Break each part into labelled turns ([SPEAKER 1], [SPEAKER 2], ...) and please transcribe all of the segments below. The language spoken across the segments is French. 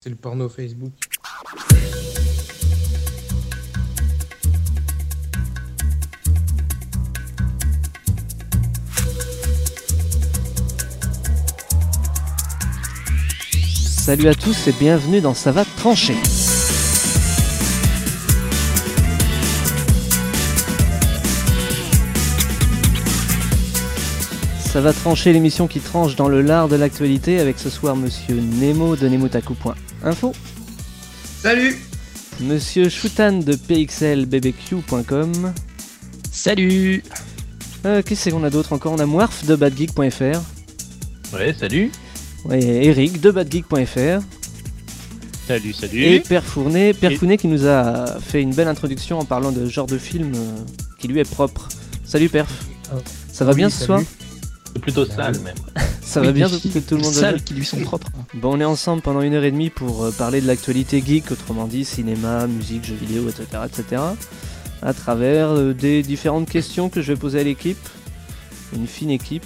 [SPEAKER 1] C'est le porno Facebook.
[SPEAKER 2] Salut à tous et bienvenue dans Ça va trancher. Ça va trancher l'émission qui tranche dans le lard de l'actualité avec ce soir monsieur Nemo de nemotaku.info,
[SPEAKER 1] Salut
[SPEAKER 2] monsieur Shoutan de pxlbbq.com.
[SPEAKER 3] Salut
[SPEAKER 2] Euh, Qu'est-ce qu'on a d'autre encore On a Moirf de badgeek.fr.
[SPEAKER 3] Ouais, salut
[SPEAKER 2] Ouais, Eric de badgeek.fr.
[SPEAKER 3] Salut, salut
[SPEAKER 2] Et Père Fournet, Père Fournet qui nous a fait une belle introduction en parlant de genre de film euh, qui lui est propre. Salut Perf.
[SPEAKER 1] Ah.
[SPEAKER 2] Ça va bien ce soir
[SPEAKER 3] C'est plutôt sale, même.
[SPEAKER 2] Ça va bien que tout le monde va bien
[SPEAKER 4] Salles qui lui sont propres.
[SPEAKER 2] Bon, on est ensemble pendant une heure et demie pour euh, parler de l'actualité geek, autrement dit cinéma, musique, jeux vidéo, etc. etc. à travers euh, des différentes questions que je vais poser à l'équipe. Une fine équipe.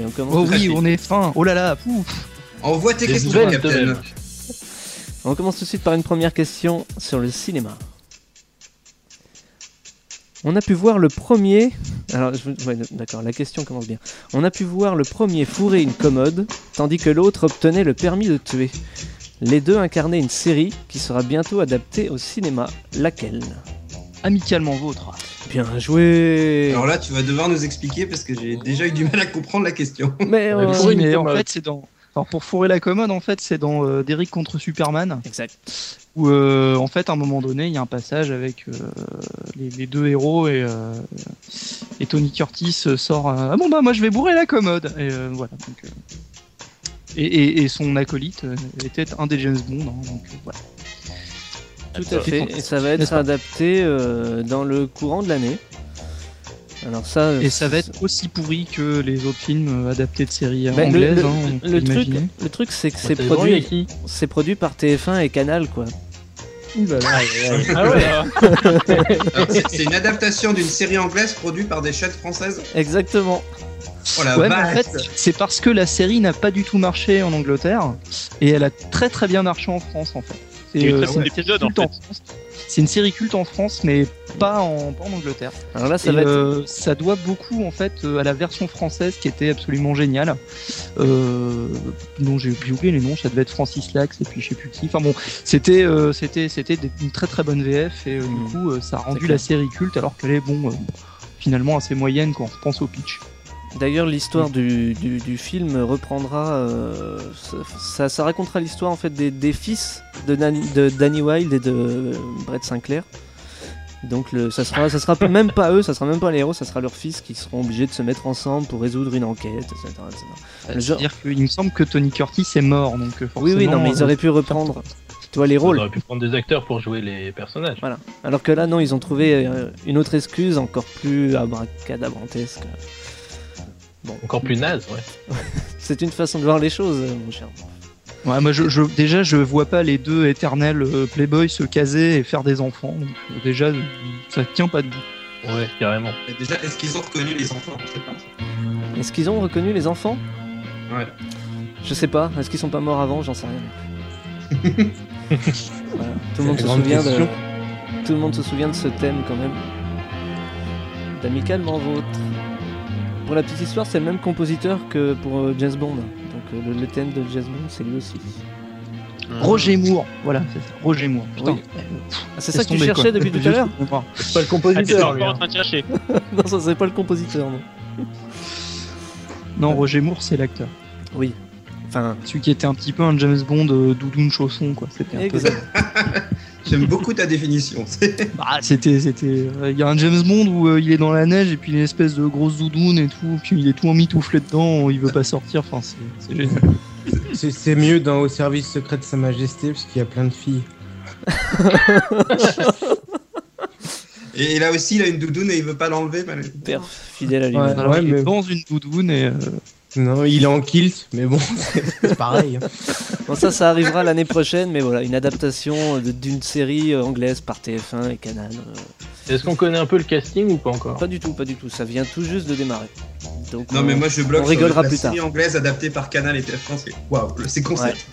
[SPEAKER 2] Et on commence,
[SPEAKER 4] Oh
[SPEAKER 2] tout de
[SPEAKER 4] oui,
[SPEAKER 2] suite.
[SPEAKER 4] on est fin. Oh là là, pouf.
[SPEAKER 1] Envoie tes
[SPEAKER 3] Des
[SPEAKER 1] questions,
[SPEAKER 3] nouvelles de
[SPEAKER 1] Captain.
[SPEAKER 3] même.
[SPEAKER 2] on commence tout de suite par une première question sur le cinéma. On a pu voir le premier. Alors, je- ouais, d'accord, la question commence bien. On a pu voir le premier fourrer une commode, tandis que l'autre obtenait le permis de tuer. Les deux incarnaient une série qui sera bientôt adaptée au cinéma. Laquelle
[SPEAKER 4] Amicalement vôtre.
[SPEAKER 2] Bien joué
[SPEAKER 1] Alors là, tu vas devoir nous expliquer parce que j'ai déjà eu du mal à comprendre la question.
[SPEAKER 2] Mais
[SPEAKER 3] Ouais,
[SPEAKER 2] euh,
[SPEAKER 3] Fourrer
[SPEAKER 4] Oui,
[SPEAKER 3] une
[SPEAKER 4] mais en
[SPEAKER 3] commode.
[SPEAKER 4] fait, c'est dans. Alors pour fourrer la commode, en fait, c'est dans euh, Derrick contre Superman,
[SPEAKER 2] Exact.
[SPEAKER 4] où euh, en fait, à un moment donné, il y a un passage avec euh, les, les deux héros et, euh, et Tony Curtis euh, sort euh, Ah bon bah moi je vais bourrer la commode et euh, voilà. donc, euh, et, et- et son acolyte euh, était un des James Bond, hein, donc euh, voilà.
[SPEAKER 2] Tout à
[SPEAKER 3] Attends.
[SPEAKER 2] fait. Et ça va être
[SPEAKER 4] N'est-ce pas
[SPEAKER 2] adapté euh, dans le courant de l'année. Alors ça. euh,
[SPEAKER 4] Et ça va être aussi pourri que les autres films euh, adaptés de séries
[SPEAKER 2] Ben, le,
[SPEAKER 4] anglaises.
[SPEAKER 2] le-
[SPEAKER 4] hein, Bah, on
[SPEAKER 2] le
[SPEAKER 4] peut
[SPEAKER 2] truc,
[SPEAKER 4] imaginer.
[SPEAKER 2] le truc, c'est que c'est
[SPEAKER 3] t'as des bruits
[SPEAKER 2] produit,
[SPEAKER 3] avec qui
[SPEAKER 2] c'est produit par TF1 et Canal, quoi.
[SPEAKER 3] Ah ouais
[SPEAKER 1] Alors, Ah, c'est- C'est une adaptation d'une série anglaise produite par des chattes françaises.
[SPEAKER 2] Exactement.
[SPEAKER 1] Oh la
[SPEAKER 4] Ouais, mais en
[SPEAKER 1] vache
[SPEAKER 4] fait, c'est parce que la série n'a pas du tout marché en Angleterre et elle a très très bien marché en France en fait.
[SPEAKER 5] Il y a eu
[SPEAKER 4] euh,
[SPEAKER 5] très peu
[SPEAKER 4] une série
[SPEAKER 5] d'épisodes, en
[SPEAKER 4] culte France. C'est une série culte en France, mais pas en, pas en Angleterre.
[SPEAKER 2] Alors là,
[SPEAKER 4] Ça,
[SPEAKER 2] ça va être.
[SPEAKER 4] ça doit beaucoup en fait euh, à la version française qui était absolument géniale. Euh, non, j'ai j'ai oublié les noms. Ça devait être Francis Lax et puis je sais plus qui. Enfin bon, c'était euh, c'était c'était des- une très très bonne VF et euh,
[SPEAKER 2] Mhm.
[SPEAKER 4] du coup euh, ça a rendu
[SPEAKER 2] clair.
[SPEAKER 4] la série culte alors qu'elle est bon euh, finalement assez moyenne quand on repense au pitch.
[SPEAKER 2] D'ailleurs, l'histoire du, du- du film reprendra. euh, ça- ça, ça racontera l'histoire en fait des, des fils de, Nan- de Danny Wilde et de euh, Brett Sinclair. Donc, le, ça sera, ça sera même pas eux, ça sera même pas les héros, ça sera leurs fils qui seront obligés de se mettre ensemble pour résoudre une enquête, etc. etc. Le genre-
[SPEAKER 4] Bah, C'est-à-dire qu'il me semble que Tony Curtis est mort, donc euh,
[SPEAKER 2] Oui,
[SPEAKER 4] forcément.
[SPEAKER 2] oui, non, mais ils auraient pu reprendre, tu vois, les
[SPEAKER 3] On
[SPEAKER 2] rôles.
[SPEAKER 3] aurait pu prendre des acteurs pour jouer les personnages.
[SPEAKER 2] Voilà. Alors que là, non, ils ont trouvé euh, une autre excuse encore plus abracadabrantesque.
[SPEAKER 3] Encore plus naze, ouais.
[SPEAKER 2] C'est une façon de voir les choses, euh, mon cher.
[SPEAKER 4] Ouais, moi, je, je- déjà, je vois pas les deux éternels euh, Playboy se caser et faire des enfants. donc, euh, déjà, euh, ça tient pas debout.
[SPEAKER 3] Ouais, carrément.
[SPEAKER 1] Mais Déjà, est-ce qu'ils ont reconnu les enfants Je sais pas.
[SPEAKER 2] Est-ce qu'ils ont reconnu les enfants
[SPEAKER 1] Ouais.
[SPEAKER 2] Je sais pas. Est-ce qu'ils sont pas morts avant J'en sais rien. Voilà. Tout le monde
[SPEAKER 1] C'est
[SPEAKER 2] se
[SPEAKER 1] une grande
[SPEAKER 2] souvient de.
[SPEAKER 1] question.
[SPEAKER 2] Tout le monde se souvient de ce thème quand même. D'amicalement vôtre. Pour la petite histoire, c'est le même compositeur que pour euh, James Bond. Donc euh, le, le thème de James Bond, c'est lui aussi.
[SPEAKER 4] Roger Moore, voilà, c'est ça. Roger Moore. Putain.
[SPEAKER 2] Oui. Ah, c'est
[SPEAKER 4] laisse
[SPEAKER 2] ça que tu
[SPEAKER 4] tomber,
[SPEAKER 2] cherchais
[SPEAKER 4] quoi.
[SPEAKER 2] depuis tout
[SPEAKER 4] Je
[SPEAKER 2] à l'heure
[SPEAKER 4] comprends pas.
[SPEAKER 6] C'est pas le
[SPEAKER 5] Ah, t'es
[SPEAKER 6] compositeur, lui.
[SPEAKER 5] encore en
[SPEAKER 6] hein.
[SPEAKER 5] train de chercher.
[SPEAKER 2] Non, ça c'est pas le compositeur, non.
[SPEAKER 4] Non, Roger Moore, c'est l'acteur.
[SPEAKER 2] Oui. Enfin,
[SPEAKER 4] Celui qui était un petit peu un James Bond euh, doudoune chausson, quoi. C'était un peu.
[SPEAKER 2] exact.
[SPEAKER 1] J'aime beaucoup ta définition. C'est-
[SPEAKER 4] Bah, c'était, c'était. euh, Il y a un James Bond où euh, il est dans la neige et puis il a une espèce de grosse doudoune et tout, puis il est tout emmitouflé dedans, il veut pas sortir. Enfin, c'est, c'est génial.
[SPEAKER 7] C'est- C'est mieux dans Au service secret de Sa Majesté, parce qu'il y a plein de filles.
[SPEAKER 1] Et là aussi, il a une doudoune et il veut pas l'enlever. malgré-
[SPEAKER 2] Perf, fidèle à lui.
[SPEAKER 7] Ouais.
[SPEAKER 4] Alors, il est
[SPEAKER 7] mais-
[SPEAKER 4] dans une doudoune et. euh,
[SPEAKER 7] Non, il est en kilt, mais bon, c'est c'est pareil. hein.
[SPEAKER 2] Bon, ça, ça arrivera l'année prochaine, mais voilà, une adaptation de- d'une série euh, anglaise par TF1 et Canal. euh,
[SPEAKER 3] Est-ce qu'on connaît un peu le casting ou pas encore
[SPEAKER 2] Pas du tout, pas du tout. Ça vient tout juste de démarrer. Donc, euh,
[SPEAKER 1] Non,
[SPEAKER 2] on-
[SPEAKER 1] mais moi, je bloque
[SPEAKER 2] on
[SPEAKER 1] sur
[SPEAKER 2] rigolera
[SPEAKER 1] la
[SPEAKER 2] plus
[SPEAKER 1] série anglaise adaptée par Canal et TF1. C'est waouh, c'est concept.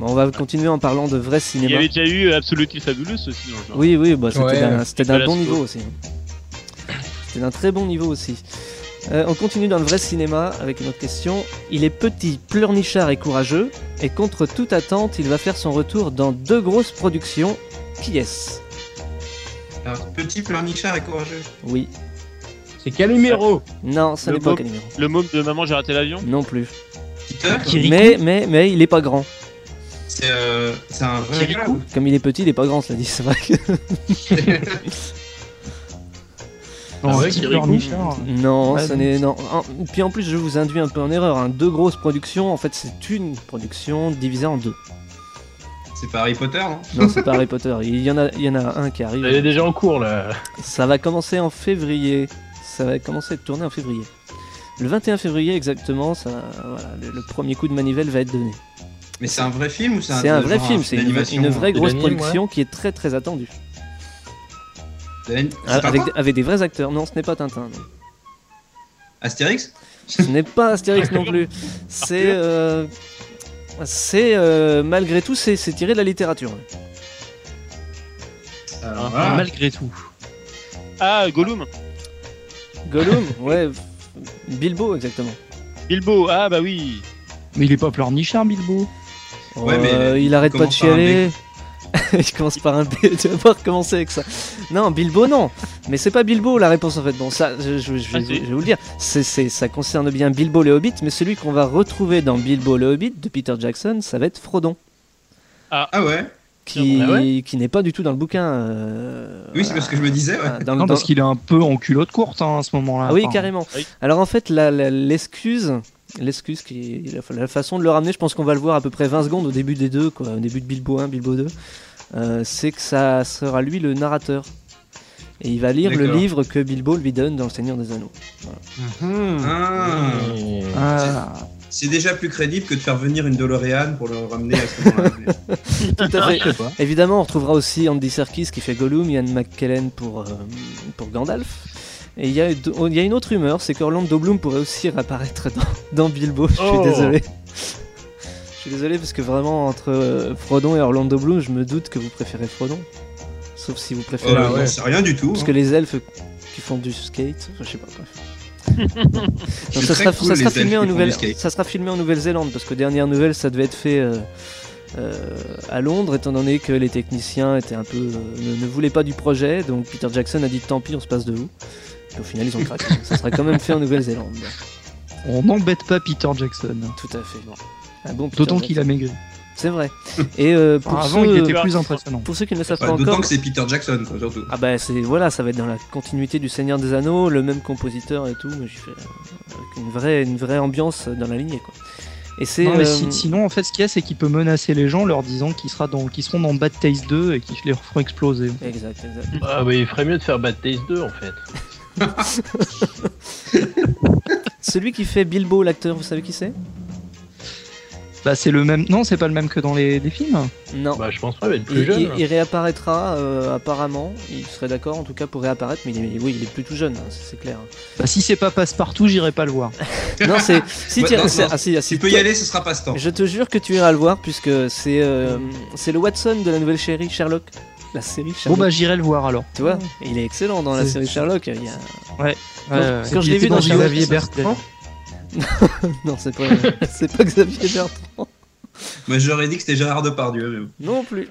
[SPEAKER 2] Bon, on va continuer en parlant de vrai
[SPEAKER 5] Il y
[SPEAKER 2] cinéma.
[SPEAKER 5] avait déjà eu Absolutely Fabulous aussi dans le genre.
[SPEAKER 2] Oui, oui, bah, c'était
[SPEAKER 7] Ouais,
[SPEAKER 2] d'un- c'était d'un
[SPEAKER 5] la
[SPEAKER 2] bon
[SPEAKER 5] sauce.
[SPEAKER 2] niveau aussi. hein. C'était d'un très bon niveau aussi. Euh, on continue dans le vrai cinéma avec une autre question. Il est petit, pleurnichard et courageux, et contre toute attente, il va faire son retour dans deux grosses productions. Qui est-ce
[SPEAKER 1] Alors, petit pleurnichard et courageux.
[SPEAKER 2] Oui.
[SPEAKER 7] C'est Calimero
[SPEAKER 2] Non, ça
[SPEAKER 5] Le
[SPEAKER 2] n'est pas
[SPEAKER 5] mot-
[SPEAKER 2] Calimero.
[SPEAKER 5] Le môme de Maman, j'ai raté l'avion.
[SPEAKER 2] Non plus.
[SPEAKER 1] Peter,
[SPEAKER 4] Kirikou
[SPEAKER 2] Mais, mais, mais il est pas grand.
[SPEAKER 1] c'est euh, c'est un vrai
[SPEAKER 7] Kirikou
[SPEAKER 1] gars, ou-
[SPEAKER 2] Comme il est petit, il est pas grand, cela dit, c'est vrai. que-
[SPEAKER 4] Non,
[SPEAKER 3] Ah ouais,
[SPEAKER 4] petit
[SPEAKER 3] Kirikou.
[SPEAKER 1] hein.
[SPEAKER 4] pleurnichard.
[SPEAKER 2] Non,
[SPEAKER 4] Ouais,
[SPEAKER 2] ça
[SPEAKER 4] donc-
[SPEAKER 2] n'est. Non. En- Puis en plus, je vous induis un peu en erreur. hein. Deux grosses productions, en fait, c'est une production divisée en deux.
[SPEAKER 1] C'est pas Harry Potter, hein. non
[SPEAKER 2] Non, c'est pas Harry Potter. Il y en a, il y en a un qui arrive.
[SPEAKER 3] Elle est déjà en cours là.
[SPEAKER 2] Ça va commencer en février. Ça va commencer à être tourné en février. Le 21 février exactement, ça, voilà, le, le premier coup de manivelle va être donné.
[SPEAKER 1] Mais c'est un vrai film ou c'est un
[SPEAKER 2] C'est un vrai
[SPEAKER 1] Ah, genre
[SPEAKER 2] film, c'est une,
[SPEAKER 1] d'animation,
[SPEAKER 2] une vraie
[SPEAKER 1] hein.
[SPEAKER 2] grosse
[SPEAKER 3] l'anime,
[SPEAKER 2] production qui est très très attendue.
[SPEAKER 1] C'est
[SPEAKER 2] Ah,
[SPEAKER 1] pas
[SPEAKER 2] Avec,
[SPEAKER 1] quoi
[SPEAKER 2] avec des vrais acteurs. Non, ce n'est pas Tintin. non.
[SPEAKER 1] Astérix
[SPEAKER 2] Ce n'est pas Astérix non plus. C'est. euh, c'est. euh, malgré tout, c'est c'est tiré de la littérature.
[SPEAKER 1] Alors,
[SPEAKER 5] Ah.
[SPEAKER 1] Euh, voilà.
[SPEAKER 4] Malgré tout.
[SPEAKER 5] Ah, Gollum.
[SPEAKER 2] Gollum Ouais. Bilbo, exactement.
[SPEAKER 5] Bilbo. Ah, bah oui.
[SPEAKER 4] Mais il est pas pleurnichard, Bilbo.
[SPEAKER 1] Ouais, mais
[SPEAKER 2] Euh, il arrête pas de
[SPEAKER 1] commence par un
[SPEAKER 2] chialer. Je commence par un B, tu vas pas recommencer avec ça. Non, Bilbo, non. Mais c'est pas Bilbo la réponse en fait. Bon, ça, je, je- je
[SPEAKER 5] Ah,
[SPEAKER 2] vais,
[SPEAKER 5] si.
[SPEAKER 2] je vais vous le dire. C'est, c'est- ça concerne bien Bilbo le Hobbit, mais celui qu'on va retrouver dans Bilbo le Hobbit de Peter Jackson, ça va être Frodon,
[SPEAKER 1] Ah ouais
[SPEAKER 2] qui,
[SPEAKER 3] Ah
[SPEAKER 2] qui n'est pas du tout dans le bouquin. euh,
[SPEAKER 1] Oui, c'est
[SPEAKER 2] voilà.
[SPEAKER 1] parce que je me disais, ouais.
[SPEAKER 2] Ah, dans le-
[SPEAKER 4] Non, parce
[SPEAKER 2] dans-
[SPEAKER 4] qu'il est un peu en culotte courte hein, à ce moment-là.
[SPEAKER 2] Ah oui,
[SPEAKER 4] Enfin,
[SPEAKER 2] carrément.
[SPEAKER 5] Oui.
[SPEAKER 2] Alors en fait, la- la- l'excuse, l'excuse qui, la, la façon de le ramener, je pense qu'on va le voir à peu près 20 secondes au début des deux, quoi, au début de Bilbo 1, Bilbo 2, euh, c'est que ça sera lui le narrateur. Et il va lire le
[SPEAKER 1] D'accord.
[SPEAKER 2] livre que Bilbo lui donne dans Le Seigneur des Anneaux.
[SPEAKER 1] Ah.
[SPEAKER 3] Mmh.
[SPEAKER 4] Ah,
[SPEAKER 1] C'est déjà plus crédible que de faire venir une DeLorean pour le ramener à ce moment-là. Mais-
[SPEAKER 2] Tout à fait.
[SPEAKER 3] Je sais pas.
[SPEAKER 2] Évidemment, on retrouvera aussi Andy Serkis qui fait Gollum, Ian McKellen pour, euh, pour Gandalf. Et il y, a, il y a une autre rumeur, c'est qu'Orlando Bloom pourrait aussi réapparaître dans, dans Bilbo. Je suis
[SPEAKER 5] Oh.
[SPEAKER 2] désolé. Je suis désolé parce que vraiment, entre euh, Frodon et Orlando Bloom, je me doute que vous préférez Frodon. Sauf si vous
[SPEAKER 1] Oh,
[SPEAKER 2] préférez.
[SPEAKER 1] là,
[SPEAKER 7] ouais.
[SPEAKER 1] c'est rien du tout.
[SPEAKER 2] Parce
[SPEAKER 1] hein.
[SPEAKER 2] que les elfes qui font du skate, je sais pas. Bref.
[SPEAKER 1] C'est
[SPEAKER 2] Donc, ça,
[SPEAKER 1] très
[SPEAKER 2] sera,
[SPEAKER 1] cool,
[SPEAKER 2] ça, sera
[SPEAKER 1] les elfes
[SPEAKER 2] filmé en
[SPEAKER 1] qui font du
[SPEAKER 2] Nouvelle,
[SPEAKER 1] skate.
[SPEAKER 2] ça sera filmé en Nouvelle-Zélande parce que dernière nouvelle, ça devait être fait euh, euh, à Londres étant donné que les techniciens étaient un peu euh, ne, ne voulaient pas du projet. Donc Peter Jackson a dit tant pis, on se passe de vous. Et au final, ils ont craqué. ça sera quand même fait en Nouvelle-Zélande.
[SPEAKER 4] on n'embête pas Peter Jackson.
[SPEAKER 2] Tout à fait. Un bon Peter
[SPEAKER 4] D'autant qu'il a
[SPEAKER 2] Jackson.
[SPEAKER 4] maigri.
[SPEAKER 2] C'est vrai. Et euh, pour,
[SPEAKER 4] Enfin, avant,
[SPEAKER 2] ceux,
[SPEAKER 4] il était
[SPEAKER 5] euh,
[SPEAKER 4] plus impressionnant.
[SPEAKER 2] pour ceux qui ne le savent
[SPEAKER 1] Ouais,
[SPEAKER 2] pas
[SPEAKER 1] D'autant
[SPEAKER 2] encore,
[SPEAKER 1] que c'est Peter Jackson, quoi, surtout.
[SPEAKER 2] Ah bah c'est voilà, ça va être dans la continuité du Seigneur des Anneaux, le même compositeur et tout, mais j'ai fait euh, avec une vraie une vraie ambiance dans la lignée quoi. Et c'est
[SPEAKER 4] Non, mais si-
[SPEAKER 2] euh,
[SPEAKER 4] sinon, en fait, ce qu'il y a, c'est qu'il peut menacer les gens leur disant qu'ils sera dans- qu'ils seront dans Bad Taste 2 et qu'ils les feront exploser.
[SPEAKER 2] exact, exact.
[SPEAKER 3] Ah, bah il ferait mieux de faire Bad Taste 2 en fait.
[SPEAKER 2] Celui qui fait Bilbo l'acteur, vous savez qui c'est
[SPEAKER 4] Bah, c'est le même. Non, c'est pas le même que dans les, les films.
[SPEAKER 2] Non.
[SPEAKER 3] Bah je pense pas, mais être
[SPEAKER 2] il,
[SPEAKER 3] plus jeune.
[SPEAKER 2] il- il réapparaîtra euh, apparemment, il serait d'accord en tout cas pour réapparaître, mais il est, oui, il est plus tout jeune, hein, c'est c'est clair.
[SPEAKER 4] Bah, si c'est pas Passepartout, j'irai pas le voir.
[SPEAKER 2] Non, c'est si
[SPEAKER 1] Ouais,
[SPEAKER 2] tu
[SPEAKER 1] non,
[SPEAKER 2] c'est-
[SPEAKER 1] non,
[SPEAKER 2] ah, si, ah, si,
[SPEAKER 1] Tu peux y
[SPEAKER 2] toi-
[SPEAKER 1] aller, ce sera pas ce temps.
[SPEAKER 2] Je te jure que tu iras le voir puisque c'est euh, c'est le Watson de la nouvelle série Sherlock, la série
[SPEAKER 4] Bon,
[SPEAKER 2] Sherlock.
[SPEAKER 4] bah, j'irai le voir alors.
[SPEAKER 2] tu vois, il est excellent dans la
[SPEAKER 4] C'est-
[SPEAKER 2] série Sherlock, il y a
[SPEAKER 4] Ouais, ouais.
[SPEAKER 2] Quand je l'ai
[SPEAKER 7] Il
[SPEAKER 2] vu
[SPEAKER 7] était
[SPEAKER 2] dans Sherlock,
[SPEAKER 7] Xavier
[SPEAKER 2] ça, c'était-
[SPEAKER 7] Bertrand
[SPEAKER 2] Non, c'est pas, c'est pas Xavier Bertrand.
[SPEAKER 1] Mais j'aurais dit que c'était Gérard Depardieu. mais bon.
[SPEAKER 2] Non plus.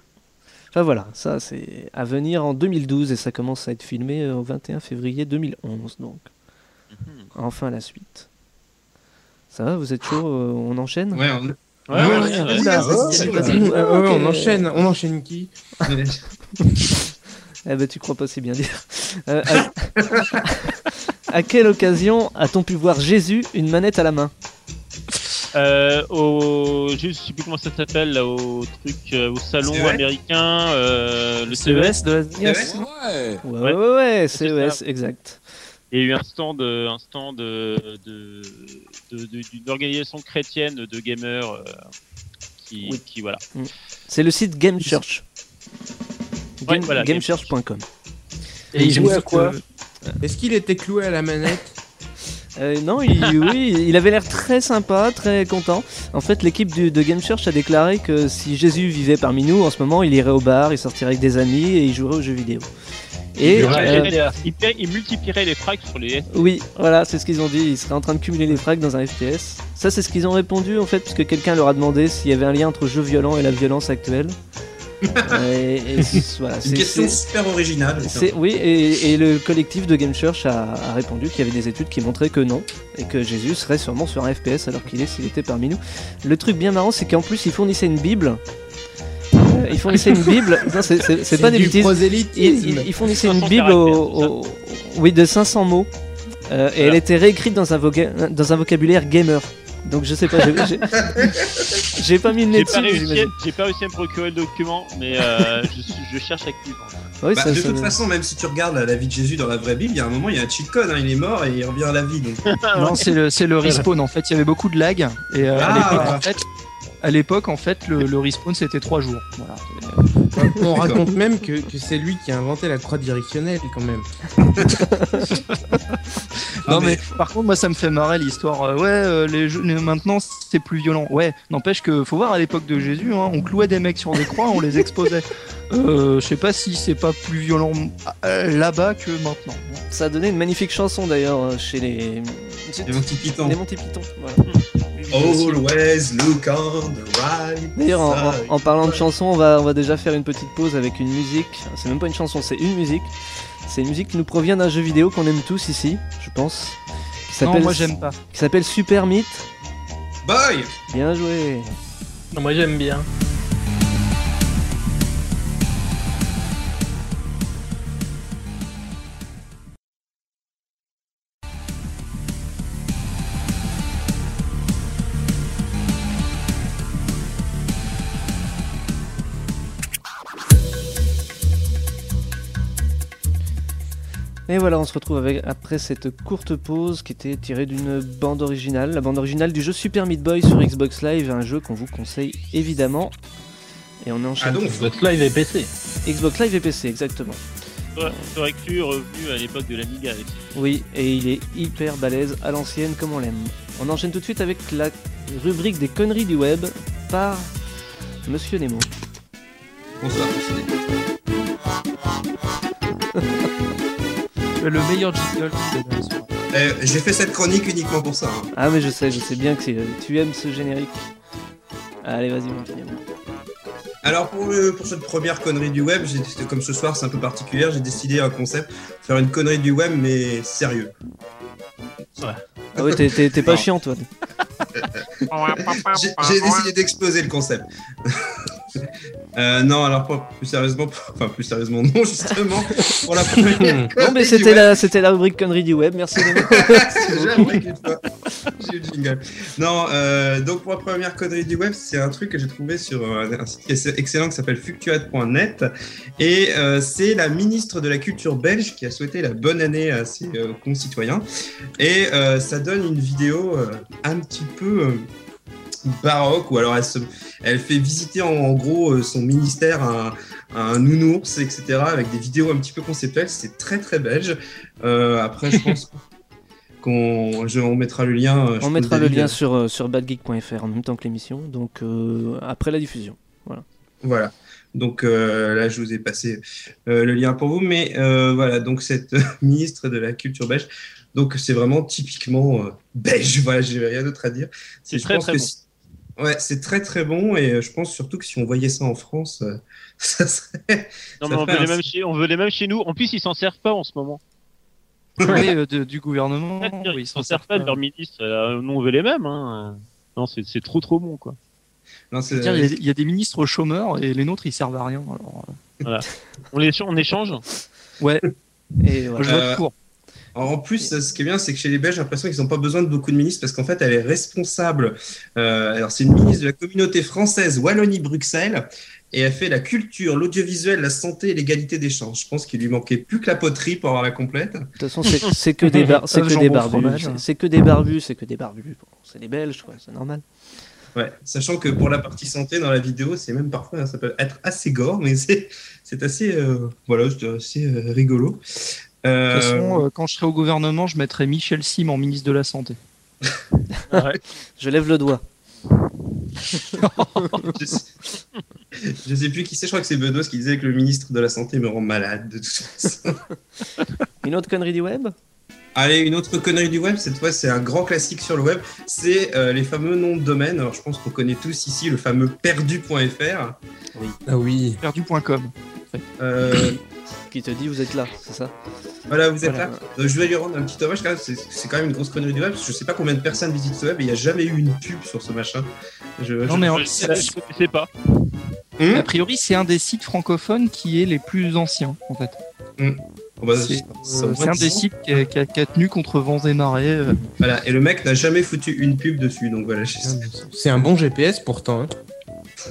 [SPEAKER 2] Enfin voilà, ça c'est à venir en 2012 et ça commence à être filmé euh, au 21 février 2011 donc. Enfin la suite. Ça va, vous êtes chaud, euh, on enchaîne
[SPEAKER 1] Ouais, on...
[SPEAKER 5] Ouais,
[SPEAKER 1] Ouais,
[SPEAKER 5] ouais,
[SPEAKER 1] ouais,
[SPEAKER 5] ouais.
[SPEAKER 1] vas-y,
[SPEAKER 2] Ah, ouais,
[SPEAKER 1] vas-y, vas-y,
[SPEAKER 2] ouais,
[SPEAKER 1] vas-y.
[SPEAKER 2] vas-y.
[SPEAKER 7] Ouais, Euh, ouais,
[SPEAKER 2] Ok.
[SPEAKER 7] on enchaîne. On enchaîne qui
[SPEAKER 2] Eh ben tu crois pas si bien dire. Euh, à... à quelle occasion a-t-on pu voir Jésus une manette à la main
[SPEAKER 5] Euh, au, je sais plus comment ça s'appelle, là, au truc, euh, au salon
[SPEAKER 1] CES?
[SPEAKER 5] américain, euh, le CES.
[SPEAKER 2] de Las
[SPEAKER 1] Vegas, non
[SPEAKER 2] Ouais, ouais, ouais, ouais,
[SPEAKER 5] C'est
[SPEAKER 2] CES, exact.
[SPEAKER 5] Il y a eu un stand, euh, un stand euh, de de- de- d'une organisation chrétienne de gamers euh, qui,
[SPEAKER 2] Oui.
[SPEAKER 5] qui voilà.
[SPEAKER 2] C'est le site Game Church.
[SPEAKER 5] Ouais,
[SPEAKER 2] Game-
[SPEAKER 5] voilà,
[SPEAKER 2] GameChurch.com.
[SPEAKER 7] Et il
[SPEAKER 4] j'aime
[SPEAKER 7] jouait à
[SPEAKER 4] surtout-
[SPEAKER 7] quoi Est-ce qu'il était cloué à la manette
[SPEAKER 2] Euh, non, il, oui, il avait l'air très sympa, très content. En fait, l'équipe du- de Game Search a déclaré que si Jésus vivait parmi nous en ce moment, il irait au bar, il sortirait avec des amis et il jouerait aux jeux vidéo. Et
[SPEAKER 3] Il
[SPEAKER 5] Il,
[SPEAKER 3] Ouais.
[SPEAKER 2] euh,
[SPEAKER 5] multiplierait- il paie- il multiplierait les frags sur les
[SPEAKER 2] oui, voilà, c'est ce qu'ils ont dit. Ils seraient en train de cumuler les frags dans un FPS. Ça, c'est ce qu'ils ont répondu en fait, parce que quelqu'un leur a demandé s'il y avait un lien entre jeux violents et la violence actuelle. et, et c- voilà,
[SPEAKER 1] Une
[SPEAKER 2] c'est-
[SPEAKER 1] question
[SPEAKER 2] c'est-
[SPEAKER 1] super originale.
[SPEAKER 2] c'est- oui, et, et le collectif de Game Search a, a répondu qu'il y avait des études qui montraient que non, et que Jésus serait sûrement sur un FPS alors qu'il est s'il était parmi nous. Le truc bien marrant, c'est qu'en plus, ils fournissaient une Bible. Euh, ils fournissaient une Bible. Non, c'est- c'est c'est pas des
[SPEAKER 7] du
[SPEAKER 2] bêtises. Ils,
[SPEAKER 7] prosélytisme.
[SPEAKER 2] ils- ils fournissaient une
[SPEAKER 5] 500
[SPEAKER 2] Bible
[SPEAKER 5] caractères,
[SPEAKER 2] au-
[SPEAKER 5] tout ça.
[SPEAKER 2] au- oui, de 500 mots. Euh, et elle était réécrite dans un, voca- dans un vocabulaire gamer. Donc je sais pas, j'ai- j'ai- j'ai pas mis le nez
[SPEAKER 5] J'ai pas,
[SPEAKER 2] dessus. mais
[SPEAKER 5] réussi,
[SPEAKER 2] j'imagine.
[SPEAKER 5] j'ai pas réussi à me procurer le document, mais euh, je, suis- je cherche activement.
[SPEAKER 2] Oui,
[SPEAKER 1] Bah,
[SPEAKER 2] ça-
[SPEAKER 1] de
[SPEAKER 2] ça-
[SPEAKER 1] toute façon, même si tu regardes la vie de Jésus dans la vraie Bible, il y a un moment, il y a un cheat code, hein, il est mort et il revient à la vie. Donc,
[SPEAKER 4] Non, c'est le, c'est le respawn. En fait, il y avait beaucoup de lag. Et euh, à
[SPEAKER 1] Ah.
[SPEAKER 4] l'époque, en fait, à l'époque, en fait, le, le respawn c'était 3 jours. Voilà.
[SPEAKER 7] On raconte même que, que c'est lui qui a inventé la croix directionnelle quand même.
[SPEAKER 1] Ah,
[SPEAKER 4] non mais...
[SPEAKER 1] mais-
[SPEAKER 4] par contre, moi, ça me fait marrer l'histoire. Euh, ouais, euh, les jeux, les- maintenant c'est plus violent. Ouais, n'empêche que faut voir à l'époque de Jésus, hein, on clouait des mecs sur des croix, on les exposait. Euh, je sais pas si c'est pas plus violent euh, là-bas que maintenant.
[SPEAKER 2] ça a donné une magnifique chanson d'ailleurs euh, chez les.
[SPEAKER 1] les Monty Python.
[SPEAKER 2] les Monty Python. voilà.
[SPEAKER 1] Always look on the right.
[SPEAKER 2] D'ailleurs, en, en-
[SPEAKER 1] side.
[SPEAKER 2] en parlant de chansons, on va, on va déjà faire une petite pause avec une musique. C'est même pas une chanson, c'est une musique. C'est une musique qui nous provient d'un jeu vidéo qu'on aime tous ici, je pense. Qui
[SPEAKER 4] Non,
[SPEAKER 2] s'appelle-
[SPEAKER 4] moi j'aime pas.
[SPEAKER 2] qui s'appelle Super Meat.
[SPEAKER 1] Boy
[SPEAKER 2] Bien joué.
[SPEAKER 3] Moi j'aime bien.
[SPEAKER 2] Et voilà, on se retrouve avec, après cette courte pause qui était tirée d'une bande originale, la bande originale du jeu Super Meat Boy sur Xbox Live, un jeu qu'on vous conseille évidemment. Et on
[SPEAKER 1] Ah
[SPEAKER 2] enchaîne.
[SPEAKER 1] donc,
[SPEAKER 3] Votre live est PC.
[SPEAKER 2] Xbox Live et PC, exactement.
[SPEAKER 5] J'aurais cru revenu à l'époque de l'Amiga. avec-
[SPEAKER 2] Oui, et il est hyper balèze à l'ancienne comme on l'aime. On enchaîne tout de suite avec la rubrique des conneries du web par Monsieur Nemo.
[SPEAKER 1] bonsoir. c'est-
[SPEAKER 4] Tu as Le meilleur jingle. que t'as dans ce soir.
[SPEAKER 1] Euh, J'ai fait cette chronique uniquement pour ça. hein.
[SPEAKER 2] Ah mais je sais, je sais bien que c'est- euh, tu aimes ce générique. Allez, vas-y mon petit Nemo.
[SPEAKER 1] Alors pour, le- pour cette première connerie du web, j'ai décidé- comme ce soir c'est un peu particulier, j'ai décidé un concept, faire une connerie du web mais sérieux.
[SPEAKER 2] Ah ouais, t'es- t'es t'es pas
[SPEAKER 1] Non.
[SPEAKER 2] chiant toi.
[SPEAKER 1] J'ai j'ai décidé d'exploser le concept. Euh, non, alors pour- plus sérieusement, pour- enfin plus sérieusement non justement, pour la première connerie
[SPEAKER 2] Non mais
[SPEAKER 1] du
[SPEAKER 2] c'était
[SPEAKER 1] web,
[SPEAKER 2] la, c'était la rubrique conneries du web, merci Nemo.
[SPEAKER 1] C'est jamais qu'une fois. J'ai eu le jingle. Non, euh, donc pour la première connerie du web, c'est un truc que j'ai trouvé sur un, un site qui est excellent qui s'appelle fluctuate.net. Et euh, c'est la ministre de la Culture belge qui a souhaité la bonne année à ses euh, concitoyens. Et euh, ça donne une vidéo euh, un petit peu euh, baroque, ou alors elle, se- elle fait visiter en, en gros euh, son ministère à, un- à un nounours, etc., avec des vidéos un petit peu conceptuelles. C'est très très belge. Euh, après, je pense qu'on je- on mettra le lien. euh, je
[SPEAKER 2] On mettra le
[SPEAKER 1] pose des
[SPEAKER 2] lien
[SPEAKER 1] liens.
[SPEAKER 2] sur, euh, sur badgeek.fr en même temps que l'émission, donc euh, après la diffusion.
[SPEAKER 1] Voilà. Donc euh, là, je vous ai passé euh, le lien pour vous. Mais euh, voilà, donc cette ministre de la culture belge, donc c'est vraiment typiquement euh, belge. Voilà, j'ai rien d'autre à dire.
[SPEAKER 5] C'est
[SPEAKER 1] Je
[SPEAKER 5] très
[SPEAKER 1] pense
[SPEAKER 5] très
[SPEAKER 1] que
[SPEAKER 5] bon.
[SPEAKER 1] c'est- Ouais, c'est très très bon et euh, je pense surtout que si on voyait ça en France, euh, ça serait. ça
[SPEAKER 5] Non, mais on
[SPEAKER 1] fait
[SPEAKER 5] veut, les
[SPEAKER 1] un-
[SPEAKER 5] mêmes chez, on veut les mêmes chez nous. En plus, ils s'en servent pas en ce moment.
[SPEAKER 4] Mais, euh, de- du gouvernement. oui,
[SPEAKER 5] ils s'en servent pas de
[SPEAKER 4] pas.
[SPEAKER 5] leur ministre. euh, nous, on veut les mêmes. Hein. Non, c'est c'est trop trop bon quoi.
[SPEAKER 1] Non, c'est-
[SPEAKER 4] Tiens, Il y,
[SPEAKER 5] Euh,
[SPEAKER 4] a- il y a des ministres chômeurs et les nôtres ils servent à rien. Alors, euh,
[SPEAKER 5] On, les, on échange.
[SPEAKER 4] ouais,
[SPEAKER 2] Et
[SPEAKER 4] moi,
[SPEAKER 2] voilà.
[SPEAKER 4] je vote
[SPEAKER 1] Euh,
[SPEAKER 4] pour.
[SPEAKER 1] Alors, en plus, euh, ce qui est bien, c'est que chez les Belges, j'ai l'impression qu'ils n'ont pas besoin de beaucoup de ministres parce qu'en fait, elle est responsable. Euh, alors, c'est une ministre de la communauté française Wallonie-Bruxelles et elle fait la culture, l'audiovisuel, la santé et l'égalité des chances. Je pense qu'il lui manquait plus que la poterie pour avoir la complète.
[SPEAKER 2] De toute façon, c'est c'est que des, bar- c'est
[SPEAKER 4] Euh,
[SPEAKER 2] que
[SPEAKER 4] jambon
[SPEAKER 2] des barbus.
[SPEAKER 4] fromage.
[SPEAKER 2] c'est- C'est que des barbus, c'est que des barbus. Bon, c'est des Belges, quoi, c'est normal.
[SPEAKER 1] Ouais. Sachant que pour la partie santé dans la vidéo, c'est même parfois, ça peut être assez gore, mais c'est c'est assez, euh, voilà, c'est assez euh, rigolo. Euh,
[SPEAKER 4] De toute façon, euh, quand je serai au gouvernement, je mettrai Michel Sim en ministre de la Santé.
[SPEAKER 3] Ouais.
[SPEAKER 2] Je lève le doigt.
[SPEAKER 4] euh,
[SPEAKER 1] je, sais... je sais plus qui c'est, je crois que c'est Benoît qui disait que le ministre de la Santé me rend malade de toute façon.
[SPEAKER 2] Une autre connerie du web
[SPEAKER 1] Allez, une autre connerie du web, cette fois c'est un grand classique sur le web, c'est euh, les fameux noms de domaine. Alors je pense qu'on connaît tous ici le fameux perdu.fr.
[SPEAKER 7] Ah oui.
[SPEAKER 4] Perdu.com.
[SPEAKER 1] Euh,
[SPEAKER 2] qui te dit vous êtes là, c'est ça
[SPEAKER 1] Voilà, vous êtes
[SPEAKER 2] Voilà.
[SPEAKER 1] là. Euh, je vais lui rendre un petit hommage quand même. C'est, c'est quand même une grosse connerie du web. parce que Je sais pas combien de personnes visitent ce web et il n'y a jamais eu une pub sur ce machin. Je,
[SPEAKER 4] Non,
[SPEAKER 1] je-
[SPEAKER 4] mais en-
[SPEAKER 5] Je je connaissais pas.
[SPEAKER 1] Hmm
[SPEAKER 4] a priori, c'est un des sites francophones qui est les plus anciens, en fait.
[SPEAKER 1] Oh, bah,
[SPEAKER 4] C'est
[SPEAKER 1] c'est-
[SPEAKER 4] euh, c'est un des sites qui a, qui a- qui a tenu contre vents et marées. euh.
[SPEAKER 1] Voilà, et le mec n'a jamais foutu une pub dessus. Donc voilà, je-
[SPEAKER 7] C'est un bon GPS pourtant. hein.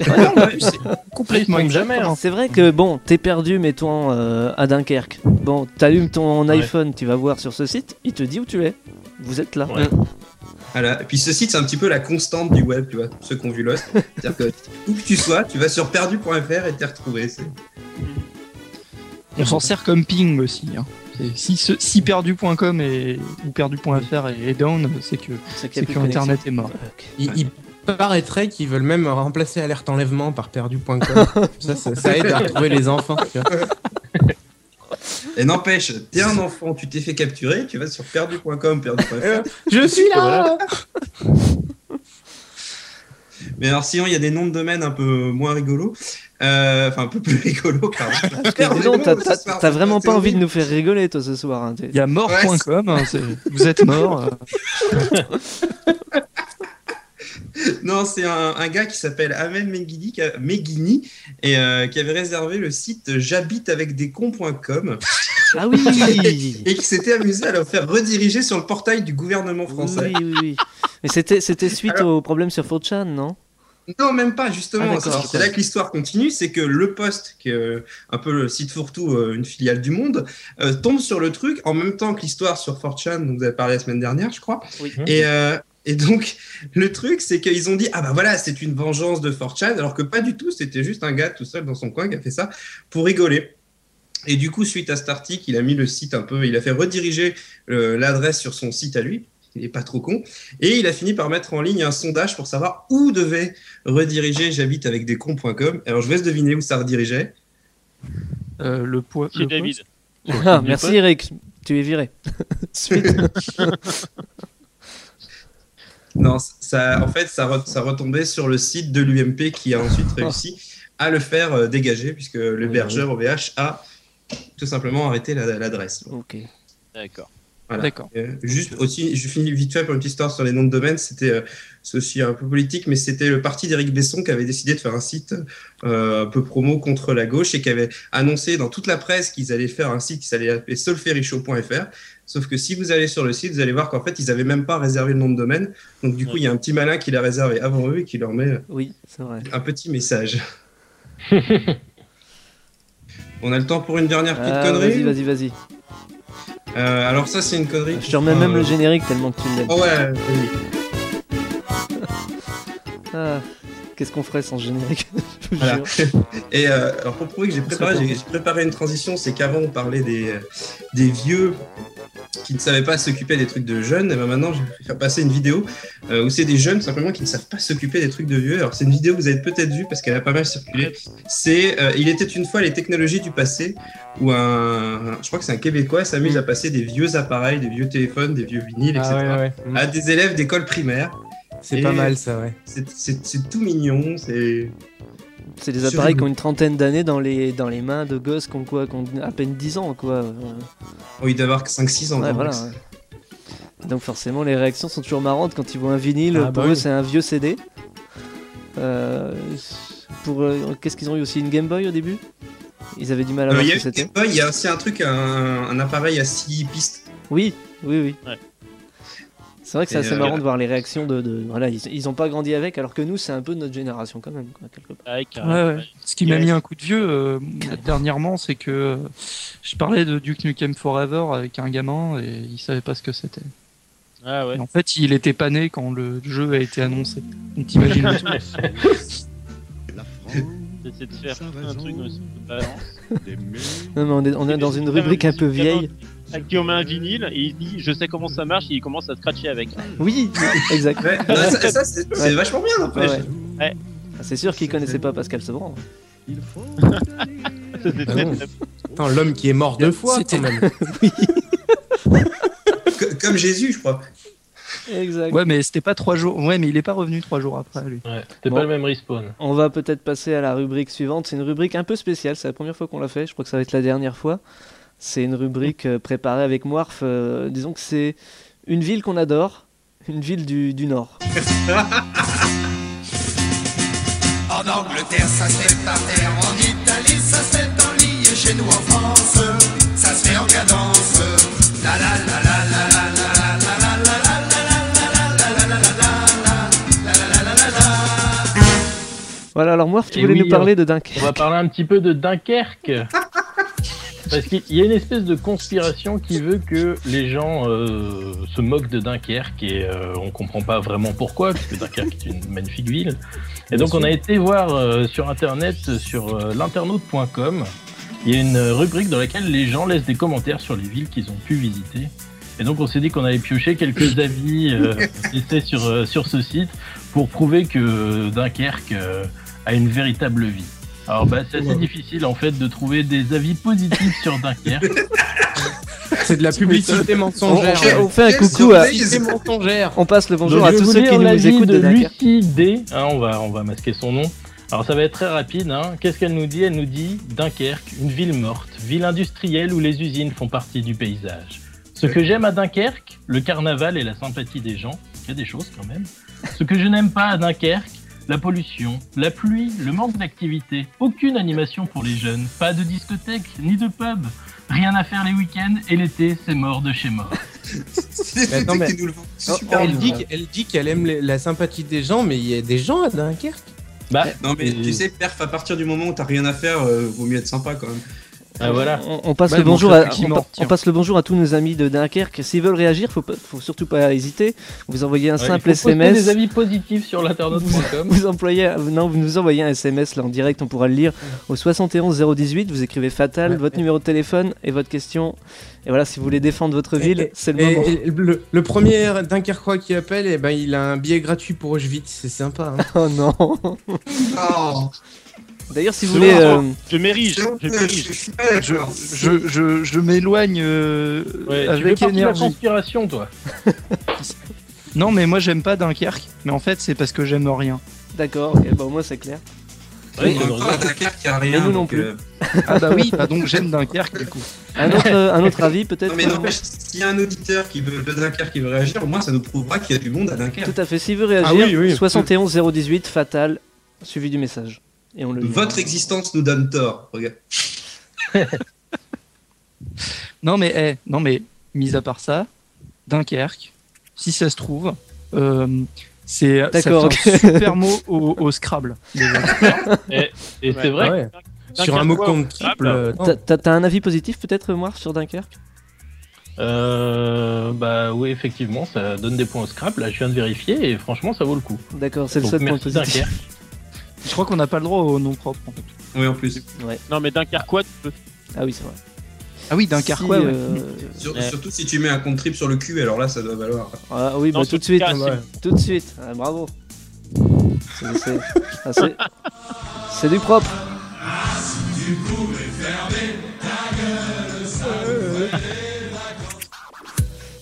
[SPEAKER 4] Ah non, la pub, c'est complètement
[SPEAKER 3] Il tombe
[SPEAKER 4] exactement.
[SPEAKER 3] jamais, hein.
[SPEAKER 2] C'est vrai que bon, t'es perdu, mettons euh, à Dunkerque. Bon, t'allumes ton
[SPEAKER 3] Ouais.
[SPEAKER 2] iPhone, tu vas voir sur ce site, il te dit où tu es. Vous êtes là.
[SPEAKER 3] Ouais.
[SPEAKER 1] voilà. Et puis ce site, c'est un petit peu la constante du web, tu vois, ceux qui ont vu Lost. C'est-à-dire que où que tu sois, tu vas sur perdu.fr et t'es retrouvé. c'est-
[SPEAKER 4] On s'en sert comme ping aussi. hein. C'est- Si, ce- si perdu.com et, ou perdu.fr est, est down, c'est
[SPEAKER 2] C'est
[SPEAKER 4] que,
[SPEAKER 2] qu'il y
[SPEAKER 4] c'est
[SPEAKER 2] a plus
[SPEAKER 4] que
[SPEAKER 2] de connexion.
[SPEAKER 4] Internet est mort.
[SPEAKER 2] Ok.
[SPEAKER 7] Il, il paraîtrait qu'ils veulent même remplacer alerte enlèvement par perdu.com. ça, ça, ça aide à retrouver les enfants. tu vois.
[SPEAKER 1] Et n'empêche, t'es un enfant, tu t'es fait capturer, tu vas sur perdu.com, perdu.fr.
[SPEAKER 7] Je suis là hein.
[SPEAKER 1] Mais alors sinon, il y a des noms de domaines un peu moins rigolos. Euh, Enfin, un peu plus rigolos, pardon.
[SPEAKER 2] Parce que, dis donc, t'as-
[SPEAKER 1] Pardon, ce
[SPEAKER 2] t'as
[SPEAKER 1] soir,
[SPEAKER 2] t'as vraiment
[SPEAKER 1] c'est
[SPEAKER 2] pas envie de
[SPEAKER 1] horrible.
[SPEAKER 2] nous faire rigoler, toi, ce soir. hein, t'es-
[SPEAKER 4] Il y a mort.com, hein, c'est- vous êtes mort. euh.
[SPEAKER 1] Non, c'est un, un gars qui s'appelle Ahmed Meghidi, qui a- Meghini et euh, qui avait réservé le site j'habite avec des cons.com
[SPEAKER 2] Ah oui Oui,
[SPEAKER 1] et qui s'était amusé à le faire rediriger sur le portail du gouvernement français.
[SPEAKER 2] oui, oui. Mais c'était c'était suite au problème sur 4chan, non
[SPEAKER 1] Non, même pas,
[SPEAKER 2] Ah,
[SPEAKER 1] justement.
[SPEAKER 2] d'accord,
[SPEAKER 1] C'est- c'est
[SPEAKER 2] ok.
[SPEAKER 1] là que l'histoire continue, c'est que le poste, qui est euh, un peu le site fourre-tout, euh, une filiale du monde, euh, tombe sur le truc en même temps que l'histoire sur 4chan dont vous avez parlé la semaine dernière, je crois.
[SPEAKER 2] Oui.
[SPEAKER 1] Et, euh, et donc, le truc, c'est qu'ils ont dit Ah bah voilà, c'est une vengeance de 4chan, alors que pas du tout, c'était juste un gars tout seul dans son coin qui a fait ça pour rigoler. Et du coup, suite à cet article, il a mis le site un peu, il a fait rediriger euh, l'adresse sur son site à lui. Il n'est pas trop con. Et il a fini par mettre en ligne un sondage pour savoir où devait rediriger j'habite avec des cons.com. Alors je vais se deviner où ça redirigeait.
[SPEAKER 4] Euh, le poids.
[SPEAKER 5] Chez David.
[SPEAKER 2] Ah, Merci, Eric. Tu es viré. Suite.
[SPEAKER 1] Non, ça, en fait, ça, re- ça retombait sur le site de l'UMP qui a ensuite réussi à le faire euh, dégager puisque le
[SPEAKER 2] Oui,
[SPEAKER 1] bergeur OVH a tout simplement arrêté la- l'adresse.
[SPEAKER 2] Ok.
[SPEAKER 5] D'accord.
[SPEAKER 1] Voilà.
[SPEAKER 4] D'accord.
[SPEAKER 1] Euh, juste aussi, je finis vite fait pour une petite histoire sur les noms de domaine. C'était euh, c'est aussi un peu politique, mais c'était le parti d'Éric Besson qui avait décidé de faire un site euh, un peu promo contre la gauche et qui avait annoncé dans toute la presse qu'ils allaient faire un site qui s'allait appeler solferichaud.fr. Sauf que si vous allez sur le site, vous allez voir qu'en fait, ils n'avaient même pas réservé le nom de domaine. Donc, du coup, il y a un petit malin qui l'a réservé avant eux et qui leur met
[SPEAKER 2] Oui, c'est vrai.
[SPEAKER 1] un petit message. On a le temps pour une dernière petite
[SPEAKER 2] Ah,
[SPEAKER 1] connerie.
[SPEAKER 2] vas-y, vas-y, vas-y.
[SPEAKER 1] Euh, alors, ça, c'est une connerie.
[SPEAKER 2] Je te remets même
[SPEAKER 1] Euh,
[SPEAKER 2] le générique tellement que tu l'aimes.
[SPEAKER 1] Oh ouais, oui.
[SPEAKER 2] Ah, Qu'est-ce qu'on ferait sans générique Je vous
[SPEAKER 1] Voilà.
[SPEAKER 2] jure.
[SPEAKER 1] Et euh, alors pour prouver que j'ai préparé, j'ai j'ai préparé une transition, c'est qu'avant on parlait des, euh, des vieux qui ne savaient pas s'occuper des trucs de jeunes, et ben maintenant je vais faire passer une vidéo euh, où c'est des jeunes simplement qui ne savent pas s'occuper des trucs de vieux. Alors c'est une vidéo que vous avez peut-être vue parce qu'elle a pas mal circulé. C'est euh, Il était une fois les technologies du passé où un, je crois que c'est un Québécois s'amuse à passer des vieux appareils, des vieux téléphones, des vieux vinyles, etc.
[SPEAKER 7] Ah ouais, ouais.
[SPEAKER 1] à des élèves d'école primaire.
[SPEAKER 7] C'est
[SPEAKER 1] Et-
[SPEAKER 7] pas mal ça, ouais.
[SPEAKER 1] C'est- C'est c'est tout mignon, c'est...
[SPEAKER 2] C'est des
[SPEAKER 1] Sur
[SPEAKER 2] appareils
[SPEAKER 1] le-
[SPEAKER 2] qui ont une trentaine d'années dans les, dans les mains de gosses qui ont quoi, qui ont à peine 10 ans, quoi. Euh,
[SPEAKER 1] Oh, il doit avoir que 5-6 ans.
[SPEAKER 2] ouais,
[SPEAKER 1] donc
[SPEAKER 2] voilà. Donc forcément, les réactions sont toujours marrantes quand ils voient un vinyle.
[SPEAKER 7] Ah,
[SPEAKER 2] pour
[SPEAKER 7] bah
[SPEAKER 2] eux,
[SPEAKER 7] oui.
[SPEAKER 2] c'est un vieux CD. Euh, pour euh, qu'est-ce qu'ils ont eu aussi une Game Boy au début Ils avaient du mal à
[SPEAKER 1] Euh,
[SPEAKER 2] voir
[SPEAKER 1] Il
[SPEAKER 2] ce que
[SPEAKER 1] y a eu
[SPEAKER 2] c'était.
[SPEAKER 1] Game Boy, il y a aussi un truc, un, un appareil à 6 pistes.
[SPEAKER 2] Oui, oui, oui.
[SPEAKER 5] Ouais.
[SPEAKER 2] C'est vrai que c'est
[SPEAKER 1] Et,
[SPEAKER 2] assez
[SPEAKER 1] euh,
[SPEAKER 2] marrant de voir les réactions de. de- voilà, ils, ils ont pas grandi avec, alors que nous, c'est un peu notre génération quand même, quoi, quelque part.
[SPEAKER 5] Avec euh,
[SPEAKER 4] Ouais, ouais. Ce qui m'a
[SPEAKER 5] Yes.
[SPEAKER 4] mis un coup de vieux euh, dernièrement, c'est que euh, je parlais de Duke Nukem Forever avec un gamin et il savait pas ce que c'était.
[SPEAKER 5] Ah ouais.
[SPEAKER 4] Et En fait, il était pas né quand le jeu a été annoncé. Donc t'imagines le truc.
[SPEAKER 5] J'essaie de faire un truc dans le sens de balance.
[SPEAKER 2] Non, mais on est, on est dans une rubrique un peu vieille.
[SPEAKER 5] à qui on met un vinyle et il dit je sais comment ça marche et il commence à scratcher avec.
[SPEAKER 2] Oui, exact.
[SPEAKER 1] Ouais, non, ça, ça, c'est c'est
[SPEAKER 2] Ouais.
[SPEAKER 1] vachement bien, n'empêche.
[SPEAKER 2] Ouais. Ah, C'est sûr qu'il connaissait pas Pascal Sevran.
[SPEAKER 5] Ça, c'est
[SPEAKER 7] Ah
[SPEAKER 5] très,
[SPEAKER 7] bon.
[SPEAKER 5] très-
[SPEAKER 7] Attends, l'homme qui est mort deux fois,
[SPEAKER 2] C'était-
[SPEAKER 7] quand même.
[SPEAKER 1] Co- Comme Jésus, je crois.
[SPEAKER 2] Exact.
[SPEAKER 4] Ouais, mais c'était pas trois jours. Ouais, mais il est pas revenu trois jours après, lui.
[SPEAKER 3] Ouais, c'était
[SPEAKER 2] Bon.
[SPEAKER 3] pas le même respawn.
[SPEAKER 2] On va peut-être passer à la rubrique suivante. C'est une rubrique un peu spéciale. C'est la première fois qu'on l'a fait. Je crois que ça va être la dernière fois. C'est une rubrique euh, préparée avec Moirf. Euh, disons que c'est une ville qu'on adore, une ville du, du Nord.
[SPEAKER 6] En Angleterre, ça se fait par terre. En Italie, ça se fait en ligne. Chez nous, en France, ça se fait en cadence. La la la la la la la la la la la la la la la la la la la la la la la la.
[SPEAKER 2] Voilà, alors Moirf, tu
[SPEAKER 3] Et
[SPEAKER 2] voulais
[SPEAKER 3] oui,
[SPEAKER 2] nous parler de Dunkerque.
[SPEAKER 3] On va parler un petit peu de Dunkerque. Parce qu'il y a une espèce de conspiration qui veut que les gens euh, se moquent de Dunkerque et euh, on comprend pas vraiment pourquoi, puisque Dunkerque est une magnifique ville. Et donc on a été voir euh, sur internet, euh, sur euh, l'internaute.com, il y a une rubrique dans laquelle les gens laissent des commentaires sur les villes qu'ils ont pu visiter. Et donc on s'est dit qu'on allait piocher quelques avis euh, laissés sur, euh, sur ce site pour prouver que Dunkerque euh, a une véritable vie. Alors bah, c'est assez
[SPEAKER 1] Ouais.
[SPEAKER 3] difficile en fait de trouver des avis positifs sur Dunkerque.
[SPEAKER 7] C'est de la publicité
[SPEAKER 2] On, on fait,
[SPEAKER 7] mensongère.
[SPEAKER 2] on fait un
[SPEAKER 1] Quelle
[SPEAKER 2] coucou à.
[SPEAKER 1] surprise.
[SPEAKER 7] Publicité mensongère.
[SPEAKER 2] On passe le bonjour
[SPEAKER 3] Donc,
[SPEAKER 2] à
[SPEAKER 3] je vais
[SPEAKER 2] tous
[SPEAKER 3] vous
[SPEAKER 2] ceux
[SPEAKER 3] lire
[SPEAKER 2] qui nous
[SPEAKER 3] l'avis
[SPEAKER 2] écoutent de
[SPEAKER 3] de
[SPEAKER 2] Dunkerque.
[SPEAKER 3] Lucie D. Hein, on, va, on va masquer son nom. Alors ça va être très rapide. hein. Qu'est-ce qu'elle nous dit Elle nous dit Dunkerque, une ville morte, ville industrielle où les usines font partie du paysage. Ce que j'aime à Dunkerque, le carnaval et la sympathie des gens, il y a des choses quand même. Ce que je n'aime pas à Dunkerque, la pollution, la pluie, le manque d'activité, aucune animation pour les jeunes, pas de discothèque ni de pub, rien à faire les week-ends et l'été, c'est mort de chez mort.
[SPEAKER 1] C'est
[SPEAKER 7] Mais attends, mais-
[SPEAKER 1] qui nous le font.
[SPEAKER 2] Oh,
[SPEAKER 1] C'est super
[SPEAKER 7] Elle
[SPEAKER 1] bien.
[SPEAKER 7] dit, qu'elle- elle dit qu'elle aime les- la sympathie des gens, mais il y a des gens à Dunkerque.
[SPEAKER 3] Bah,
[SPEAKER 1] Non, mais
[SPEAKER 3] et-
[SPEAKER 1] tu sais, perf, à partir du moment où t'as rien à faire, euh, vaut mieux être sympa quand même.
[SPEAKER 2] Ah,
[SPEAKER 3] bah voilà.
[SPEAKER 2] On, on passe
[SPEAKER 4] Ouais,
[SPEAKER 2] le
[SPEAKER 4] bon,
[SPEAKER 2] bonjour
[SPEAKER 4] je
[SPEAKER 2] à,
[SPEAKER 4] sais qui
[SPEAKER 2] on,
[SPEAKER 4] m'en
[SPEAKER 2] pa-
[SPEAKER 4] retient.
[SPEAKER 2] on passe le bonjour à tous nos amis de Dunkerque. S'ils veulent réagir, faut, pas- faut surtout pas hésiter. Vous envoyez un
[SPEAKER 3] Ouais,
[SPEAKER 2] simple
[SPEAKER 3] il faut poster
[SPEAKER 2] SMS.
[SPEAKER 3] des avis positifs sur l'internaute.com.
[SPEAKER 2] Vous employez, non, vous nous envoyez un SMS là en direct, on pourra le lire au 71 018. Vous écrivez Fatal,
[SPEAKER 7] Ouais.
[SPEAKER 2] votre numéro de téléphone et votre question. Et voilà, si vous voulez défendre votre
[SPEAKER 7] Et-
[SPEAKER 2] ville,
[SPEAKER 7] et-
[SPEAKER 2] c'est le
[SPEAKER 7] et-
[SPEAKER 2] moment.
[SPEAKER 7] et le, le premier Dunkerquois qui appelle, et ben, il a un billet gratuit pour Auschwitz. C'est sympa. hein.
[SPEAKER 2] Oh non
[SPEAKER 1] Oh,
[SPEAKER 2] D'ailleurs, si vous
[SPEAKER 5] C'est
[SPEAKER 2] voulez.
[SPEAKER 5] bon,
[SPEAKER 2] euh,
[SPEAKER 5] Je m'érige,
[SPEAKER 1] euh, je,
[SPEAKER 5] je m'érige.
[SPEAKER 1] suis pas
[SPEAKER 4] Je,
[SPEAKER 1] d'accord.
[SPEAKER 4] je, je, je m'éloigne euh,
[SPEAKER 3] Ouais, tu fais
[SPEAKER 4] avec
[SPEAKER 3] partie de la
[SPEAKER 4] énergie.
[SPEAKER 3] conspiration, toi.
[SPEAKER 4] Non, mais moi j'aime pas Dunkerque, mais en fait c'est parce que j'aime rien.
[SPEAKER 2] D'accord, ok, bon, moi c'est clair.
[SPEAKER 1] Ouais,
[SPEAKER 3] Ouais,
[SPEAKER 1] encore, à Dunkerque, y a rien.
[SPEAKER 2] Mais nous non
[SPEAKER 1] donc,
[SPEAKER 2] plus.
[SPEAKER 1] euh,
[SPEAKER 4] Ah bah oui, bah donc j'aime Dunkerque du coup.
[SPEAKER 2] Un autre, un autre avis peut-être
[SPEAKER 1] Non, mais
[SPEAKER 2] euh,
[SPEAKER 1] n'empêche, s'il y a un auditeur qui veut, de Dunkerque qui veut réagir, au moins ça nous prouvera qu'il y a du monde à Dunkerque.
[SPEAKER 2] Tout à fait, s'il veut réagir,
[SPEAKER 7] Ah oui, oui.
[SPEAKER 2] 71 018, Fatal, suivi du message. Et on le lit.
[SPEAKER 1] Votre existence nous donne tort. Regarde.
[SPEAKER 4] Non mais, eh, non mais, mis à part ça, Dunkerque, si ça se trouve, euh, c'est ça
[SPEAKER 2] D'accord,
[SPEAKER 4] fait un
[SPEAKER 2] ok.
[SPEAKER 4] super mot au, au Scrabble. déjà.
[SPEAKER 3] Et c'est vrai.
[SPEAKER 7] Ah ouais. Sur un mot
[SPEAKER 3] Dunkerquois. Ah
[SPEAKER 7] comptible.
[SPEAKER 3] bah.
[SPEAKER 7] euh, non.
[SPEAKER 2] T'as-
[SPEAKER 4] Oh.
[SPEAKER 2] T'as t'as un avis positif peut-être, Moir, sur Dunkerque
[SPEAKER 3] Euh, bah oui, effectivement, ça donne des points au scrap. Là, je viens de vérifier et franchement, ça vaut le coup.
[SPEAKER 2] D'accord, c'est le
[SPEAKER 3] Donc,
[SPEAKER 2] seul point
[SPEAKER 3] merci
[SPEAKER 2] positif.
[SPEAKER 3] Dunkerque.
[SPEAKER 4] Je crois qu'on n'a pas le droit au nom propre. en fait.
[SPEAKER 1] Oui, en plus.
[SPEAKER 5] Non mais euh, Dunkerquois, tu peux.
[SPEAKER 2] Ah oui, c'est vrai.
[SPEAKER 4] Ah oui, Dunkerquois,
[SPEAKER 2] Si,
[SPEAKER 4] ouais.
[SPEAKER 2] euh,
[SPEAKER 1] Sur-
[SPEAKER 5] Ouais.
[SPEAKER 1] Surtout si tu mets un compte trip sur le cul, alors là, ça doit valoir.
[SPEAKER 2] Ah oui,
[SPEAKER 5] Non,
[SPEAKER 2] bah,
[SPEAKER 5] sur
[SPEAKER 2] tout de suite,
[SPEAKER 5] Lucas,
[SPEAKER 2] ouais. tout de suite. Ah, bravo. C'est- c'est- ah, c'est- C'est du propre.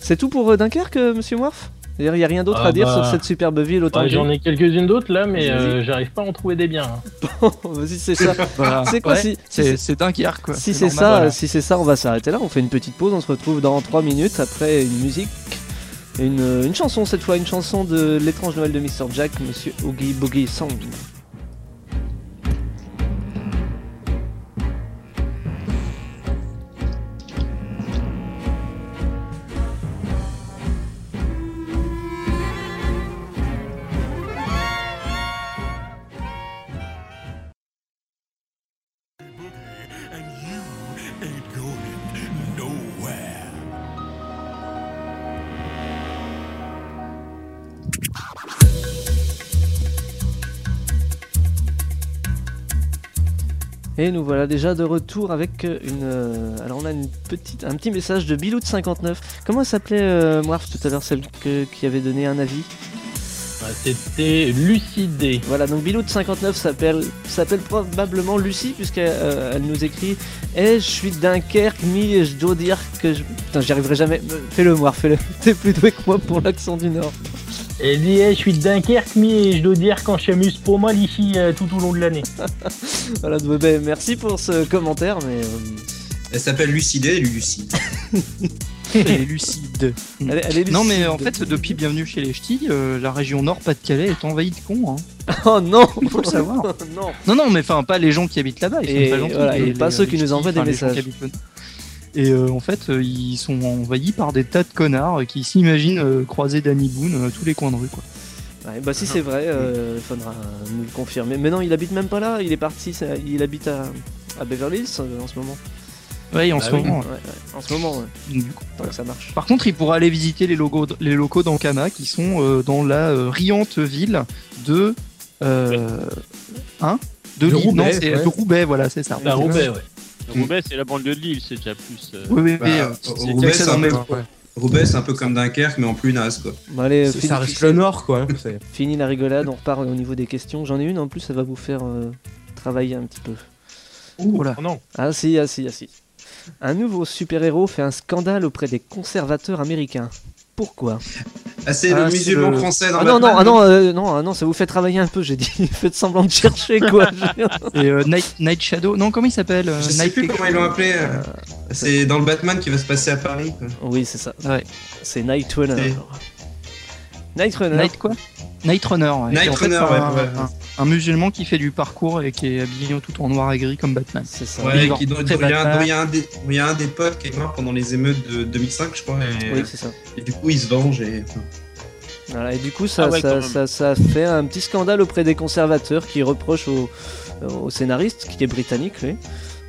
[SPEAKER 2] C'est tout pour euh, Dunkerque, euh, Monsieur Morph D'ailleurs, il n'y a rien d'autre
[SPEAKER 3] Ah
[SPEAKER 2] à dire
[SPEAKER 3] bah.
[SPEAKER 2] sur cette superbe ville autant
[SPEAKER 3] Ouais,
[SPEAKER 2] que...
[SPEAKER 3] J'en ai quelques-unes d'autres là,
[SPEAKER 2] Vas-y.
[SPEAKER 3] mais euh, j'arrive pas à en trouver des biens. hein.
[SPEAKER 2] Oh, Vas-y, c'est ça.
[SPEAKER 4] Voilà.
[SPEAKER 2] C'est quoi
[SPEAKER 4] Ouais,
[SPEAKER 2] si- si
[SPEAKER 4] c'est- C'est Dunkerque quoi.
[SPEAKER 2] Si c'est
[SPEAKER 4] normal.
[SPEAKER 2] ça,
[SPEAKER 4] Voilà.
[SPEAKER 2] si c'est ça, on va s'arrêter là. On fait une petite pause. On se retrouve dans 3 minutes après une musique, une, une chanson cette fois, une chanson de l'étrange Noël de Mr Jack, Monsieur Oogie Boogie Song.
[SPEAKER 6] And you ain't going nowhere.
[SPEAKER 2] Et nous voilà déjà de retour avec une. euh, alors on a une petite, un petit message de Bilou de 59. Comment elle s'appelait euh, Moirf tout à l'heure, celle que- qui avait donné un avis
[SPEAKER 3] Ah, C'était lucidé.
[SPEAKER 2] Voilà, donc Bilou de 59 s'appelle s'appelle probablement Lucie, puisqu'elle euh, elle nous écrit Eh, je suis de Dunkerque, mi, et je dois dire que je. Putain, j'y arriverai jamais. Euh, Fais-le, Moir, fais-le. T'es plus doué que moi pour l'accent du Nord.
[SPEAKER 3] Elle dit Eh, je suis de Dunkerque, mais je dois dire quand je m'amuse pour moi d'ici euh, tout au long de l'année.
[SPEAKER 2] Voilà, donc, ben, merci pour ce commentaire, mais. euh,
[SPEAKER 1] Elle s'appelle Lucidée, Lucide.
[SPEAKER 4] Elle est lucide.
[SPEAKER 2] elle, est- elle est
[SPEAKER 4] Non, mais
[SPEAKER 2] lucide.
[SPEAKER 4] en fait, depuis Bienvenue chez les Ch'tis, euh, la région Nord-Pas-de-Calais est envahie de cons. Hein.
[SPEAKER 2] Oh non
[SPEAKER 4] Faut le savoir.
[SPEAKER 2] Non
[SPEAKER 4] Non, non, mais enfin, pas les gens qui habitent là-bas. Ils sont
[SPEAKER 2] Et
[SPEAKER 4] pas gentils,
[SPEAKER 2] voilà,
[SPEAKER 4] mais
[SPEAKER 2] et pas ceux qui nous
[SPEAKER 4] les
[SPEAKER 2] envoient des
[SPEAKER 4] enfin, les gens qui
[SPEAKER 2] messages.
[SPEAKER 4] habitent le- Et euh, en fait, euh, ils sont envahis par des tas de connards qui s'imaginent euh, croiser Danny Boone euh, tous les coins de rue. Quoi.
[SPEAKER 2] Ouais, bah si c'est vrai, euh, il faudra euh, nous le confirmer. Mais non, il habite même pas là, il est parti, ça- il habite à, à Beverly Hills euh, en ce moment.
[SPEAKER 4] Ouais, et en
[SPEAKER 3] Bah
[SPEAKER 4] ce
[SPEAKER 3] oui.
[SPEAKER 4] moment.
[SPEAKER 2] Ouais, ouais, en ce moment, ouais,
[SPEAKER 4] ouais. Du coup,
[SPEAKER 2] tant que ça marche.
[SPEAKER 4] Par contre, il pourra aller visiter les, logos, les locaux d'Ankama qui sont euh, dans la euh, riante ville de. Euh, hein de,
[SPEAKER 7] De
[SPEAKER 4] Lille,
[SPEAKER 7] Roubaix,
[SPEAKER 4] non, c'est- euh,
[SPEAKER 7] ouais.
[SPEAKER 4] de Roubaix, voilà, c'est ça.
[SPEAKER 3] À Ah,
[SPEAKER 2] Bah,
[SPEAKER 3] Roubaix, ouais.
[SPEAKER 7] Hmm.
[SPEAKER 5] Donc, Roubaix, c'est la banlieue de Lille, c'est déjà plus. euh,
[SPEAKER 4] Oui, oui,
[SPEAKER 1] Bah,
[SPEAKER 4] oui, euh,
[SPEAKER 1] au- au
[SPEAKER 4] c'est-
[SPEAKER 1] Roubaix,
[SPEAKER 4] c'est
[SPEAKER 1] c'est
[SPEAKER 4] dans
[SPEAKER 1] un
[SPEAKER 4] mes-
[SPEAKER 1] peu- Roubaix, c'est un peu comme Dunkerque, mais en plus naze, quoi.
[SPEAKER 2] Bon, allez,
[SPEAKER 7] C'est-
[SPEAKER 2] fini,
[SPEAKER 7] Ça reste le Nord, quoi. hein, c'est-
[SPEAKER 2] fini la rigolade, on repart au niveau des questions. J'en ai une en plus, ça va vous faire euh, travailler un petit peu.
[SPEAKER 4] Voilà.
[SPEAKER 3] Oh non.
[SPEAKER 2] Ah si, ah si, ah si. Un nouveau super-héros fait un scandale auprès des conservateurs américains. Pourquoi
[SPEAKER 1] Ah, c'est
[SPEAKER 4] Ah,
[SPEAKER 1] le
[SPEAKER 4] c'est
[SPEAKER 1] musulman
[SPEAKER 4] le-
[SPEAKER 1] français dans
[SPEAKER 2] Ah non,
[SPEAKER 1] Batman,
[SPEAKER 2] non, ah non, euh, non, ah non, ça vous fait travailler un peu, j'ai dit. Faites semblant de chercher, quoi. Je veux dire.
[SPEAKER 4] Et euh, Night, Night Shadow, non, comment il s'appelle euh,
[SPEAKER 1] Je sais
[SPEAKER 4] Night
[SPEAKER 1] plus
[SPEAKER 4] quelque
[SPEAKER 1] comment ils l'ont
[SPEAKER 4] chose.
[SPEAKER 1] appelé. euh, C'est dans le Batman qui va se passer à Paris. quoi.
[SPEAKER 2] Oui, c'est ça.
[SPEAKER 4] Ouais.
[SPEAKER 2] C'est Night Runner. Night Runner.
[SPEAKER 4] Night quoi Night Runner. ouais.
[SPEAKER 1] Night
[SPEAKER 4] Et en fait,
[SPEAKER 1] Runner,
[SPEAKER 4] c'est un,
[SPEAKER 1] ouais, ouais.
[SPEAKER 4] un- un musulman qui fait du parcours et qui est habillé tout en noir et gris comme Batman.
[SPEAKER 2] C'est ça.
[SPEAKER 1] Ouais,
[SPEAKER 4] Igor,
[SPEAKER 1] qui dont- dont
[SPEAKER 4] très
[SPEAKER 1] il y a un-
[SPEAKER 4] bâtard.
[SPEAKER 1] dont il y a un des- dont il y a un des potes qui est mort pendant les émeutes de 2005, je crois. Et,
[SPEAKER 2] Oui, c'est ça.
[SPEAKER 1] et du coup, il se venge. Et... enfin,
[SPEAKER 2] Voilà, et du coup, ça,
[SPEAKER 5] Ah ouais, quand
[SPEAKER 2] ça,
[SPEAKER 5] même.
[SPEAKER 2] ça, ça fait un petit scandale auprès des conservateurs qui reprochent au, au scénariste, qui est britannique, lui,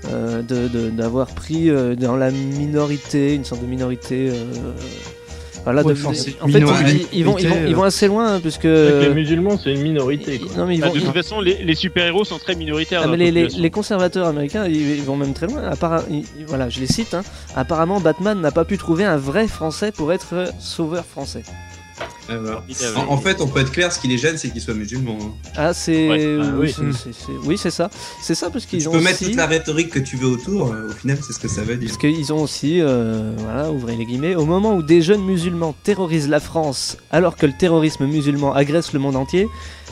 [SPEAKER 2] euh, de- de- d'avoir pris euh, dans la minorité, une sorte de minorité. euh, voilà,
[SPEAKER 4] Ouais,
[SPEAKER 2] de-
[SPEAKER 4] enfin, c'est
[SPEAKER 2] en fait, ils,
[SPEAKER 4] minorité,
[SPEAKER 2] ils vont, ils, vont, ils vont assez loin, hein, puisque.
[SPEAKER 3] C'est vrai que Les musulmans, c'est une minorité. Quoi.
[SPEAKER 2] non, mais ils
[SPEAKER 5] bah,
[SPEAKER 2] vont,
[SPEAKER 5] de
[SPEAKER 2] ils-
[SPEAKER 5] toute façon, les, les super-héros sont très minoritaires.
[SPEAKER 2] Ah,
[SPEAKER 5] dans
[SPEAKER 2] mais
[SPEAKER 5] la
[SPEAKER 2] les, les-
[SPEAKER 5] population.
[SPEAKER 2] les conservateurs américains, ils, ils vont même très loin. Appara- ils- ils- voilà, je les cite. hein. Apparemment, Batman n'a pas pu trouver un vrai Français pour être euh, sauveur français.
[SPEAKER 1] ouais, voilà.
[SPEAKER 5] Formidable.
[SPEAKER 1] en, en fait, on peut être clair, ce qui les gêne, c'est qu'ils soient musulmans. hein.
[SPEAKER 2] Ah, c'est
[SPEAKER 5] Ouais,
[SPEAKER 3] bah oui.
[SPEAKER 2] c'est- c'est- c'est- oui, c'est ça. C'est ça parce
[SPEAKER 1] Tu
[SPEAKER 2] qu'ils ont
[SPEAKER 1] peux mettre
[SPEAKER 2] aussi
[SPEAKER 1] toute la rhétorique que tu veux autour, euh, au final, c'est ce que ça veut dire.
[SPEAKER 2] parce qu'ils ont aussi euh, voilà, ouvrez les guillemets, au moment où des jeunes musulmans terrorisent la France alors que le terrorisme musulman agresse le monde entier,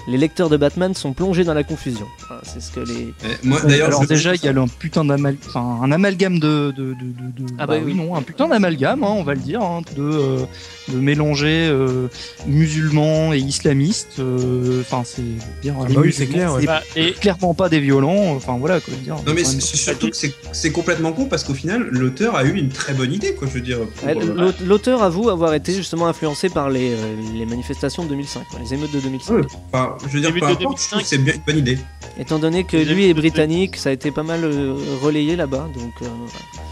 [SPEAKER 2] les lecteurs de Batman sont plongés dans la confusion. Voilà, c'est ce que les
[SPEAKER 1] Eh, Moi, d'ailleurs,
[SPEAKER 4] Alors
[SPEAKER 1] je-
[SPEAKER 4] déjà, il y a le- un putain d'amal, enfin, un amalgame de, de, de, de- de-
[SPEAKER 2] Ah bah oui.
[SPEAKER 4] non, un putain d'amalgame, hein, on va le dire, hein, de, euh, de mélanger euh, musulmans et islamistes. euh, Enfin, c'est bien.
[SPEAKER 7] Ah
[SPEAKER 4] les
[SPEAKER 7] bah oui,
[SPEAKER 4] musulmans,
[SPEAKER 7] c'est clair, ouais.
[SPEAKER 5] Bah, et,
[SPEAKER 4] clairement pas des violents. Enfin voilà, quoi dire.
[SPEAKER 1] Non mais
[SPEAKER 4] Enfin,
[SPEAKER 1] c'est- c'est surtout que c'est- c'est complètement con parce qu'au final l'auteur a eu une très bonne idée quoi je veux dire. pour,
[SPEAKER 2] Ouais,
[SPEAKER 1] euh,
[SPEAKER 2] l'aute- L'auteur avoue avoir été justement influencé par les, euh, les manifestations de 2005, quoi, les émeutes de 2005.
[SPEAKER 1] Ouais. Enfin, je veux dire,
[SPEAKER 5] Début
[SPEAKER 1] peu
[SPEAKER 5] de
[SPEAKER 1] importe, je trouve
[SPEAKER 5] 2005.
[SPEAKER 1] que c'est bien une bonne idée.
[SPEAKER 2] Étant donné que
[SPEAKER 5] Les
[SPEAKER 2] lui
[SPEAKER 5] émeutes
[SPEAKER 2] est
[SPEAKER 5] de-
[SPEAKER 2] britannique, ça a été pas mal euh, relayé là-bas, donc euh, voilà.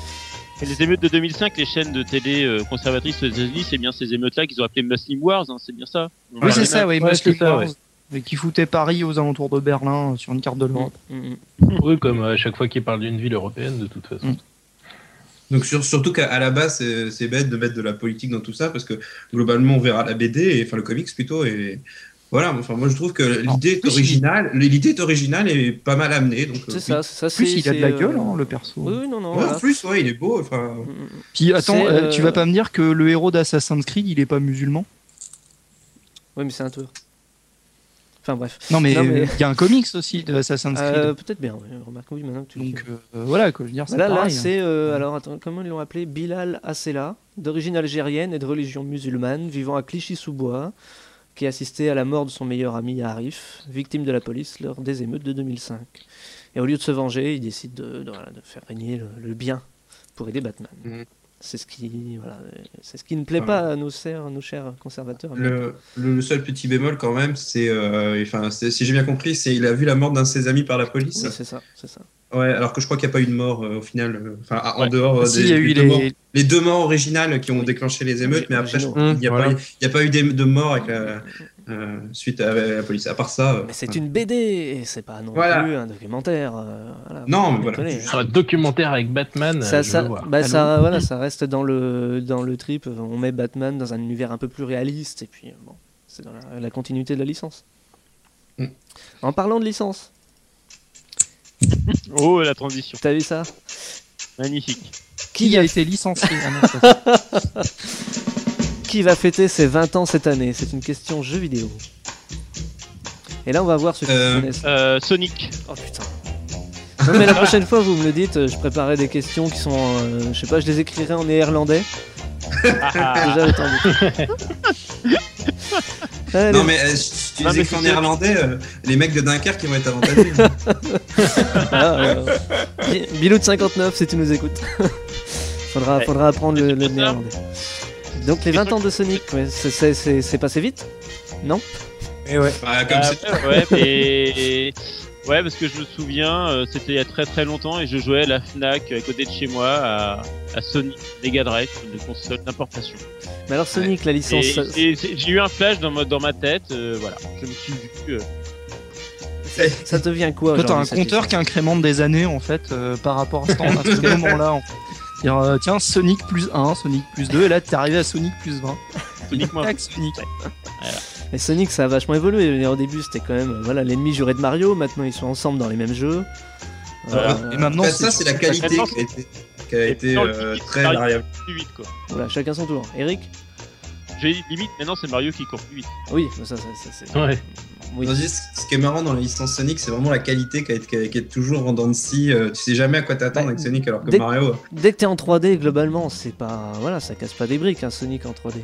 [SPEAKER 5] et les émeutes de 2005, les chaînes de télé euh, conservatrices aux États-Unis, c'est bien ces émeutes-là qu'ils ont appelées Muslim Wars, hein, c'est bien ça.
[SPEAKER 4] Oui,
[SPEAKER 5] Voilà.
[SPEAKER 4] c'est ça, oui.
[SPEAKER 3] Ouais,
[SPEAKER 4] Muslim
[SPEAKER 3] c'est ça,
[SPEAKER 4] Wars,
[SPEAKER 3] ouais.
[SPEAKER 4] et qui foutait Paris aux alentours de Berlin euh, sur une carte de l'Europe.
[SPEAKER 2] Mm, mm.
[SPEAKER 3] Oui, comme euh, à chaque fois qu'ils parlent d'une ville européenne, de toute façon.
[SPEAKER 1] Donc sur- surtout qu'à à la base c'est c'est bête de mettre de la politique dans tout ça parce que globalement on verra la BD et enfin le comics plutôt et voilà. Enfin moi je trouve que l'idée est
[SPEAKER 4] plus,
[SPEAKER 1] originale, l'idée est originale et pas mal amenée donc. euh,
[SPEAKER 2] C'est ça, c'est ça.
[SPEAKER 4] En plus,
[SPEAKER 2] c'est-
[SPEAKER 4] il a de
[SPEAKER 2] c'est,
[SPEAKER 4] la
[SPEAKER 2] euh,
[SPEAKER 4] gueule, hein, le perso.
[SPEAKER 2] Oui, oui, non, non.
[SPEAKER 1] oui. Ouais,
[SPEAKER 2] voilà.
[SPEAKER 1] en plus ouais il est beau enfin.
[SPEAKER 2] Mm, mm.
[SPEAKER 4] Puis attends,
[SPEAKER 2] C'est,
[SPEAKER 4] euh,
[SPEAKER 2] euh,
[SPEAKER 4] tu vas pas me dire que le héros d'Assassin's Creed, il est pas musulman
[SPEAKER 2] Oui, mais c'est un tour. Enfin bref.
[SPEAKER 4] Non mais euh,
[SPEAKER 2] Non,
[SPEAKER 4] il
[SPEAKER 2] mais-
[SPEAKER 4] y a un comics aussi d'Assassin's Creed.
[SPEAKER 2] Euh, Peut-être bien, oui, remarque, oui, maintenant que tu le dis.
[SPEAKER 4] Donc euh, voilà, quoi, je veux dire, c'est
[SPEAKER 2] Là, là,
[SPEAKER 4] pareil. hein.
[SPEAKER 2] c'est. euh, alors, attends, comment ils l'ont appelé Bilal Assela, d'origine algérienne et de religion musulmane, vivant à Clichy-sous-Bois, qui assistait à la mort de son meilleur ami Arif, victime de la police lors des émeutes de 2005. Et au lieu de se venger, il décide de, de- voilà, de faire régner le, le bien pour aider Batman.
[SPEAKER 1] Mhm.
[SPEAKER 2] C'est ce qui, voilà, euh, c'est ce qui ne plaît
[SPEAKER 1] Ouais.
[SPEAKER 2] pas à nos, chers- nos chers conservateurs.
[SPEAKER 1] Le, le seul petit bémol quand même, c'est, euh, enfin, c'est- si j'ai bien compris, c'est il a vu la mort d'un de ses amis par la
[SPEAKER 2] Oui,
[SPEAKER 1] police.
[SPEAKER 2] c'est ça, c'est ça.
[SPEAKER 1] Ouais, alors que je crois qu'il n'y a pas eu de mort euh, au final, euh, enfin à- en
[SPEAKER 5] Ouais.
[SPEAKER 1] dehors euh,
[SPEAKER 4] Ah, si,
[SPEAKER 1] des,
[SPEAKER 4] il y a
[SPEAKER 1] des
[SPEAKER 4] eu
[SPEAKER 1] deux
[SPEAKER 4] les-
[SPEAKER 1] morts. les deux morts originales qui ont déclenché les émeutes, mais après je-
[SPEAKER 2] Originaux.
[SPEAKER 1] il n'y a,
[SPEAKER 7] Voilà.
[SPEAKER 1] pas eu- il y a pas eu des- de morts avec la, euh, suite à la la police. À part ça. euh,
[SPEAKER 2] Mais c'est une BD, et c'est pas non
[SPEAKER 1] Voilà.
[SPEAKER 2] plus un documentaire. euh, voilà,
[SPEAKER 1] Non,
[SPEAKER 2] faut
[SPEAKER 1] mais
[SPEAKER 2] pas
[SPEAKER 1] voilà.
[SPEAKER 2] déconner.
[SPEAKER 3] Un documentaire avec Batman,
[SPEAKER 2] Ça,
[SPEAKER 3] euh, je
[SPEAKER 2] ça-
[SPEAKER 3] veux voir.
[SPEAKER 2] bah, ça, voilà, ça reste dans le, dans le trip. On met Batman dans un univers un peu plus réaliste, et puis euh, bon, c'est dans la, la continuité de la licence.
[SPEAKER 1] Mm.
[SPEAKER 2] En parlant de licence,
[SPEAKER 5] Oh, la transition.
[SPEAKER 2] t'as vu ça
[SPEAKER 5] Magnifique.
[SPEAKER 4] Qui a été licencié Ah non,
[SPEAKER 2] Oh,
[SPEAKER 4] ça,
[SPEAKER 2] Qui va fêter ses 20 ans cette année C'est une question jeu vidéo. Et là, on va voir ce que
[SPEAKER 1] Euh,
[SPEAKER 2] vous connaissez.
[SPEAKER 5] Euh, Sonic.
[SPEAKER 2] Oh putain. Non, mais la prochaine fois, vous me le dites, euh, je préparais des questions qui sont. euh, je sais pas, je les écrirai en néerlandais.
[SPEAKER 5] Ah, ah.
[SPEAKER 2] Déjà, le temps de- Allez,
[SPEAKER 1] Non, mais euh, si tu
[SPEAKER 5] Non,
[SPEAKER 1] les
[SPEAKER 5] mais
[SPEAKER 1] écris en
[SPEAKER 5] c'est sûr.
[SPEAKER 1] néerlandais, euh, les mecs de Dunkerque ils vont être avantagés. hein.
[SPEAKER 2] voilà, euh, Bi- Bilou de 59, si tu nous écoutes. faudra,
[SPEAKER 5] Ouais.
[SPEAKER 2] faudra apprendre le,
[SPEAKER 5] C'est
[SPEAKER 2] le
[SPEAKER 5] ça.
[SPEAKER 2] néerlandais. Donc, les 20 ans de Sonic, ouais, c'est- c'est c'est- c'est passé vite
[SPEAKER 7] Et ouais.
[SPEAKER 1] Bah, comme
[SPEAKER 5] Ah,
[SPEAKER 1] c'est-
[SPEAKER 5] ouais, ouais, et- et- ouais, parce que je me souviens, euh, c'était il y a très très longtemps et je jouais à la Fnac euh, à côté de chez moi à, à Sonic Mega Drive, une console d'importation.
[SPEAKER 2] Mais alors, Sonic, la
[SPEAKER 5] Et,
[SPEAKER 2] licence. euh,
[SPEAKER 5] et c'est- j'ai eu un flash dans ma, dans ma tête, euh, voilà. Je me suis vu. euh,
[SPEAKER 2] Ça devient quoi
[SPEAKER 4] Toi, t'as
[SPEAKER 2] aujourd'hui,
[SPEAKER 4] un
[SPEAKER 2] cette
[SPEAKER 4] compteur
[SPEAKER 2] licence
[SPEAKER 4] qui incrémente des années en fait euh, par rapport à ce, temps- à ce moment-là. En fait. Dire, euh, tiens, Sonic plus 1, Sonic plus 2, et là t'es arrivé à Sonic plus 20.
[SPEAKER 5] Sonic moins.
[SPEAKER 4] Tac, Sonic.
[SPEAKER 2] Mais Sonic, ça a vachement évolué. Je veux dire, Au début, c'était quand même euh, voilà l'ennemi juré de Mario. Maintenant, ils sont ensemble dans les mêmes jeux.
[SPEAKER 5] Voilà.
[SPEAKER 2] Euh,
[SPEAKER 4] Et maintenant,
[SPEAKER 1] en fait, ça, c'est la qualité qui
[SPEAKER 5] maintenant,
[SPEAKER 1] a été, qui a
[SPEAKER 5] Et
[SPEAKER 1] été,
[SPEAKER 5] dans le
[SPEAKER 1] euh,
[SPEAKER 5] titre,
[SPEAKER 1] très
[SPEAKER 5] Mario
[SPEAKER 1] variable.
[SPEAKER 5] court plus vite, quoi.
[SPEAKER 2] voilà, chacun son tour. Eric
[SPEAKER 5] J'ai limite, maintenant c'est Mario qui court plus vite.
[SPEAKER 2] Oui, mais ça, ça, ça, c'est.
[SPEAKER 3] Ouais.
[SPEAKER 2] Oui.
[SPEAKER 1] Tandis que ce qui est marrant dans la licence Sonic, c'est vraiment la qualité qui, a été- qui a- qui est toujours en dents de scie. euh, tu sais jamais à quoi t'attendre
[SPEAKER 2] Bah,
[SPEAKER 1] avec Sonic, alors que
[SPEAKER 2] dès-
[SPEAKER 1] Mario.
[SPEAKER 2] Dès que t'es en 3D, globalement, c'est pas. Voilà, ça casse pas des briques, un Sonic en 3D.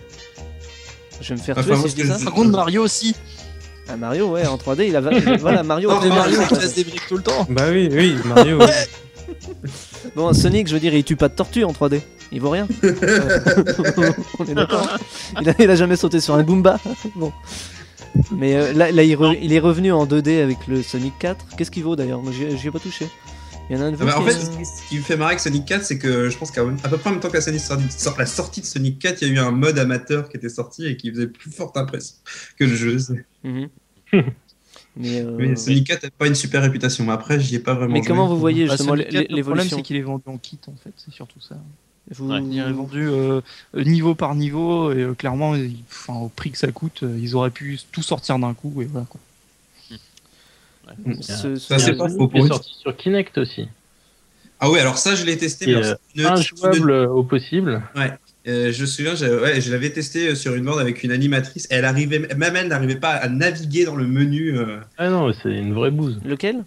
[SPEAKER 2] Je vais me faire
[SPEAKER 1] Ah, Enfin,
[SPEAKER 2] tuer
[SPEAKER 1] moi,
[SPEAKER 2] si
[SPEAKER 1] ce
[SPEAKER 2] je dis
[SPEAKER 1] que
[SPEAKER 2] ça.
[SPEAKER 1] je-
[SPEAKER 4] Par contre, Mario aussi.
[SPEAKER 2] Ah, Mario, ouais, en 3D, il a. va- voilà, Mario en
[SPEAKER 1] Non,
[SPEAKER 2] 3D.
[SPEAKER 1] Oh, Mario,
[SPEAKER 4] il casse des briques tout le temps.
[SPEAKER 7] Bah oui, oui, Mario. oui.
[SPEAKER 2] Bon, Sonic, je veux dire, il tue pas de tortue en 3D. Il vaut rien. Euh, On est d'accord. Il a, il a jamais sauté sur un Goomba. Bon. Mais euh, là, là, il, re- il est revenu en 2D avec le Sonic 4. Qu'est-ce qu'il vaut d'ailleurs Moi, j'y ai- j'y ai pas touché. Il y en a un de vous
[SPEAKER 1] Ah bah, en
[SPEAKER 2] qui,
[SPEAKER 1] fait,
[SPEAKER 2] euh,
[SPEAKER 1] ce qui me fait marrer avec Sonic 4, c'est que je pense qu'à à peu près en même temps que la, Sonic sort- la sortie de Sonic 4, il y a eu un mode amateur qui était sorti et qui faisait plus forte impression que le jeu.
[SPEAKER 2] mhm. Mais, euh,
[SPEAKER 1] Mais Sonic 4 n'a pas une super réputation. Mais après, j'y ai pas vraiment.
[SPEAKER 2] mais
[SPEAKER 1] joué.
[SPEAKER 2] comment vous voyez
[SPEAKER 4] Bah,
[SPEAKER 2] justement
[SPEAKER 4] Sonic 4,
[SPEAKER 2] l'é-
[SPEAKER 4] le problème,
[SPEAKER 2] l'évolution
[SPEAKER 4] c'est qu'il est vendu en kit en fait, c'est surtout ça.
[SPEAKER 2] Vous-
[SPEAKER 5] Ouais.
[SPEAKER 4] Il est vendu euh, niveau par niveau et euh, clairement, il- enfin, au prix que ça coûte, euh, ils auraient pu tout sortir d'un coup et voilà. Quoi.
[SPEAKER 2] ce- ce-
[SPEAKER 1] Ça, c'est pas faux
[SPEAKER 3] Ah, Il
[SPEAKER 1] pour
[SPEAKER 3] est
[SPEAKER 1] une-
[SPEAKER 3] sorti sur Kinect aussi.
[SPEAKER 1] Ah ouais, alors ça, je l'ai testé.
[SPEAKER 3] Et,
[SPEAKER 1] mais alors,
[SPEAKER 3] euh,
[SPEAKER 1] c'est une-
[SPEAKER 3] Injouable euh, au possible.
[SPEAKER 1] Euh, je me souviens, j'avais- ouais, je l'avais testé euh, sur une borne avec une animatrice. Elle arrivait, même elle n'arrivait pas à naviguer dans le menu. euh,
[SPEAKER 3] Ah non, c'est une vraie bouse.
[SPEAKER 2] Lequel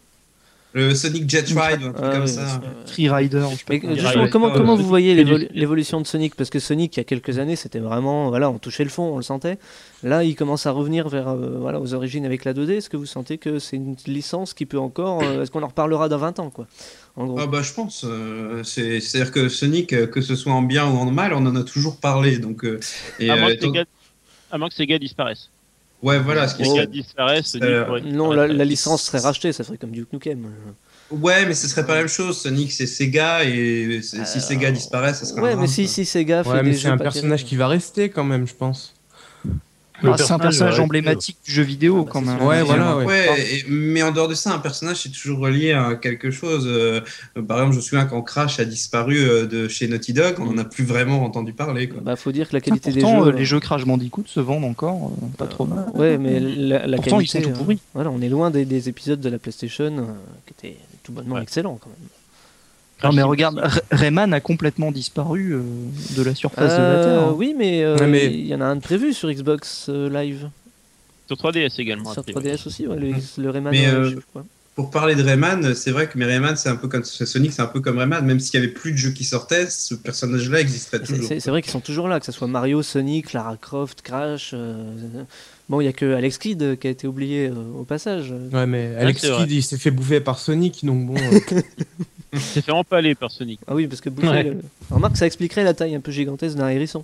[SPEAKER 1] le Sonic Jet Ride, ou un truc
[SPEAKER 2] Ah,
[SPEAKER 1] comme
[SPEAKER 2] oui,
[SPEAKER 1] ça.
[SPEAKER 2] euh,
[SPEAKER 4] Free Rider, je sais pas
[SPEAKER 2] Mais
[SPEAKER 4] comment.
[SPEAKER 2] justement,
[SPEAKER 3] Rider,
[SPEAKER 2] comment,
[SPEAKER 1] euh,
[SPEAKER 2] comment vous voyez
[SPEAKER 3] Sonic et
[SPEAKER 2] l'évolu-
[SPEAKER 3] Lucy.
[SPEAKER 2] l'évolution de Sonic Parce que Sonic, il y a quelques années, c'était vraiment. Voilà, on touchait le fond, on le sentait. Là, il commence à revenir vers, euh, voilà, aux origines avec la 2D. Est-ce que vous sentez que c'est une licence qui peut encore. euh, Est-ce qu'on en reparlera dans 20 ans, quoi En gros.
[SPEAKER 1] Ah bah je pense, euh, c'est- c'est-à-dire que Sonic, euh, que ce soit en bien ou en mal, on en a toujours parlé. Donc, euh, et,
[SPEAKER 5] à, moins
[SPEAKER 1] euh, Ah,
[SPEAKER 5] que Ah, Sega... à moins que Sega disparaisse.
[SPEAKER 1] ouais voilà, ce qui
[SPEAKER 5] Les
[SPEAKER 1] est-
[SPEAKER 5] gars disparaissent.
[SPEAKER 1] Euh,
[SPEAKER 5] Nick pourrait
[SPEAKER 2] non, la,
[SPEAKER 5] disparaître.
[SPEAKER 2] la licence serait rachetée, ça serait comme Duke Nukem. hein.
[SPEAKER 1] ouais, mais ce serait pas la même chose. Sonic c'est Sega et c'est- si
[SPEAKER 2] Euh,
[SPEAKER 1] Sega disparaît, ça serait.
[SPEAKER 2] Ouais,
[SPEAKER 1] un
[SPEAKER 2] mais
[SPEAKER 1] drame,
[SPEAKER 2] si,
[SPEAKER 1] quoi.
[SPEAKER 2] si Sega fait
[SPEAKER 7] Ouais,
[SPEAKER 2] des
[SPEAKER 7] mais c'est
[SPEAKER 2] jeux
[SPEAKER 7] un
[SPEAKER 2] pas
[SPEAKER 7] personnage
[SPEAKER 2] terribles.
[SPEAKER 7] qui va rester quand même, je pense.
[SPEAKER 3] Le
[SPEAKER 4] Ah, c'est un
[SPEAKER 3] ouais,
[SPEAKER 4] personnage
[SPEAKER 3] c'est-
[SPEAKER 4] emblématique du jeu vidéo
[SPEAKER 2] Ah, bah,
[SPEAKER 4] quand
[SPEAKER 2] c'est
[SPEAKER 4] même.
[SPEAKER 2] sûr.
[SPEAKER 7] Ouais, voilà, ouais.
[SPEAKER 1] Ouais, et- mais en dehors de ça, un personnage c'est toujours relié à quelque chose. Euh, par exemple, je me souviens quand Crash a disparu euh, de chez Naughty Dog, on en a plus vraiment entendu parler. Quoi.
[SPEAKER 2] Bah, faut dire que la
[SPEAKER 4] Putain,
[SPEAKER 2] qualité
[SPEAKER 4] pourtant,
[SPEAKER 2] des
[SPEAKER 4] euh,
[SPEAKER 2] jeux.
[SPEAKER 4] les jeux Crash Bandicoot se vendent encore, euh, pas trop mal.
[SPEAKER 2] Ouais, mais la, la
[SPEAKER 4] Pourtant, ils
[SPEAKER 2] qualité.
[SPEAKER 4] sont tout
[SPEAKER 2] euh,
[SPEAKER 4] pourris.
[SPEAKER 2] voilà, on est loin des, des épisodes de la PlayStation euh, qui étaient tout bonnement
[SPEAKER 5] Ouais.
[SPEAKER 2] excellents, quand même.
[SPEAKER 4] Non, mais regarde, Ray- Rayman a complètement disparu euh, de la surface de la
[SPEAKER 2] Euh,
[SPEAKER 4] Terre.
[SPEAKER 2] Oui, mais euh, il
[SPEAKER 7] Ouais, mais-
[SPEAKER 2] y en a un de prévu sur Xbox euh, Live.
[SPEAKER 5] Sur 3DS également.
[SPEAKER 2] sur
[SPEAKER 5] a priori.
[SPEAKER 2] 3DS aussi, ouais, le, le Rayman.
[SPEAKER 1] Mais,
[SPEAKER 2] euh,
[SPEAKER 1] euh,
[SPEAKER 2] je sais plus quoi.
[SPEAKER 1] Pour parler de Rayman, c'est vrai que mais Rayman, c'est un peu comme Sonic, c'est un peu comme Rayman. Même s'il y avait plus de jeux qui sortaient, ce personnage-là existerait
[SPEAKER 2] C'est-
[SPEAKER 1] toujours.
[SPEAKER 2] C'est c'est vrai qu'ils sont toujours là, que ce soit Mario, Sonic, Lara Croft, Crash. euh, Bon, il n'y a que Alex Kidd euh, qui a été oublié euh, au passage.
[SPEAKER 7] Ouais, mais Alex
[SPEAKER 5] c'est vrai.
[SPEAKER 7] Kidd, il s'est fait bouffer par Sonic, donc bon. euh,
[SPEAKER 5] Il s'est fait empaler par Sonic.
[SPEAKER 2] Ah oui, parce que bouffer,
[SPEAKER 3] Ouais.
[SPEAKER 2] euh, remarque, ça expliquerait la taille un peu gigantesque d'un hérisson.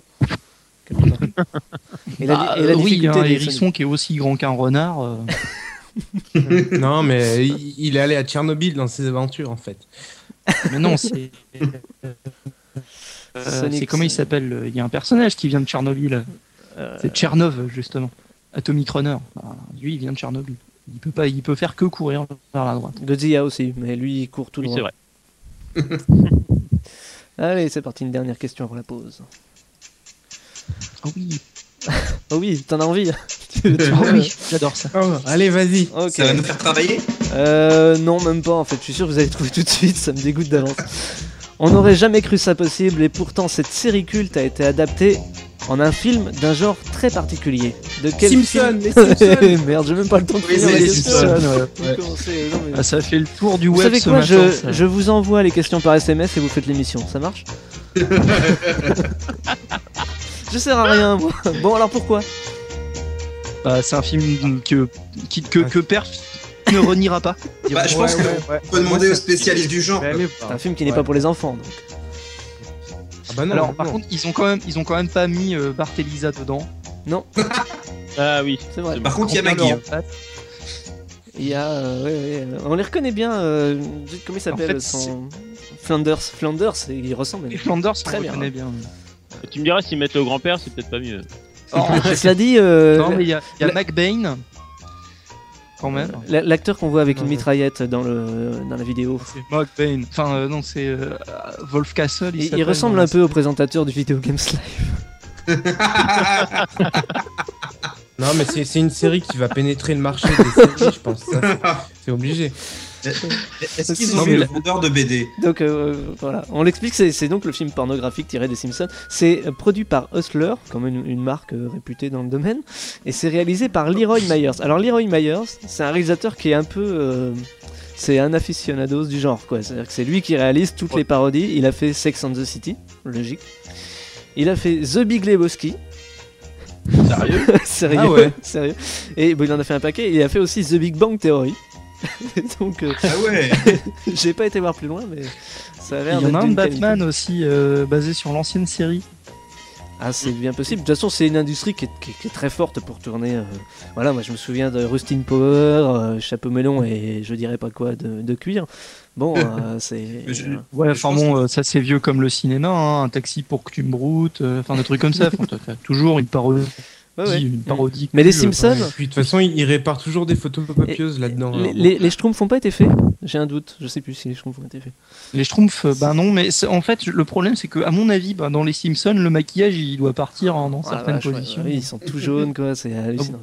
[SPEAKER 2] quelque part. Et la,
[SPEAKER 4] Ah,
[SPEAKER 2] et la
[SPEAKER 4] oui,
[SPEAKER 2] difficulté
[SPEAKER 4] un
[SPEAKER 2] des
[SPEAKER 4] hérisson qui est aussi grand qu'un renard. euh,
[SPEAKER 7] non, mais il, il est allé à Tchernobyl dans ses aventures, en fait.
[SPEAKER 4] mais non, c'est. euh,
[SPEAKER 2] Sonic,
[SPEAKER 4] c'est comment il
[SPEAKER 2] c'est-
[SPEAKER 4] s'appelle euh, Il y a un personnage qui vient de Tchernobyl.
[SPEAKER 2] Sonic. Euh,
[SPEAKER 4] C'est Tchernov, justement. Atomic Runner. Bah, lui, il vient de Tchernobyl. Il peut pas, il peut faire que courir vers la droite.
[SPEAKER 2] Godzilla aussi, mais lui il court tout
[SPEAKER 5] Oui,
[SPEAKER 2] droit.
[SPEAKER 5] c'est vrai.
[SPEAKER 2] Allez, c'est parti, une dernière question avant la pause.
[SPEAKER 4] Ah oui,
[SPEAKER 2] Oh oui, t'en as envie Tu- tu-
[SPEAKER 4] ah oui, j'adore ça.
[SPEAKER 7] Oh, allez, vas-y.
[SPEAKER 2] Ok.
[SPEAKER 1] Ça va nous faire travailler
[SPEAKER 2] Euh, non, même pas en fait. Je suis sûr que vous allez trouver tout de suite. Ça me dégoûte d'avance. On n'aurait jamais cru ça possible et pourtant cette série culte a été adaptée en un film d'un genre très particulier. De quel
[SPEAKER 7] Simpson,
[SPEAKER 2] film Eh,
[SPEAKER 7] les Simpsons.
[SPEAKER 2] Merde, j'ai même pas le temps de
[SPEAKER 1] Oui,
[SPEAKER 2] finir
[SPEAKER 1] c'est
[SPEAKER 2] la
[SPEAKER 1] les
[SPEAKER 2] question.
[SPEAKER 1] Simpsons,
[SPEAKER 2] Ouais.
[SPEAKER 1] ouais.
[SPEAKER 2] Vous commencez, non, mais-
[SPEAKER 4] Ah, ça fait le tour du
[SPEAKER 2] Vous
[SPEAKER 4] web
[SPEAKER 2] savez
[SPEAKER 4] ce
[SPEAKER 2] quoi
[SPEAKER 4] matin.
[SPEAKER 2] je,
[SPEAKER 4] ça.
[SPEAKER 2] je vous envoie les questions par SMS et vous faites l'émission. Ça marche Je sers à rien, moi. Bon, alors pourquoi
[SPEAKER 4] Bah, c'est un film que qui- que, que Perf ne reniera pas.
[SPEAKER 1] Bah, je pense
[SPEAKER 7] Ouais,
[SPEAKER 1] qu'on
[SPEAKER 7] ouais, ouais.
[SPEAKER 1] peut demander aux spécialistes du genre.
[SPEAKER 7] Mais allez,
[SPEAKER 2] C'est
[SPEAKER 7] bah,
[SPEAKER 2] un film qui n'est
[SPEAKER 7] ouais.
[SPEAKER 2] pas pour les enfants. donc.
[SPEAKER 7] Ah bah non,
[SPEAKER 4] Alors
[SPEAKER 7] non.
[SPEAKER 4] par contre, ils ont quand même ils ont quand même pas mis euh, Bart et Lisa dedans.
[SPEAKER 5] Ah oui.
[SPEAKER 2] C'est vrai.
[SPEAKER 1] Par contre, il y a
[SPEAKER 4] Prends-leur
[SPEAKER 1] Maggie.
[SPEAKER 4] en face.
[SPEAKER 2] Il y a. euh, ouais, ouais, euh, on les reconnaît bien. euh, zut, comment il s'appelle
[SPEAKER 4] fait,
[SPEAKER 2] son. Flanders. Flanders, il ressemble.
[SPEAKER 4] Et Flanders,
[SPEAKER 2] Très
[SPEAKER 4] on
[SPEAKER 2] bien.
[SPEAKER 4] reconnaît bien.
[SPEAKER 5] Tu me diras s'ils mettent le grand-père, c'est peut-être pas mieux.
[SPEAKER 2] Oh, Cela dit, euh,
[SPEAKER 4] non, mais il y a, il y a
[SPEAKER 2] la-
[SPEAKER 4] McBain quand même.
[SPEAKER 2] la- l'acteur qu'on voit avec une
[SPEAKER 7] Ouais.
[SPEAKER 2] mitraillette dans, le, dans la vidéo,
[SPEAKER 4] C'est McBain. Enfin, euh, non, c'est euh, Wolf Castle.
[SPEAKER 2] il, il
[SPEAKER 4] s'appelle,
[SPEAKER 2] ressemble
[SPEAKER 4] dans
[SPEAKER 2] un
[SPEAKER 4] la-
[SPEAKER 2] peu au présentateur du Video Games Live.
[SPEAKER 7] Non, mais c'est c'est une série qui va pénétrer le marché des séries, je pense. Ça, C'est obligé.
[SPEAKER 1] hein. Est-ce qu'ils
[SPEAKER 2] Non,
[SPEAKER 1] ont
[SPEAKER 2] mais
[SPEAKER 1] vu le
[SPEAKER 2] la-
[SPEAKER 1] vendeur de BD
[SPEAKER 2] Donc euh, voilà, on l'explique, c'est, c'est donc le film pornographique tiré des Simpsons. C'est euh, produit par Hustler, comme une, une marque euh, réputée dans le domaine, et c'est réalisé par Leroy Myers. Alors Leroy Myers, c'est un réalisateur qui est un peu... euh, c'est un aficionados du genre, quoi. C'est-à-dire que c'est lui qui réalise toutes les parodies. Il a fait Sex and the City, logique. Il a fait The Big Lebowski.
[SPEAKER 3] Sérieux
[SPEAKER 2] sérieux,
[SPEAKER 7] Ah ouais.
[SPEAKER 2] sérieux. Et bon, il en a fait un paquet. Il a fait aussi The Big Bang Theory. donc, euh,
[SPEAKER 1] Ah ouais
[SPEAKER 2] j'ai pas été voir plus loin, mais ça a l'air
[SPEAKER 4] Il y en
[SPEAKER 2] d'être
[SPEAKER 4] a un de
[SPEAKER 2] d'une qualité.
[SPEAKER 4] Batman aussi euh, basé sur l'ancienne série.
[SPEAKER 2] Ah, c'est bien possible. De toute façon, c'est une industrie qui est, qui est- qui est très forte pour tourner. euh, Voilà, moi je me souviens de Rustin Power, euh, Chapeau Melon et je dirais pas quoi de, de cuir. Bon, euh, c'est.
[SPEAKER 1] Je-
[SPEAKER 2] euh,
[SPEAKER 4] Ouais,
[SPEAKER 1] Je
[SPEAKER 4] enfin
[SPEAKER 1] pense
[SPEAKER 4] bon, euh, ça c'est vieux comme le cinéma, hein, un taxi pour que tu me broutes, euh, enfin des trucs comme ça. Enfin, t'as- t'as toujours une parodie,
[SPEAKER 2] ouais, ouais.
[SPEAKER 4] une parodie.
[SPEAKER 2] Mais les
[SPEAKER 4] cul, euh,
[SPEAKER 2] Simpsons,
[SPEAKER 7] Et puis de toute façon, il, il répare toujours des photocopieuses là-dedans. hein.
[SPEAKER 2] les,
[SPEAKER 7] Alors,
[SPEAKER 2] les, les Schtroumpfs n'ont pas été faits J'ai un doute. Je sais plus si les Schtroumpfs ont été faits.
[SPEAKER 4] Les Schtroumpfs, euh, bah non, mais c'est- en fait le problème c'est que à mon avis, bah, dans les Simpsons, le maquillage il doit partir hein, dans
[SPEAKER 2] Ah,
[SPEAKER 4] certaines
[SPEAKER 2] vache, ouais,
[SPEAKER 4] positions. Ah
[SPEAKER 2] ouais, ils sont tout jaunes, quoi. C'est hallucinant.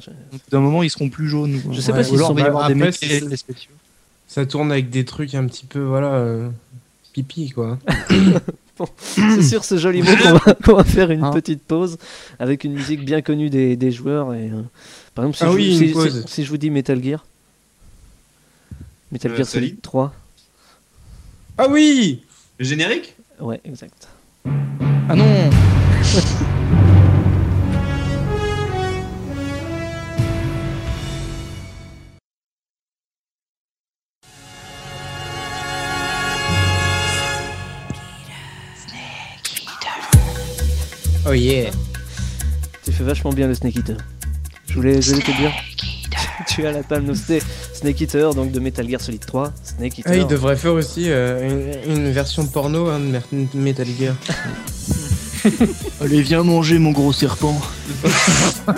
[SPEAKER 4] D'un moment ils seront plus jaunes. quoi.
[SPEAKER 2] Je sais
[SPEAKER 7] Ouais,
[SPEAKER 2] pas
[SPEAKER 7] ou
[SPEAKER 2] s'ils
[SPEAKER 7] alors,
[SPEAKER 2] sont
[SPEAKER 7] bah,
[SPEAKER 4] Il va y avoir des
[SPEAKER 7] après,
[SPEAKER 4] mecs
[SPEAKER 7] c'est-
[SPEAKER 4] qui-
[SPEAKER 7] Ça tourne avec des trucs un petit peu, voilà, euh, pipi, quoi.
[SPEAKER 2] C'est sur ce joli mot qu'on va, qu'on va faire une
[SPEAKER 4] Hein.
[SPEAKER 2] petite pause avec une musique bien connue des, des joueurs. Et, euh, par exemple, si,
[SPEAKER 7] Ah
[SPEAKER 2] je,
[SPEAKER 7] oui,
[SPEAKER 2] si-
[SPEAKER 7] une
[SPEAKER 2] si-
[SPEAKER 7] pause.
[SPEAKER 2] si je vous dis Metal Gear, Metal
[SPEAKER 1] Euh,
[SPEAKER 2] Gear
[SPEAKER 1] Solid.
[SPEAKER 2] Solid 3,
[SPEAKER 7] Ah oui
[SPEAKER 1] Le générique
[SPEAKER 2] ouais, exact.
[SPEAKER 4] Ah non.
[SPEAKER 7] Oh yeah
[SPEAKER 2] Tu fais vachement bien le Snake Eater. Je voulais, je voulais te dire. Tu as la palme nostée Snake Eater, donc de Metal Gear Solid 3, Snake
[SPEAKER 7] Ah,
[SPEAKER 2] Eater.
[SPEAKER 7] il devrait faire aussi euh, une, une version porno hein, de Mer- Metal Gear.
[SPEAKER 4] Allez, viens manger mon gros serpent.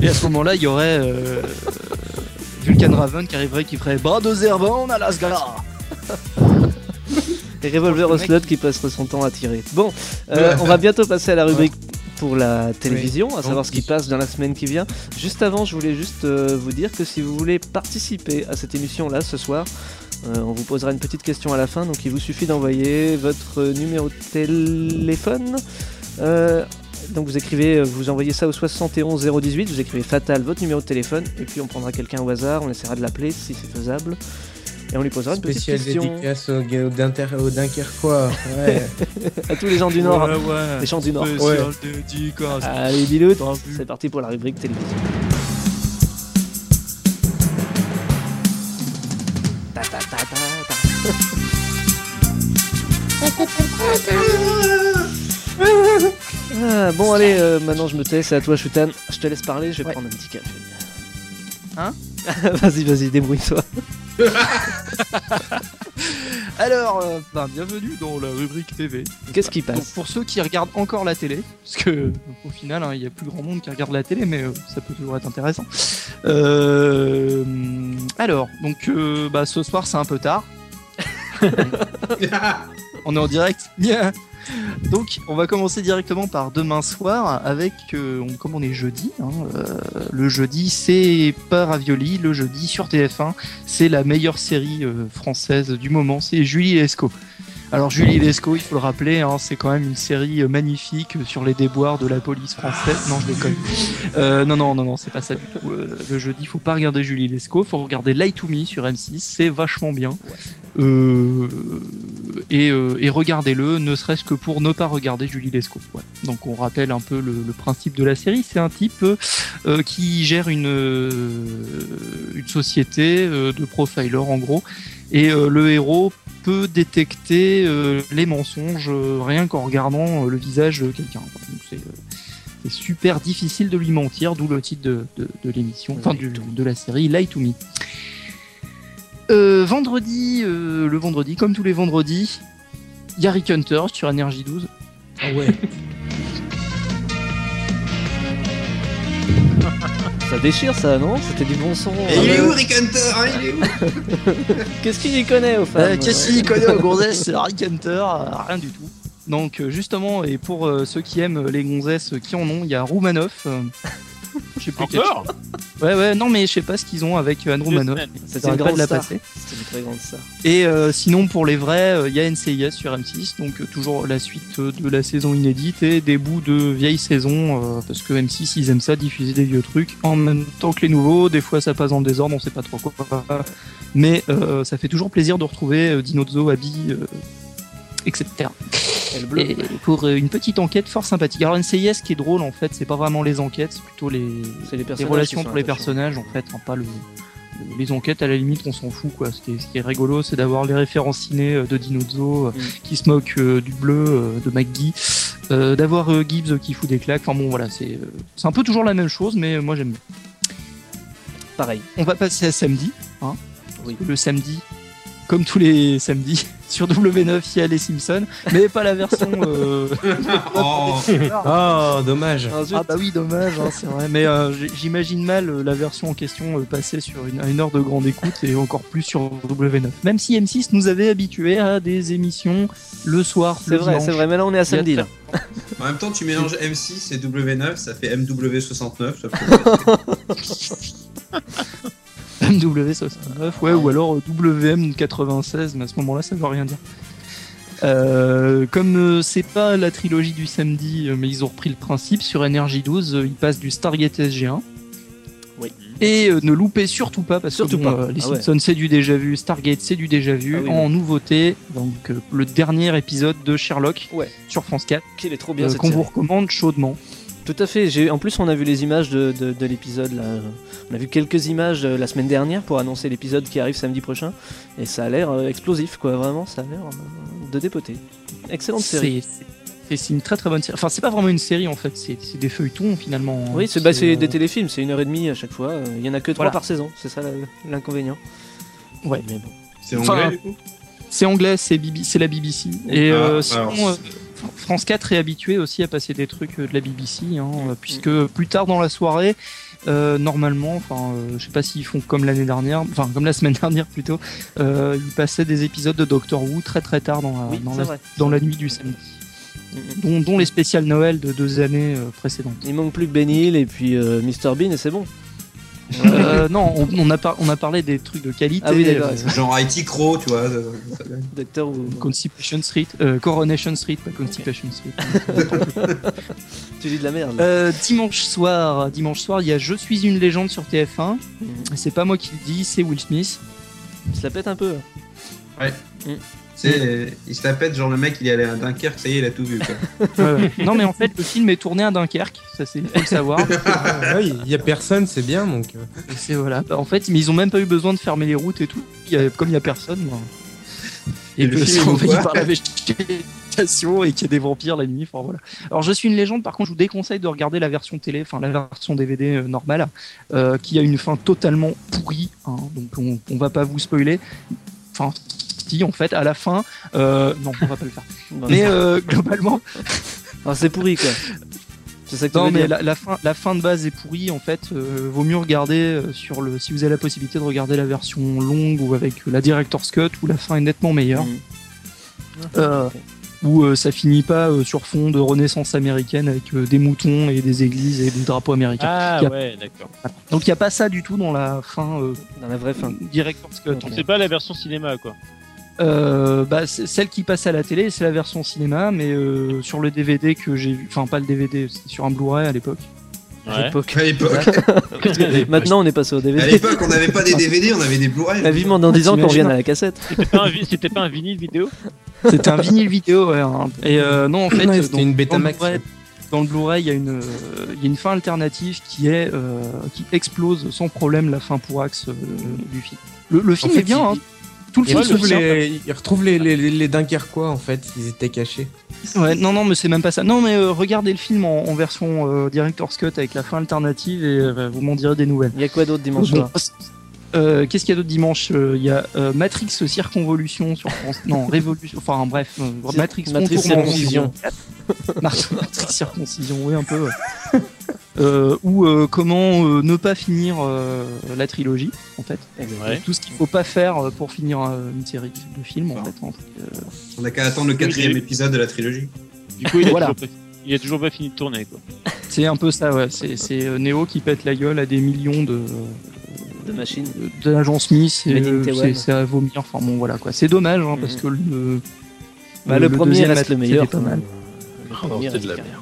[SPEAKER 4] Et à ce moment-là, il y aurait euh, Vulcan Raven qui arriverait, qui ferait bras de Zervan à Asgard.
[SPEAKER 2] Et Revolver
[SPEAKER 4] Le mec-
[SPEAKER 2] Ocelot qui passerait son temps à tirer. Bon, euh, on va bientôt passer à la rubrique pour la télévision, à savoir ce qui passe dans la semaine qui vient. Juste avant, je voulais juste euh, vous dire que si vous voulez participer à cette émission-là ce soir, euh, on vous posera une petite question à la fin, donc il vous suffit d'envoyer votre numéro de téléphone. Euh, donc vous écrivez, euh, vous envoyez ça au 71 018, vous écrivez Fatal, votre numéro de téléphone, et puis on prendra quelqu'un au hasard, on essaiera de l'appeler si c'est faisable, et on lui posera une petite
[SPEAKER 7] Spécial
[SPEAKER 2] question
[SPEAKER 7] dédicace au, au, Dunker- au Dunkerquois. Ouais.
[SPEAKER 2] à tous les gens du Nord. Les gens du Nord.
[SPEAKER 7] Spécial
[SPEAKER 4] Ah.
[SPEAKER 2] Allez, Biloute,
[SPEAKER 4] Bravo.
[SPEAKER 2] c'est parti pour la rubrique télévision. Ta, ta, ta, ta, ta. Ah, bon, allez, euh, maintenant je me tais, c'est à toi, Shutan. Je te laisse parler, je vais
[SPEAKER 4] Ouais.
[SPEAKER 2] prendre un petit café.
[SPEAKER 4] Hein
[SPEAKER 2] Vas-y, vas-y, débrouille-toi.
[SPEAKER 4] Alors, euh, ben, bienvenue dans la rubrique TV.
[SPEAKER 2] Qu'est-ce qui
[SPEAKER 4] Donc,
[SPEAKER 2] passe
[SPEAKER 4] pour ceux qui regardent encore la télé, parce que euh, au final, hein, il n'y a plus grand monde qui regarde la télé, mais euh, ça peut toujours être intéressant. Euh, alors, donc, euh, bah, ce soir, c'est un peu tard. On est en direct. Yeah. Donc, on va commencer directement par demain soir avec, euh, on- comme on est jeudi, hein, euh, le jeudi c'est pas Ravioli, le jeudi sur TF1, c'est la meilleure série euh, française du moment, c'est Julie Lescaut. Alors Julie Lescaut, il faut le rappeler, hein, c'est quand même une série euh, magnifique euh, sur les déboires de la police française. Non, je déconne. Euh, non, non, non, non, c'est pas ça du tout. Euh, le jeudi, faut pas regarder Julie Lescaut, faut regarder Light to Me sur M6, c'est vachement bien. Euh, et, euh, et regardez-le, ne serait-ce que pour ne pas regarder Julie Lescaut. Ouais. Donc on rappelle un peu le, le principe de la série, c'est un type euh, qui gère une, euh, une société euh, de profilers en gros, et euh, le héros peut détecter euh, les mensonges euh, rien qu'en regardant euh, le visage de quelqu'un. Voilà. Donc c'est, euh, c'est super difficile de lui mentir, d'où le titre de, de- de l'émission, enfin du- de la série Lie to Me. Euh, vendredi, euh, le vendredi, comme tous les vendredis, il y a Rick Hunter sur Energy 12.
[SPEAKER 7] Ah ouais.
[SPEAKER 2] Ça déchire ça, non C'était du bon son. Euh,
[SPEAKER 1] Et il est où, Rick Hunter hein, Il est où
[SPEAKER 2] Qu'est-ce qu'il y connaît au
[SPEAKER 4] Euh,
[SPEAKER 2] fait
[SPEAKER 4] Qu'est-ce qu'il connaît aux gonzesses Rick Hunter, euh, rien du tout. Donc euh, justement, et pour euh, ceux qui aiment les gonzesses euh, qui en ont, il y a Roumanoff. euh, je sais plus quel-
[SPEAKER 5] Encore
[SPEAKER 4] Ouais ouais, non mais je sais pas ce qu'ils ont avec euh, Anne Roumanoff.
[SPEAKER 5] semaines.
[SPEAKER 2] C'était
[SPEAKER 4] J'arrête
[SPEAKER 2] une
[SPEAKER 4] pas
[SPEAKER 2] grande
[SPEAKER 4] de la
[SPEAKER 2] star.
[SPEAKER 4] passer.
[SPEAKER 2] C'était une très grande star.
[SPEAKER 4] Et euh, sinon, pour les vrais, euh, il y a NCIS sur M6, donc euh, toujours la suite euh, de la saison inédite et des bouts de vieilles saisons, euh, parce que M6, ils aiment ça, diffuser des vieux trucs en même temps que les nouveaux. Des fois, ça passe dans le désordre, on sait pas trop quoi. Mais euh, ça fait toujours plaisir de retrouver euh, Dinozo, Abby, euh, etc.
[SPEAKER 2] Elle bleue.
[SPEAKER 4] Et pour euh, une petite enquête fort sympathique. Alors, NCIS, ce qui est drôle, en fait, c'est pas vraiment les enquêtes, c'est plutôt les,
[SPEAKER 2] C'est les
[SPEAKER 4] les
[SPEAKER 2] personnages.
[SPEAKER 4] relations
[SPEAKER 2] qui sont
[SPEAKER 4] entre les
[SPEAKER 2] attachants.
[SPEAKER 4] personnages en fait, hein, pas le, le- les enquêtes à la limite on s'en fout quoi. Ce qui est, ce qui est rigolo c'est d'avoir les références ciné euh, de Dinozzo euh,
[SPEAKER 2] Mm.
[SPEAKER 4] qui se moque euh, du bleu euh, de McGee, euh, d'avoir euh, Gibbs euh, qui fout des claques. Enfin bon voilà c'est euh, c'est un peu toujours la même chose mais euh, moi j'aime bien.
[SPEAKER 2] Pareil.
[SPEAKER 4] On va passer à samedi. Hein,
[SPEAKER 2] Oui.
[SPEAKER 4] Le samedi, comme tous les samedis sur W9 il y a les Simpsons mais pas la version. euh,
[SPEAKER 1] Oh.
[SPEAKER 7] Oh, dommage.
[SPEAKER 2] Ah, zut.
[SPEAKER 4] Ah bah oui, dommage, hein, c'est vrai. Mais euh, j- j'imagine mal euh, la version en question euh, passer sur une, à une heure de grande écoute et encore plus sur W9. Même si M6 nous avait habitués à des émissions le soir,
[SPEAKER 2] C'est vrai, c'est vrai. Mais là, on est à samedi. Là.
[SPEAKER 1] En même temps, tu mélanges M6 et W9, ça fait MW69. ça fait-
[SPEAKER 4] MW69, ouais, ou alors euh, WM96, mais à ce moment-là, ça veut rien dire. Euh, comme euh, c'est pas la trilogie du samedi, euh, mais ils ont repris le principe, sur NRJ12, euh, ils passent du Stargate SG1.
[SPEAKER 2] Oui.
[SPEAKER 4] Et euh, ne loupez surtout pas, parce
[SPEAKER 2] Surtout
[SPEAKER 4] que bon,
[SPEAKER 2] pas.
[SPEAKER 4] euh, les
[SPEAKER 2] Ah ouais.
[SPEAKER 4] Simpsons c'est du déjà vu, Stargate c'est du déjà vu,
[SPEAKER 2] Ah oui,
[SPEAKER 4] en nouveauté, donc euh, le dernier épisode de Sherlock
[SPEAKER 2] Ouais.
[SPEAKER 4] sur France 4,
[SPEAKER 2] Qu'il est trop bien
[SPEAKER 4] euh,
[SPEAKER 2] cette
[SPEAKER 4] qu'on vous
[SPEAKER 2] série.
[SPEAKER 4] recommande chaudement.
[SPEAKER 2] Tout à fait. J'ai- En plus, on a vu les images de, de- de l'épisode. là. On a vu quelques images euh, la semaine dernière pour annoncer l'épisode qui arrive samedi prochain. Et ça a l'air euh, explosif, quoi. Vraiment, ça a l'air euh, de dépoter. Excellente série.
[SPEAKER 4] C'est- c'est- c'est- C'est une très très bonne série. Enfin, c'est pas vraiment une série en fait, c'est c'est des feuilletons finalement. hein.
[SPEAKER 2] Oui, c'est bah, c'est
[SPEAKER 4] euh,
[SPEAKER 2] des téléfilms, c'est une heure et demie à chaque fois. euh, Il y en a que trois
[SPEAKER 4] Voilà.
[SPEAKER 2] par saison, c'est ça la- l'inconvénient.
[SPEAKER 4] Ouais.
[SPEAKER 2] mais bon.
[SPEAKER 1] C'est
[SPEAKER 4] Enfin,
[SPEAKER 1] anglais, du coup
[SPEAKER 4] C'est anglais, c'est BB c'est la BBC. Et
[SPEAKER 1] Ah,
[SPEAKER 4] euh,
[SPEAKER 1] alors,
[SPEAKER 4] sinon, euh, Fr- France 4 est habitué aussi à passer des trucs euh, de la BBC, hein, euh, puisque plus tard dans la soirée, euh, normalement, enfin, euh, je sais pas s'ils font comme l'année dernière, enfin comme la semaine dernière plutôt, euh, ils passaient des épisodes de Doctor Who très très tard dans la,
[SPEAKER 2] Oui,
[SPEAKER 4] dans
[SPEAKER 2] c'est
[SPEAKER 4] la,
[SPEAKER 2] vrai.
[SPEAKER 4] dans la nuit du samedi,
[SPEAKER 2] Mm, mm.
[SPEAKER 4] dont, dont les spéciales Noël de deux années euh, précédentes.
[SPEAKER 2] Il manque plus que Benny Hill et puis euh, Mr Bean et c'est bon.
[SPEAKER 4] Euh, non, on, on a par- on a parlé des trucs de qualité.
[SPEAKER 2] Ah oui, d'accord.
[SPEAKER 4] euh,
[SPEAKER 1] Genre IT Crow, tu vois. euh, de-
[SPEAKER 2] Docteur ou
[SPEAKER 4] Constipation Street, euh, Coronation Street, pas Constipation Street.
[SPEAKER 2] tu dis de la merde. là.
[SPEAKER 4] Euh, dimanche soir, dimanche soir, il y a Je suis une légende sur TF1.
[SPEAKER 2] Mhm.
[SPEAKER 4] C'est pas moi qui le dis, c'est Will Smith.
[SPEAKER 2] Il se la pète un peu. hein.
[SPEAKER 1] C'est, euh, il se la pète, genre le mec il est allé à Dunkerque, ça y est, il a tout vu. Quoi.
[SPEAKER 4] non, mais en fait, le film est tourné à Dunkerque, ça c'est il faut le savoir.
[SPEAKER 7] Ah oui, Il y a personne, c'est bien donc. euh,
[SPEAKER 4] Et c'est voilà. Bah, en fait, mais ils ont même pas eu besoin de fermer les routes et tout. Il y a- comme il y a personne. moi.
[SPEAKER 1] Et
[SPEAKER 4] Et
[SPEAKER 1] le
[SPEAKER 4] que
[SPEAKER 1] film,
[SPEAKER 4] c'est
[SPEAKER 1] on
[SPEAKER 4] envahi
[SPEAKER 1] voit.
[SPEAKER 4] par la végétation et qu'il y a des vampires la nuit. Enfin, voilà. Alors, je suis une légende. Par contre, je vous déconseille de regarder la version télé, enfin la version DVD euh, normale, euh, qui a une fin totalement pourrie. hein. donc, on, on va pas vous spoiler. Enfin, si, en fait, à la fin. euh, non, on va pas le faire.
[SPEAKER 2] Bon.
[SPEAKER 4] Mais euh, globalement,
[SPEAKER 2] Ah, c'est pourri quoi. C'est ça que tu
[SPEAKER 4] non,
[SPEAKER 2] veux
[SPEAKER 4] mais
[SPEAKER 2] dire.
[SPEAKER 4] la, la fin, la fin de base est pourrie. En fait, euh, vaut mieux regarder euh, sur le. Si vous avez la possibilité de regarder la version longue ou avec euh, la director's cut où la fin est nettement meilleure.
[SPEAKER 2] Mm.
[SPEAKER 4] Euh, où euh, ça finit pas euh, sur fond de renaissance américaine avec euh, des moutons et des églises et des drapeaux américains.
[SPEAKER 5] Ah
[SPEAKER 4] Cap.
[SPEAKER 5] ouais, d'accord.
[SPEAKER 4] Donc il n'y a pas ça du tout dans la fin euh,
[SPEAKER 2] Dans la vraie fin.
[SPEAKER 4] Director's Cut.
[SPEAKER 2] Ok.
[SPEAKER 5] C'est pas la version cinéma, quoi.
[SPEAKER 4] Euh, bah, c'est- celle qui passe à la télé, c'est la version cinéma, mais euh, sur le DVD que j'ai vu, enfin pas le DVD, c'était sur un Blu-ray à l'époque.
[SPEAKER 2] À
[SPEAKER 5] Ouais.
[SPEAKER 2] l'époque.
[SPEAKER 1] À l'époque,
[SPEAKER 2] Maintenant, on est passé au
[SPEAKER 1] à
[SPEAKER 2] DVD.
[SPEAKER 1] l'époque, on n'avait pas des DVD, on avait des
[SPEAKER 2] Bah,
[SPEAKER 1] Blu-ray.
[SPEAKER 2] vivement dans 10 ans qu'on
[SPEAKER 4] T'imagines
[SPEAKER 2] revienne à la cassette.
[SPEAKER 5] C'était pas, un vi- c'était pas un vinyle vidéo
[SPEAKER 4] C'était un vinyle vidéo, ouais, hein. Et euh, non, en fait,
[SPEAKER 7] Ouais,
[SPEAKER 4] euh,
[SPEAKER 7] c'était
[SPEAKER 4] dans-
[SPEAKER 7] une
[SPEAKER 4] dans le
[SPEAKER 7] Betamax.
[SPEAKER 4] Blu-ray- dans le Blu-ray, il y, a une, euh, il y a une fin alternative qui est euh, qui explose sans problème la fin pour axe euh, du film. Le, le film
[SPEAKER 7] fait,
[SPEAKER 4] est bien,
[SPEAKER 7] il-
[SPEAKER 4] hein. tout le
[SPEAKER 7] Ils
[SPEAKER 4] film se
[SPEAKER 7] retrouvent
[SPEAKER 4] tient.
[SPEAKER 7] les, ils retrouvent les, les, les, les Dunkerquois en fait, ils étaient cachés.
[SPEAKER 4] Ouais, non, non, mais c'est même pas ça. Non, mais euh, regardez le film en, en version euh, director's cut avec la fin alternative et euh, vous m'en direz des nouvelles.
[SPEAKER 2] Il y a quoi d'autre dimanche
[SPEAKER 4] Bon,
[SPEAKER 2] soir
[SPEAKER 4] euh, Qu'est-ce qu'il y a d'autre dimanche Euh, Il y a euh, Matrix Circonvolution sur France. non, Révolution. Enfin, bref. euh,
[SPEAKER 2] Cir-
[SPEAKER 4] Matrix,
[SPEAKER 2] Matrix
[SPEAKER 4] Contournement.
[SPEAKER 7] Circoncision.
[SPEAKER 4] Matrix Circoncision, oui, un peu. ouais. Euh, ou euh, comment euh, ne pas finir euh, la trilogie, en fait. Euh,
[SPEAKER 5] Ouais.
[SPEAKER 4] Tout ce qu'il faut pas faire euh, pour finir euh, une série de films, en fait. en fait. Euh,
[SPEAKER 1] On n'a qu'à attendre le quatrième épisode de la trilogie.
[SPEAKER 5] Du coup, il a,
[SPEAKER 4] Voilà.
[SPEAKER 5] toujours, pas, il a toujours pas fini de tourner, quoi.
[SPEAKER 4] C'est un peu ça, ouais. C'est c'est, euh, Neo qui pète la gueule à des millions de.
[SPEAKER 2] de machine
[SPEAKER 4] de l'agent Smith et
[SPEAKER 2] Made in
[SPEAKER 4] euh,
[SPEAKER 2] Taiwan.
[SPEAKER 4] c'est- c'est à vomir. Enfin bon voilà quoi. C'est dommage hein, parce
[SPEAKER 2] Mhm.
[SPEAKER 4] que le,
[SPEAKER 2] Bah, le premier
[SPEAKER 4] deuxième
[SPEAKER 2] reste le
[SPEAKER 4] Matrix
[SPEAKER 2] meilleur,
[SPEAKER 4] était pas
[SPEAKER 2] quand
[SPEAKER 4] mal.
[SPEAKER 2] même.
[SPEAKER 7] Ah,
[SPEAKER 3] Oh non,
[SPEAKER 2] Première
[SPEAKER 3] c'était de la
[SPEAKER 2] Oscar.
[SPEAKER 3] merde.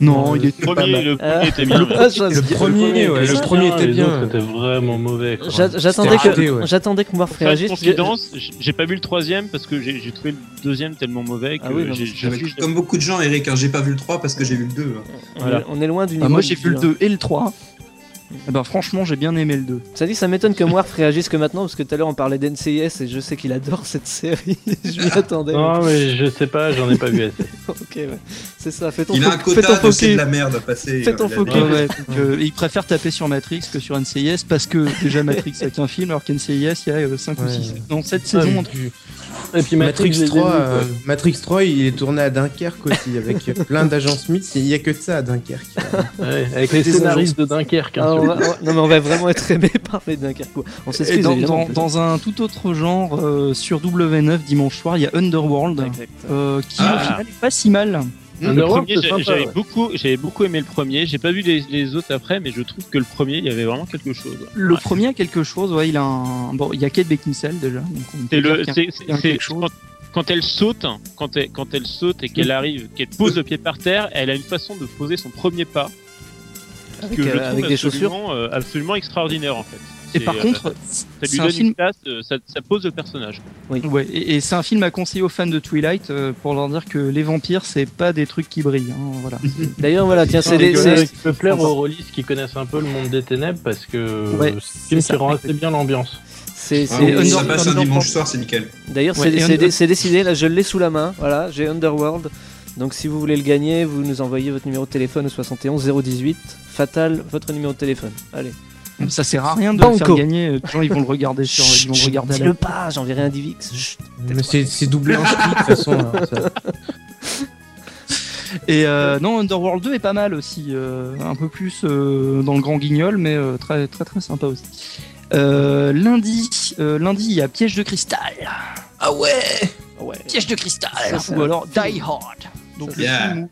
[SPEAKER 4] Non, il est
[SPEAKER 5] Le premier, Euh, le premier
[SPEAKER 2] Ah.
[SPEAKER 5] était bien. mais-
[SPEAKER 2] Ah, ça,
[SPEAKER 7] Le
[SPEAKER 2] c'est-
[SPEAKER 7] premier, ouais, le premier était
[SPEAKER 3] les autres
[SPEAKER 7] bien.
[SPEAKER 3] étaient vraiment mauvais. quoi.
[SPEAKER 2] J'a- J'attendais
[SPEAKER 7] C'était raté,
[SPEAKER 2] que
[SPEAKER 7] ouais.
[SPEAKER 2] j'attendais que Morph
[SPEAKER 5] Pour faire une
[SPEAKER 2] réagisse.
[SPEAKER 5] confidence, j- j'ai pas vu le troisième parce que j'ai j'ai trouvé le deuxième tellement mauvais que
[SPEAKER 2] Ah oui, non,
[SPEAKER 5] j'ai-
[SPEAKER 2] mais
[SPEAKER 5] je suis-
[SPEAKER 1] Comme beaucoup de gens, Eric, hein, j'ai pas vu le 3 parce que j'ai vu le 2. hein.
[SPEAKER 2] On est-
[SPEAKER 5] Voilà.
[SPEAKER 2] On est loin du niveau.
[SPEAKER 4] Ah, moi
[SPEAKER 2] du
[SPEAKER 4] j'ai vu le
[SPEAKER 2] hein.
[SPEAKER 4] 2 et le 3. Eh ben franchement j'ai bien aimé le 2.
[SPEAKER 2] Ça dit, ça m'étonne que Morph réagisse que maintenant, parce que tout à l'heure on parlait d'NCIS et je sais qu'il adore cette série. je m'y attendais.
[SPEAKER 3] Non, mais je sais pas, j'en ai pas vu assez.
[SPEAKER 2] Ok, ouais. C'est ça, fais ton
[SPEAKER 1] Il a un
[SPEAKER 2] faux- fais ton
[SPEAKER 1] quota
[SPEAKER 2] faux
[SPEAKER 1] de c'est
[SPEAKER 2] cul.
[SPEAKER 1] de la merde à passer. euh,
[SPEAKER 2] Fais ton
[SPEAKER 1] Il a-
[SPEAKER 2] faux cul.
[SPEAKER 1] Ouais.
[SPEAKER 4] donc, euh, il préfère taper sur Matrix que sur NCIS parce que déjà Matrix c'est qu'un film alors qu'NCIS il y a 5 ou
[SPEAKER 7] Ouais.
[SPEAKER 4] 6 dans 7
[SPEAKER 3] Ah,
[SPEAKER 4] saisons.
[SPEAKER 3] mais- Et puis Matrix,
[SPEAKER 7] Matrix,
[SPEAKER 3] je l'ai
[SPEAKER 7] 3,
[SPEAKER 3] vu, quoi.
[SPEAKER 2] Ah,
[SPEAKER 7] euh, Matrix 3, il est tourné à Dunkerque aussi, avec euh, plein d'agents Smith. Il n'y a que de ça à Dunkerque.
[SPEAKER 3] Ouais, avec les
[SPEAKER 7] Des
[SPEAKER 3] scénaristes de Dunkerque. hein,
[SPEAKER 2] Ah, on
[SPEAKER 3] surtout.
[SPEAKER 2] va- on va- non mais on va vraiment être aimé par les Dunkerquois. On
[SPEAKER 4] Et
[SPEAKER 2] s'excuse
[SPEAKER 4] dans,
[SPEAKER 2] évidemment,
[SPEAKER 4] dans-
[SPEAKER 2] en plus.
[SPEAKER 4] dans un tout autre genre euh, sur W9 dimanche soir il y a Underworld
[SPEAKER 2] Exact.
[SPEAKER 4] euh, qui
[SPEAKER 5] Ah.
[SPEAKER 4] au final est pas si mal.
[SPEAKER 3] Un
[SPEAKER 5] Le
[SPEAKER 3] Europe,
[SPEAKER 5] premier,
[SPEAKER 3] c'est
[SPEAKER 5] j'ai-
[SPEAKER 3] sympa,
[SPEAKER 5] j'avais
[SPEAKER 3] ouais.
[SPEAKER 5] beaucoup, j'avais beaucoup aimé le premier. J'ai pas vu les, les autres après, mais je trouve que le premier, il y avait vraiment quelque chose.
[SPEAKER 4] Le
[SPEAKER 5] Ouais.
[SPEAKER 4] premier a quelque chose, ouais, il a un. Bon, il y a Kate Beckinsale déjà. donc on peut
[SPEAKER 5] C'est le,
[SPEAKER 4] dire qu'il y a-
[SPEAKER 5] c'est,
[SPEAKER 4] y a
[SPEAKER 5] c'est-
[SPEAKER 4] quelque
[SPEAKER 5] c'est-
[SPEAKER 4] chose.
[SPEAKER 5] quand, quand elle saute, hein, quand elle, quand elle saute et qu'elle arrive, qu'elle pose le pied par terre, elle a une façon de poser son premier pas
[SPEAKER 2] Avec,
[SPEAKER 5] que je
[SPEAKER 2] euh,
[SPEAKER 5] trouve
[SPEAKER 2] avec des chaussures.
[SPEAKER 5] absolument, euh, absolument extraordinaire en fait.
[SPEAKER 4] Et
[SPEAKER 5] C'est,
[SPEAKER 4] par
[SPEAKER 5] euh,
[SPEAKER 4] contre,
[SPEAKER 5] ça lui
[SPEAKER 4] c'est un
[SPEAKER 5] donne
[SPEAKER 4] film.
[SPEAKER 5] une place, euh, ça, ça pose le personnage.
[SPEAKER 4] Ouais, et, et c'est un film à conseiller aux fans de Twilight euh, pour leur dire que les vampires, c'est pas des trucs qui brillent. hein, voilà.
[SPEAKER 2] D'ailleurs voilà,
[SPEAKER 4] Ah,
[SPEAKER 2] tiens, c'est
[SPEAKER 3] C'est
[SPEAKER 2] des-
[SPEAKER 3] dégueulasse.
[SPEAKER 2] c'est-
[SPEAKER 3] qui peut plaire aux rôlistes qui connaissent un peu le monde des ténèbres parce que c'est un
[SPEAKER 4] Ouais,
[SPEAKER 3] film
[SPEAKER 4] c'est ça.
[SPEAKER 3] qui rend assez bien l'ambiance.
[SPEAKER 2] c'est
[SPEAKER 1] Ah,
[SPEAKER 2] c'est-
[SPEAKER 1] oui, ça
[SPEAKER 4] Under-
[SPEAKER 1] passe un
[SPEAKER 4] Underworld.
[SPEAKER 1] dimanche soir, c'est nickel.
[SPEAKER 2] D'ailleurs,
[SPEAKER 4] Ouais,
[SPEAKER 2] c'est-
[SPEAKER 4] et
[SPEAKER 2] c'est
[SPEAKER 4] Under-
[SPEAKER 2] dé- c'est décidé, là je l'ai sous la main, voilà, j'ai Underworld. Donc si vous voulez le gagner, vous nous envoyez votre numéro de téléphone au 71 018, fatal, votre numéro de téléphone. Allez.
[SPEAKER 4] Ça sert à rien de
[SPEAKER 2] Banco.
[SPEAKER 4] le faire gagner. euh, Les gens, ils vont le regarder sur, ils vont le regarder à la-
[SPEAKER 2] Dis-le pas, j'enverrai un DivX. Chut.
[SPEAKER 7] Mais c'est c'est doublé en ch'ti, de toute façon. hein. alors, ça-
[SPEAKER 4] Et euh, non, Underworld 2 est pas mal aussi, euh, un peu plus euh, dans le grand guignol, mais euh, très très très sympa aussi. Euh, lundi, euh, lundi, il y a Piège de cristal.
[SPEAKER 7] Ah ouais
[SPEAKER 2] Ouais.
[SPEAKER 4] Piège de cristal
[SPEAKER 2] Ça, ça-
[SPEAKER 4] Ou alors Die Hard Donc le
[SPEAKER 1] Yeah.
[SPEAKER 4] film où,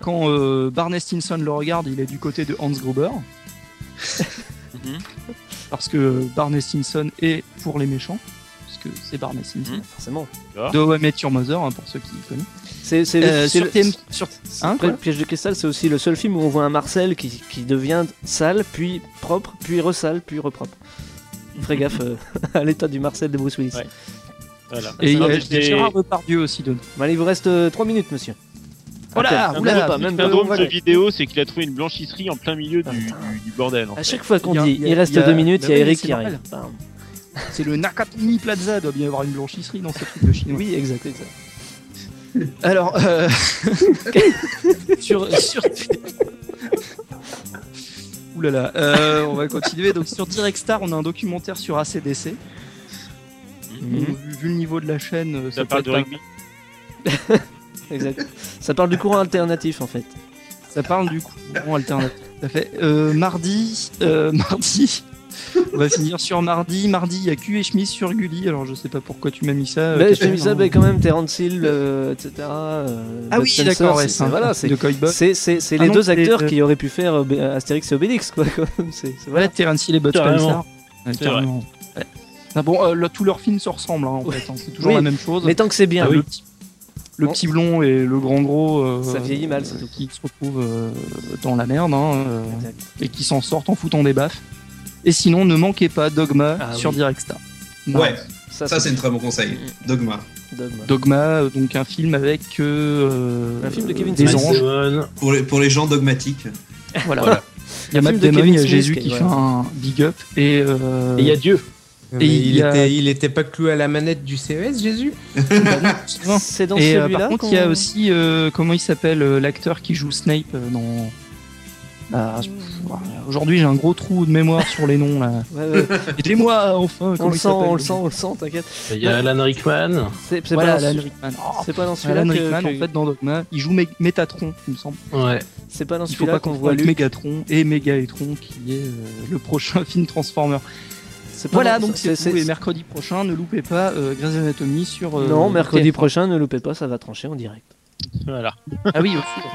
[SPEAKER 4] quand euh, Barney Stinson le regarde, il est du côté de Hans Gruber.
[SPEAKER 5] Mhm.
[SPEAKER 4] Parce que Barney Stinson est pour les méchants. Parce que c'est Barney Stinson.
[SPEAKER 5] Mhm.
[SPEAKER 2] Forcément.
[SPEAKER 4] De How I Met Your Mother, hein, pour ceux qui connaissent.
[SPEAKER 2] C'est c'est le-
[SPEAKER 4] Euh,
[SPEAKER 2] c'est
[SPEAKER 4] sur
[SPEAKER 2] le-
[SPEAKER 4] TM sur-
[SPEAKER 2] c'est-
[SPEAKER 4] hein,
[SPEAKER 2] Après,
[SPEAKER 4] quoi
[SPEAKER 2] le piège de cristal, c'est aussi le seul film où on voit un Marcel qui, qui devient sale, puis propre, puis resale, puis repropre. Fais gaffe euh, à l'état du Marcel de Bruce Willis.
[SPEAKER 5] Ouais. Voilà.
[SPEAKER 4] Et il y
[SPEAKER 5] Non,
[SPEAKER 4] a
[SPEAKER 5] mais c'est-
[SPEAKER 4] Gérard Depardieu aussi dedans.
[SPEAKER 2] Bon, allez, il vous reste 3 minutes, monsieur.
[SPEAKER 4] Oh là,
[SPEAKER 2] Attends,
[SPEAKER 4] oula,
[SPEAKER 2] même pas,
[SPEAKER 5] Le
[SPEAKER 2] même pas,
[SPEAKER 5] syndrome
[SPEAKER 2] on va
[SPEAKER 5] de
[SPEAKER 2] le-
[SPEAKER 5] vidéo, c'est qu'il a trouvé une blanchisserie en plein milieu du,
[SPEAKER 2] Putain.
[SPEAKER 5] du- du bordel. en
[SPEAKER 2] À
[SPEAKER 5] fait.
[SPEAKER 2] chaque fois qu'on
[SPEAKER 4] Il y a-
[SPEAKER 2] dit
[SPEAKER 4] il y a-
[SPEAKER 2] il reste
[SPEAKER 4] il y a-
[SPEAKER 2] 2 minutes,
[SPEAKER 4] Bah
[SPEAKER 2] il y a
[SPEAKER 4] oui,
[SPEAKER 2] Eric
[SPEAKER 4] c'est
[SPEAKER 2] qui arrive.
[SPEAKER 4] normal. C'est le Nakatomi Plaza, doit bien y avoir une blanchisserie dans ce truc de cinéma.
[SPEAKER 2] Oui, exact. exact.
[SPEAKER 4] Alors, euh, sur, sur... Ouh là là, euh, on va continuer. Donc sur Direct Star, on a un documentaire sur ACDC. Bon, vu, vu le niveau de la chaîne, euh,
[SPEAKER 5] Ça
[SPEAKER 4] ça, peut
[SPEAKER 5] parle
[SPEAKER 4] être
[SPEAKER 5] de
[SPEAKER 4] pas-
[SPEAKER 5] rugby.
[SPEAKER 2] Exact. Ça parle du courant alternatif en fait.
[SPEAKER 4] ça parle du coup bon, alternatif. Ça fait Euh, mardi, euh, mardi. On va finir sur mardi. Mardi, il y a Q et chemise sur Gulli. Alors je sais pas pourquoi tu m'as mis ça. euh,
[SPEAKER 2] Mais je t'ai
[SPEAKER 4] Catherine,
[SPEAKER 2] mis ça,
[SPEAKER 4] hein.
[SPEAKER 2] ben, quand même, Terence Hill, euh, etc. euh,
[SPEAKER 4] Ah
[SPEAKER 2] Bob
[SPEAKER 4] oui,
[SPEAKER 2] Spencer,
[SPEAKER 4] d'accord.
[SPEAKER 2] c'est-
[SPEAKER 4] Ouais,
[SPEAKER 2] c'est-
[SPEAKER 4] c'est un-
[SPEAKER 2] Voilà, c'est.
[SPEAKER 4] de Coybox.
[SPEAKER 2] C'est, c'est- c'est
[SPEAKER 4] Ah
[SPEAKER 2] les
[SPEAKER 4] non,
[SPEAKER 2] deux
[SPEAKER 4] c'est-
[SPEAKER 2] acteurs
[SPEAKER 4] euh,
[SPEAKER 2] qui auraient pu faire euh, Bé- Astérix et Obélix, quoi. quand même. C'est, c'est-
[SPEAKER 4] Voilà, Terence Hill et Bud
[SPEAKER 3] Carrément.
[SPEAKER 4] Spencer. Ouais,
[SPEAKER 5] C'est
[SPEAKER 4] carrément. Ouais. Ah bon, euh, là, tous leurs films se ressemblent hein, en
[SPEAKER 2] Ouais.
[SPEAKER 4] fait. hein. C'est toujours
[SPEAKER 2] Oui.
[SPEAKER 4] la même chose.
[SPEAKER 2] Mais tant que c'est bien,
[SPEAKER 4] Ah oui. le, petit, le petit blond et le grand gros euh,
[SPEAKER 2] ça vieillit mal, c'est tout.
[SPEAKER 4] qui se retrouvent euh, dans la merde hein, euh,
[SPEAKER 2] Exact.
[SPEAKER 4] et qui s'en sortent en foutant des baffes. Et sinon, ne manquez pas Dogma
[SPEAKER 2] Ah
[SPEAKER 4] sur
[SPEAKER 2] oui.
[SPEAKER 4] Directstar.
[SPEAKER 1] Ouais,
[SPEAKER 2] Ça, Mm.
[SPEAKER 1] ça c'est un très bon conseil. Dogma.
[SPEAKER 2] dogme.
[SPEAKER 4] Dogma, euh, donc un film avec euh,
[SPEAKER 2] Un film de Kevin
[SPEAKER 4] des
[SPEAKER 2] Smith.
[SPEAKER 4] anges.
[SPEAKER 3] Seven.
[SPEAKER 1] Pour les, pour les gens dogmatiques.
[SPEAKER 4] Voilà.
[SPEAKER 3] Voilà.
[SPEAKER 4] Il y a
[SPEAKER 2] Un
[SPEAKER 4] Matt
[SPEAKER 2] film de
[SPEAKER 4] Damon,
[SPEAKER 2] Kevin
[SPEAKER 4] il y a
[SPEAKER 2] Smith,
[SPEAKER 4] Jésus
[SPEAKER 2] qui-
[SPEAKER 4] qui fait
[SPEAKER 2] voilà.
[SPEAKER 4] un big up et euh,
[SPEAKER 3] Et il y a Dieu.
[SPEAKER 7] Mais
[SPEAKER 4] il
[SPEAKER 7] il,
[SPEAKER 4] y a-
[SPEAKER 7] était, il était pas cloué à la manette du CES, Jésus
[SPEAKER 2] C'est dans
[SPEAKER 4] et, euh,
[SPEAKER 2] celui-là
[SPEAKER 4] par contre,
[SPEAKER 2] qu'on-
[SPEAKER 4] il y a aussi euh, comment il s'appelle euh, l'acteur qui joue Snape euh, dans. Ah, je- Aujourd'hui, j'ai un gros trou de mémoire sur les noms là.
[SPEAKER 2] Ouais, ouais.
[SPEAKER 4] Aidez-moi enfin.
[SPEAKER 2] on
[SPEAKER 4] comment
[SPEAKER 2] le
[SPEAKER 4] il
[SPEAKER 2] sent,
[SPEAKER 4] s'appelle,
[SPEAKER 2] on le
[SPEAKER 4] jeu
[SPEAKER 2] sent, on le sent, t'inquiète.
[SPEAKER 3] Il y a Alan Rickman.
[SPEAKER 2] C'est, c'est
[SPEAKER 4] Voilà,
[SPEAKER 2] pas Ah, dans
[SPEAKER 4] Alan
[SPEAKER 2] celui-
[SPEAKER 4] Rickman. Oh,
[SPEAKER 2] c'est pas dans celui-là
[SPEAKER 4] Alan
[SPEAKER 2] que-
[SPEAKER 4] Rickman,
[SPEAKER 2] que-
[SPEAKER 4] en fait, dans Dogma, il joue Meg- Métatron, il me semble.
[SPEAKER 3] Ouais.
[SPEAKER 2] c'est pas dans
[SPEAKER 4] Il faut pas
[SPEAKER 2] celui-là qu'on voit
[SPEAKER 4] confondre
[SPEAKER 2] lui.
[SPEAKER 4] Mégatron et Mégaétron, qui est euh, le prochain film Transformer.
[SPEAKER 2] C'est pas
[SPEAKER 4] Voilà,
[SPEAKER 2] dans-
[SPEAKER 4] donc c'est tout. Et mercredi prochain, ne loupez pas euh, Grey's Anatomy sur. euh,
[SPEAKER 2] Non, mercredi
[SPEAKER 4] TF1.
[SPEAKER 2] prochain, ne loupez pas, ça va trancher en direct.
[SPEAKER 5] Voilà.
[SPEAKER 4] Ah oui, aussi.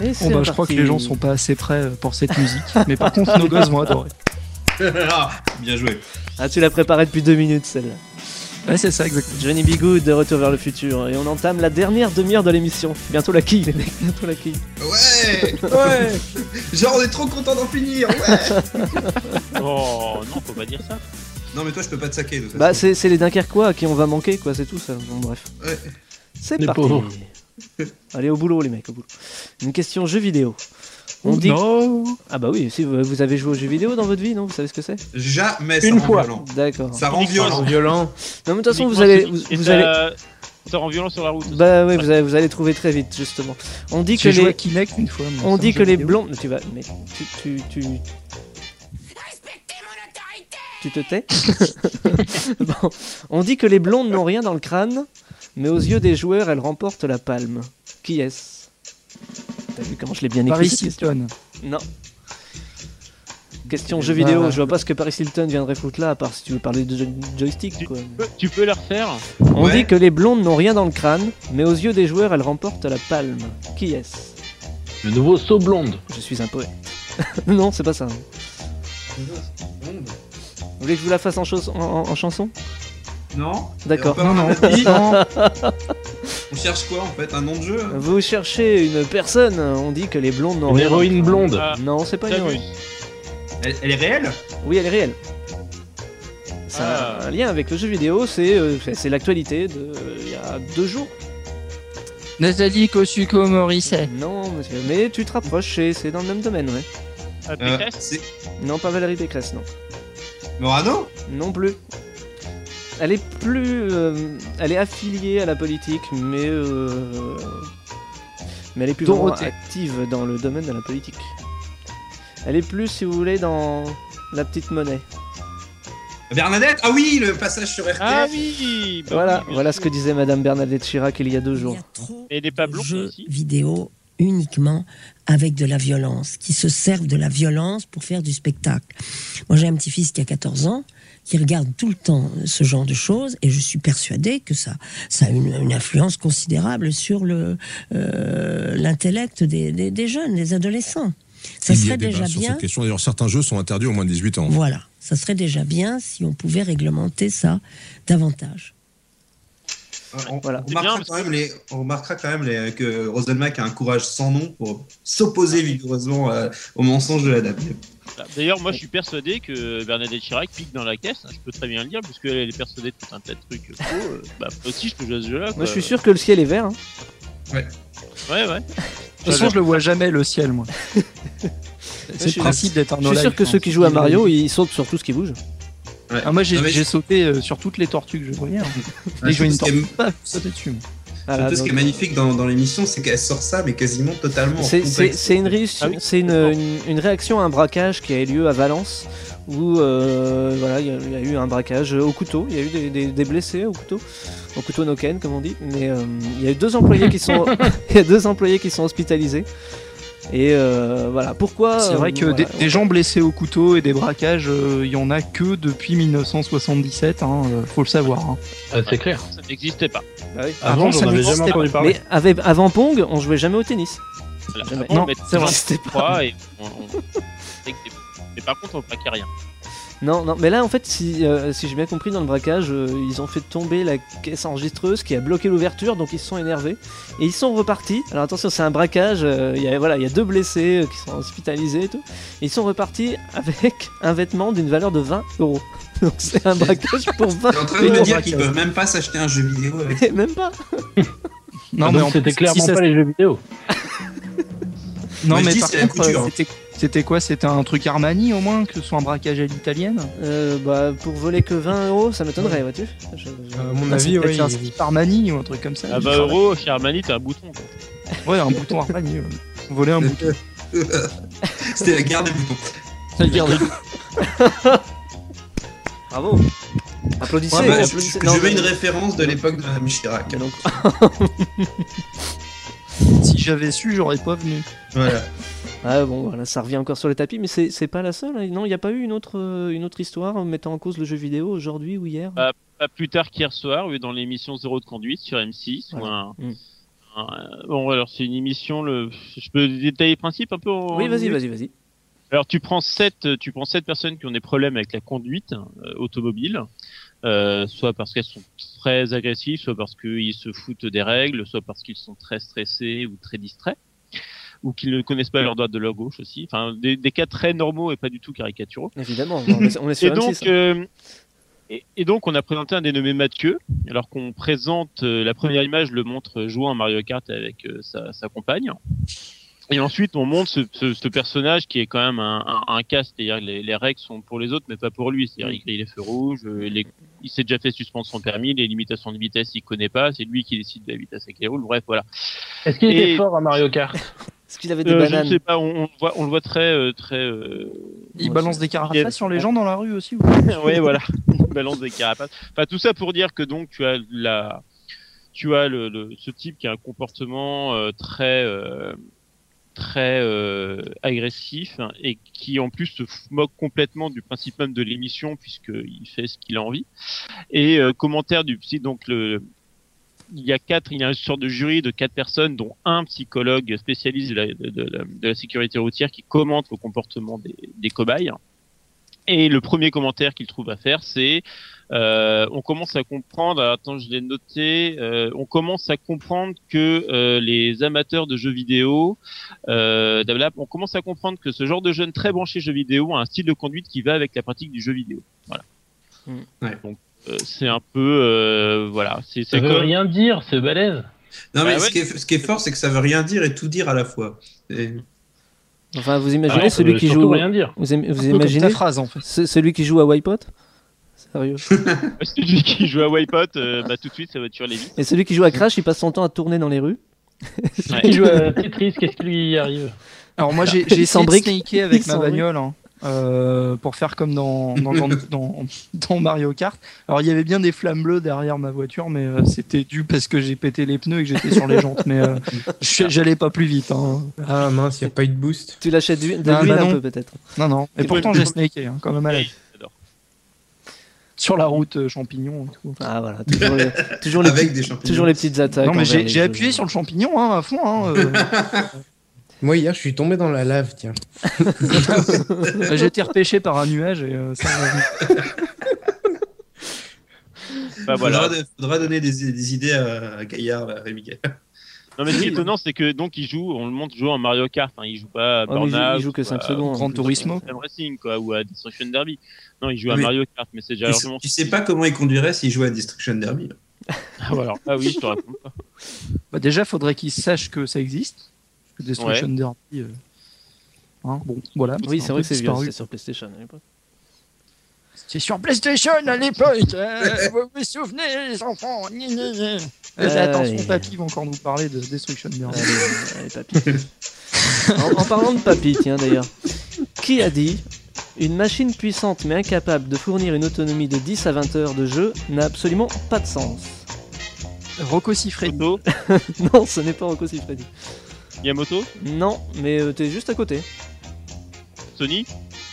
[SPEAKER 2] Et
[SPEAKER 4] Bon,
[SPEAKER 2] c'est
[SPEAKER 4] bah, je crois que
[SPEAKER 2] parti.
[SPEAKER 4] les gens sont pas assez prêts euh, pour cette musique. Mais par contre, nos gosses vont adorer.
[SPEAKER 1] Ah, bien joué.
[SPEAKER 2] Ah, tu l'as préparée depuis deux minutes celle-là.
[SPEAKER 4] Ouais, c'est ça, exactement.
[SPEAKER 2] Johnny B. Good de Retour vers le futur. Et on entame la dernière demi-heure de l'émission. Bientôt la quille, les mecs, bientôt la quille.
[SPEAKER 1] Ouais Ouais Genre on est trop content d'en finir ouais
[SPEAKER 2] Ah.
[SPEAKER 5] Oh non, faut pas dire ça.
[SPEAKER 1] Non mais toi je peux pas te saquer de toute
[SPEAKER 2] Bah,
[SPEAKER 1] façon.
[SPEAKER 2] c'est c'est les Dunkerquois à qui on va manquer, quoi, c'est tout ça. Bon, bref.
[SPEAKER 1] Ouais.
[SPEAKER 2] C'est
[SPEAKER 3] Les
[SPEAKER 2] parti.
[SPEAKER 3] pauvres.
[SPEAKER 2] Allez, au boulot, les mecs, au boulot. Une question jeu vidéo. On dit.
[SPEAKER 4] Non
[SPEAKER 2] Ah, bah oui, si vous vous avez joué aux jeux vidéo dans votre vie, non Vous savez ce que c'est
[SPEAKER 1] Jamais ça
[SPEAKER 3] Une
[SPEAKER 1] rend
[SPEAKER 3] fois.
[SPEAKER 1] violent.
[SPEAKER 2] D'accord.
[SPEAKER 1] Ça rend violent.
[SPEAKER 5] Uniquement.
[SPEAKER 7] Violent.
[SPEAKER 2] Non, mais de toute façon, vous
[SPEAKER 5] Uniquement
[SPEAKER 2] allez.
[SPEAKER 5] celui
[SPEAKER 2] Vous,
[SPEAKER 5] qui
[SPEAKER 2] vous
[SPEAKER 5] est,
[SPEAKER 2] allez...
[SPEAKER 5] euh, sort en violent sur la route.
[SPEAKER 2] Bah, ouais, vous allez, vous allez trouver très vite, justement. On dit que
[SPEAKER 4] J'ai joué à
[SPEAKER 2] les.
[SPEAKER 4] Kinect une fois. mais
[SPEAKER 2] On
[SPEAKER 4] c'est un
[SPEAKER 2] dit
[SPEAKER 4] jeu
[SPEAKER 2] que les
[SPEAKER 4] vidéo.
[SPEAKER 2] blondes. Tu vas. Mais tu. Tu, tu... Tu te tais Bon. On dit que les blondes n'ont rien dans le crâne, mais aux yeux des joueurs, elles remportent la palme. Qui est-ce T'as vu comment je l'ai bien écrit
[SPEAKER 4] Paris
[SPEAKER 2] cette question
[SPEAKER 4] Hilton.
[SPEAKER 2] Non. Question
[SPEAKER 4] Eh
[SPEAKER 2] jeu vidéo,
[SPEAKER 4] ben-
[SPEAKER 2] je vois pas ce que Paris Hilton viendrait foutre là, à part si tu veux parler de jo- joystick. Quoi.
[SPEAKER 5] Tu peux- Tu peux la refaire
[SPEAKER 2] On
[SPEAKER 1] Ouais.
[SPEAKER 2] dit que les blondes n'ont rien dans le crâne, mais aux yeux des joueurs, elles remportent la palme. Qui est-ce
[SPEAKER 3] Le nouveau Saut Blonde.
[SPEAKER 2] Je suis un poète. non, c'est pas ça. Vous voulez que je vous la fasse en, chose- en- en- en chanson
[SPEAKER 1] Non
[SPEAKER 2] D'accord.
[SPEAKER 1] Et on peut avoir un avis
[SPEAKER 4] Non,
[SPEAKER 1] On cherche quoi en fait Un nom de jeu hein
[SPEAKER 2] Vous cherchez une personne, on dit que les blondes n'ont
[SPEAKER 3] Une
[SPEAKER 2] rien.
[SPEAKER 3] héroïne blonde.
[SPEAKER 5] Ah,
[SPEAKER 2] Non, c'est pas une
[SPEAKER 5] Samus.
[SPEAKER 2] héroïne.
[SPEAKER 1] elle, elle est réelle
[SPEAKER 2] Oui, elle est réelle. C'est un-
[SPEAKER 5] Ah.
[SPEAKER 2] un lien avec le jeu vidéo, c'est euh, c'est- c'est l'actualité de euh, il y a deux jours.
[SPEAKER 4] Nathalie Kosciusko Morisset.
[SPEAKER 2] Non, monsieur, mais tu te rapproches, c'est c'est dans le même domaine, ouais.
[SPEAKER 5] Ah,
[SPEAKER 1] Euh,
[SPEAKER 5] Pécresse
[SPEAKER 1] C'est
[SPEAKER 2] Non, pas Valérie Pécresse, non.
[SPEAKER 1] Morano
[SPEAKER 2] Non plus. Elle est plus. euh, elle est affiliée à la politique, mais. euh, mais elle est plus vraiment
[SPEAKER 4] Dorothée.
[SPEAKER 2] active dans le domaine de la politique. Elle est plus, si vous voulez, dans la petite monnaie.
[SPEAKER 1] Bernadette Ah oui, le passage sur RTL.
[SPEAKER 5] Ah oui bah
[SPEAKER 2] voilà,
[SPEAKER 5] oui, bien
[SPEAKER 2] voilà ce
[SPEAKER 5] sûr.
[SPEAKER 2] que disait Madame Bernadette Chirac il y a deux
[SPEAKER 8] Il
[SPEAKER 2] jours.
[SPEAKER 8] y a trop
[SPEAKER 5] Mais il n'est pas
[SPEAKER 8] de
[SPEAKER 5] blond
[SPEAKER 8] jeux
[SPEAKER 5] aussi.
[SPEAKER 8] vidéo uniquement avec de la violence, qui se servent de la violence pour faire du spectacle. Moi, j'ai un petit-fils qui a 14 ans, qui regarde tout le temps ce genre de choses, et je suis persuadée que ça, ça a une, une influence considérable sur le, euh, l'intellect des, des- des jeunes, des adolescents. Ça
[SPEAKER 9] Il y a
[SPEAKER 8] serait
[SPEAKER 9] débat
[SPEAKER 8] déjà
[SPEAKER 9] sur
[SPEAKER 8] bien.
[SPEAKER 9] cette question. D'ailleurs, certains jeux sont interdits aux moins de 18 ans.
[SPEAKER 8] Voilà, ça serait déjà bien si on pouvait réglementer ça davantage.
[SPEAKER 1] Euh, On,
[SPEAKER 2] Voilà.
[SPEAKER 1] on
[SPEAKER 5] C'est
[SPEAKER 1] remarquera
[SPEAKER 5] bien,
[SPEAKER 1] quand même les, on remarquera quand même les- que Roselmack a un courage sans nom pour s'opposer vigoureusement euh, aux mensonges de la dame.
[SPEAKER 5] Bah, D'ailleurs, moi, je suis persuadé que Bernadette Chirac pique dans la caisse. hein, Je peux très bien le dire, puisque elle est persuadée de tout un tas de trucs faux. euh, bah, moi euh, aussi, je peux jouer à ce jeu-là.
[SPEAKER 2] Moi,
[SPEAKER 5] quoi.
[SPEAKER 2] je suis sûr que le ciel est vert. hein.
[SPEAKER 5] Ouais, ouais.
[SPEAKER 4] De toute façon, je le vois jamais le ciel, moi.
[SPEAKER 2] je
[SPEAKER 4] C'est
[SPEAKER 2] suis-
[SPEAKER 4] le principe d'être un
[SPEAKER 2] Je suis sûr
[SPEAKER 4] Olaf,
[SPEAKER 2] que
[SPEAKER 4] hein.
[SPEAKER 2] ceux qui jouent à Mario, ils sautent sur tout ce qui bouge.
[SPEAKER 4] Ah, moi, j'ai
[SPEAKER 1] Non, mais-
[SPEAKER 4] j'ai sauté euh, sur toutes les tortues que je voyais. hein.
[SPEAKER 1] Ah,
[SPEAKER 4] Les jouets
[SPEAKER 1] surtout, ce qui
[SPEAKER 4] Nintendo.
[SPEAKER 1] est-
[SPEAKER 4] Pas sauté dessus. moi.
[SPEAKER 5] Ah,
[SPEAKER 2] Voilà,
[SPEAKER 1] surtout, ce
[SPEAKER 2] donc,
[SPEAKER 1] qui est magnifique dans, dans l'émission, c'est qu'elle sort ça, mais quasiment totalement. en
[SPEAKER 2] C'est- C'est
[SPEAKER 1] contexte.
[SPEAKER 2] c'est une, réuss-
[SPEAKER 5] Ah oui,
[SPEAKER 2] c'est une,
[SPEAKER 5] d'accord.
[SPEAKER 2] une- une réaction à un braquage qui a eu lieu à Valence, où euh, voilà, il y, a- il y a eu un braquage au couteau, il y a eu des, des- des blessés au couteau, au couteau noken comme on dit, mais euh, il y a eu deux employés qui sont, il y a deux employés qui sont hospitalisés. Et euh, voilà, pourquoi
[SPEAKER 4] C'est
[SPEAKER 2] euh,
[SPEAKER 4] vrai que
[SPEAKER 2] voilà,
[SPEAKER 4] des, des gens blessés au couteau et des braquages, euh, il y en a que depuis 1977. Hein, euh, faut le savoir. hein.
[SPEAKER 3] Ah, c'est clair.
[SPEAKER 5] Ça n'existait pas.
[SPEAKER 2] Ah oui.
[SPEAKER 3] Avant,
[SPEAKER 4] ça
[SPEAKER 3] j'en avais
[SPEAKER 4] n'existait
[SPEAKER 3] jamais entendu
[SPEAKER 4] pas.
[SPEAKER 3] parler.
[SPEAKER 2] Mais avec- avant Pong, on jouait jamais au tennis.
[SPEAKER 5] Voilà.
[SPEAKER 2] Jamais.
[SPEAKER 5] Avant,
[SPEAKER 4] Non,
[SPEAKER 5] on mettait
[SPEAKER 4] c'est vrai.
[SPEAKER 5] C'était pas. Et on, on- on- Mais par contre, on plaquait rien.
[SPEAKER 2] Non, non, mais là en fait, si, euh, si j'ai bien compris dans le braquage, euh, ils ont fait tomber la caisse enregistreuse qui a bloqué l'ouverture, donc ils se sont énervés et ils sont repartis. Alors attention, c'est un braquage, euh, il y a voilà, il y a deux blessés euh, qui sont hospitalisés et tout. Et ils sont repartis avec un vêtement d'une valeur de 20 euros. Donc c'est un braquage pour 20
[SPEAKER 1] T'es en train de me
[SPEAKER 2] euros.
[SPEAKER 1] dire qu'ils peuvent même pas s'acheter un jeu vidéo avec
[SPEAKER 2] Même pas.
[SPEAKER 4] Non,
[SPEAKER 3] Ah,
[SPEAKER 4] mais
[SPEAKER 3] donc
[SPEAKER 4] en-
[SPEAKER 3] c'était
[SPEAKER 4] si
[SPEAKER 3] clairement
[SPEAKER 4] ça-
[SPEAKER 3] pas les jeux vidéo.
[SPEAKER 4] Non,
[SPEAKER 1] Moi, je
[SPEAKER 4] mais
[SPEAKER 1] dis,
[SPEAKER 4] par
[SPEAKER 1] c'est la
[SPEAKER 4] contre, euh,
[SPEAKER 1] couture, hein.
[SPEAKER 4] c'était- c'était quoi C'était un truc Armani au moins, que ce soit un braquage à l'italienne
[SPEAKER 2] Euh, bah pour voler que 20 euros, ça m'étonnerait, vois-tu. Je- je-
[SPEAKER 7] Euh, À mon
[SPEAKER 4] Ah, c'est
[SPEAKER 7] avis, ouais,
[SPEAKER 4] peut-être un
[SPEAKER 7] il-
[SPEAKER 4] slip Armani ou un truc comme ça.
[SPEAKER 5] À 20 euros, chez Armani, oh, t'as un bouton. quoi.
[SPEAKER 4] Ouais, un bouton Armani. ouais. Voler un bouton.
[SPEAKER 1] C'était la guerre des boutons.
[SPEAKER 2] Bravo. Applaudissez.
[SPEAKER 1] Ouais, bah, je,
[SPEAKER 2] applaudissez.
[SPEAKER 1] je-
[SPEAKER 2] Non,
[SPEAKER 1] je mets
[SPEAKER 2] mais-
[SPEAKER 1] une référence de l'époque de Madame Chirac.
[SPEAKER 2] Donc,
[SPEAKER 4] Si j'avais su, j'aurais pas venu.
[SPEAKER 1] Voilà.
[SPEAKER 2] Ah bon, voilà, ça revient encore sur le tapis, mais c'est c'est pas la seule. hein. Non, il n'y a pas eu une autre, euh, une autre histoire euh, mettant en cause le jeu vidéo aujourd'hui ou hier
[SPEAKER 5] Ah, Pas plus tard qu'hier soir, oui, dans l'émission Zéro de conduite sur M6. ou un-
[SPEAKER 2] Mm.
[SPEAKER 5] un- euh, Bon, alors c'est une émission. Le... Je peux détailler le principe un peu en...
[SPEAKER 2] Oui, vas-y, vas-y, vas-y.
[SPEAKER 5] Alors tu prends sept, euh, tu prends sept personnes qui ont des problèmes avec la conduite euh, automobile, euh, soit parce qu'elles sont très agressives, soit parce qu'ils se foutent des règles, soit parce qu'ils sont très stressés ou très distraits, ou qu'ils ne connaissent pas leur droite de leur gauche aussi. Enfin, des, des cas très normaux et pas du tout caricaturaux.
[SPEAKER 2] Évidemment, on est, on est
[SPEAKER 5] Et
[SPEAKER 2] sur M6.
[SPEAKER 5] donc,
[SPEAKER 2] hein.
[SPEAKER 5] euh, et, et donc on a présenté un dénommé Mathieu. Alors qu'on présente euh, la première image, le montre euh, jouant à Mario Kart avec euh, sa, sa compagne. Et ensuite, on montre ce, ce- ce personnage qui est quand même un, un, un cas, c'est-à-dire que les, les règles sont pour les autres, mais pas pour lui. C'est-à-dire il grille les feux rouges, euh, les- il s'est déjà fait suspendre son permis, les limitations de vitesse, il connaît pas, c'est lui qui décide de la vitesse à laquelle il roule. Bref, voilà.
[SPEAKER 3] Est-ce qu'il
[SPEAKER 5] Et-
[SPEAKER 3] était fort hein, à Mario Kart
[SPEAKER 2] Est-ce qu'il avait des
[SPEAKER 5] Euh, je ne
[SPEAKER 2] bananes
[SPEAKER 5] sais pas, on, on le voit, on le voit très, euh, très, euh,
[SPEAKER 4] Il
[SPEAKER 2] Ouais,
[SPEAKER 4] balance des
[SPEAKER 5] il y a-
[SPEAKER 4] carapaces sur les gens dans la rue aussi. ou-
[SPEAKER 5] ouais, voilà. Une balance des carapaces. Enfin, tout ça pour dire que donc tu as la, tu as le, le- ce type qui a un comportement euh, très, euh, très euh, agressif hein, et qui en plus se f- moque complètement du principe même de l'émission puisqu'il fait ce qu'il a envie. Et euh, commentaire du psy, donc le, il y a quatre, il y a une sorte de jury de quatre personnes, dont un psychologue spécialiste de la, de, de la, de la sécurité routière qui commente le comportement des, des cobayes. Et le premier commentaire qu'il trouve à faire, c'est euh, on commence à comprendre. alors, Attends, je l'ai noté. euh, on commence à comprendre que euh, les amateurs de jeux vidéo, euh, d'abord, on commence à comprendre que ce genre de jeunes très branchés jeux vidéo a un style de conduite qui va avec la pratique du jeu vidéo. Voilà.
[SPEAKER 3] Hmm.
[SPEAKER 2] Mm.
[SPEAKER 1] Ouais.
[SPEAKER 5] Donc euh, c'est un peu euh, voilà. C'est
[SPEAKER 3] Ça
[SPEAKER 5] c'est
[SPEAKER 3] veut
[SPEAKER 5] comme-
[SPEAKER 3] rien dire, c'est balèze.
[SPEAKER 1] Non, mais
[SPEAKER 5] Bah ouais.
[SPEAKER 1] ce, qui est, ce qui est fort, c'est que ça veut rien dire et tout dire à la fois. Et-
[SPEAKER 2] Enfin, vous
[SPEAKER 3] Ah,
[SPEAKER 2] imaginez
[SPEAKER 3] ça
[SPEAKER 2] celui
[SPEAKER 3] veut
[SPEAKER 2] qui
[SPEAKER 3] surtout
[SPEAKER 2] joue.
[SPEAKER 3] rien dire.
[SPEAKER 2] Vous, aimez- vous
[SPEAKER 4] Un peu comme
[SPEAKER 2] imaginez
[SPEAKER 4] ta phrase en fait.
[SPEAKER 2] ce- celui qui joue à Wipeout Sérieux.
[SPEAKER 5] celui qui joue à Wipeout, euh, bah tout de suite sa voiture les
[SPEAKER 2] Et celui qui joue à Crash, il passe son temps à tourner dans les rues.
[SPEAKER 3] Il joue à Tetris, qu'est-ce qui lui arrive
[SPEAKER 4] Alors moi j'ai j'ai
[SPEAKER 2] Il
[SPEAKER 4] essayé de
[SPEAKER 2] s'embrique.
[SPEAKER 4] sneaker avec
[SPEAKER 2] Il
[SPEAKER 4] ma
[SPEAKER 2] s'embrique.
[SPEAKER 4] bagnole hein, euh, pour faire comme dans, dans, dans, dans- dans Mario Kart. Alors il y avait bien des flammes bleues derrière ma voiture, mais euh, c'était dû parce que j'ai pété les pneus et que j'étais sur les jantes. Mais euh, je- j'allais pas plus vite. hein.
[SPEAKER 7] Ah mince, il a pas eu de boost.
[SPEAKER 2] Tu l'achètes du- de
[SPEAKER 4] Ah,
[SPEAKER 2] l'huile
[SPEAKER 4] bah
[SPEAKER 2] un
[SPEAKER 4] non.
[SPEAKER 2] peu peut-être.
[SPEAKER 4] Non non. Et
[SPEAKER 2] Et
[SPEAKER 4] pourtant
[SPEAKER 5] puis-
[SPEAKER 4] j'ai sneaké hein, quand même à la- sur la route euh, champignon. et tout.
[SPEAKER 2] Ah voilà, toujours les, toujours les,
[SPEAKER 1] Avec
[SPEAKER 2] petits-
[SPEAKER 1] des champignons.
[SPEAKER 2] toujours les petites attaques.
[SPEAKER 4] Non mais
[SPEAKER 2] envers les
[SPEAKER 4] j'ai j'ai
[SPEAKER 2] jeux.
[SPEAKER 4] appuyé sur le champignon hein, à fond. hein, euh.
[SPEAKER 7] Moi, hier, je suis tombé dans la lave, tiens.
[SPEAKER 4] j'ai été repêché par un nuage et euh, ça.
[SPEAKER 5] Bah voilà.
[SPEAKER 1] faudra, faudra donner des, des idées à, à Gaillard, là, Rémi Gaillard.
[SPEAKER 5] Non mais ce qui est étonnant, c'est que donc il joue, on le montre jouer en Mario Kart. Hein, il joue pas à
[SPEAKER 2] Ouais, mais il joue-
[SPEAKER 5] Burnout
[SPEAKER 2] il joue que
[SPEAKER 5] ou à
[SPEAKER 2] 5 secondes.
[SPEAKER 4] Gran Turismo.
[SPEAKER 5] Sam Racing quoi, ou à Destruction Derby. Non, il joue à
[SPEAKER 1] Mais-
[SPEAKER 5] Mario Kart, mais c'est déjà
[SPEAKER 1] Tu
[SPEAKER 5] leur
[SPEAKER 1] sais-
[SPEAKER 5] nom.
[SPEAKER 1] tu sais pas comment il conduirait s'il jouait à Destruction Derby.
[SPEAKER 5] Ah, voilà. Ah oui, je te raconte pas.
[SPEAKER 4] Bah, déjà, faudrait qu'ils sachent que ça existe. Parce Que Destruction Derby. euh, hein, bon, voilà.
[SPEAKER 2] Oui,
[SPEAKER 4] un
[SPEAKER 2] c'est
[SPEAKER 4] peu
[SPEAKER 2] vrai que c'est vieux,
[SPEAKER 4] disparu.
[SPEAKER 2] c'était sur PlayStation à l'époque.
[SPEAKER 4] C'est sur PlayStation à l'époque. euh,
[SPEAKER 10] Vous vous souvenez, les enfants Gni, gni, gni.
[SPEAKER 4] Euh,
[SPEAKER 2] Allez.
[SPEAKER 4] Attention, papy va encore nous parler de Destruction Derby.
[SPEAKER 2] Allez, euh, allez, papy. en, en parlant de papy, tiens d'ailleurs, qui a dit une machine puissante mais incapable de fournir une autonomie de 10 à 20 heures de jeu n'a absolument pas de sens
[SPEAKER 4] Rocco Siffredi.
[SPEAKER 5] Moto,
[SPEAKER 2] Non, ce n'est pas Rocco Siffredi.
[SPEAKER 5] Yamoto,
[SPEAKER 2] Non, mais euh, t'es juste à côté.
[SPEAKER 5] Sony.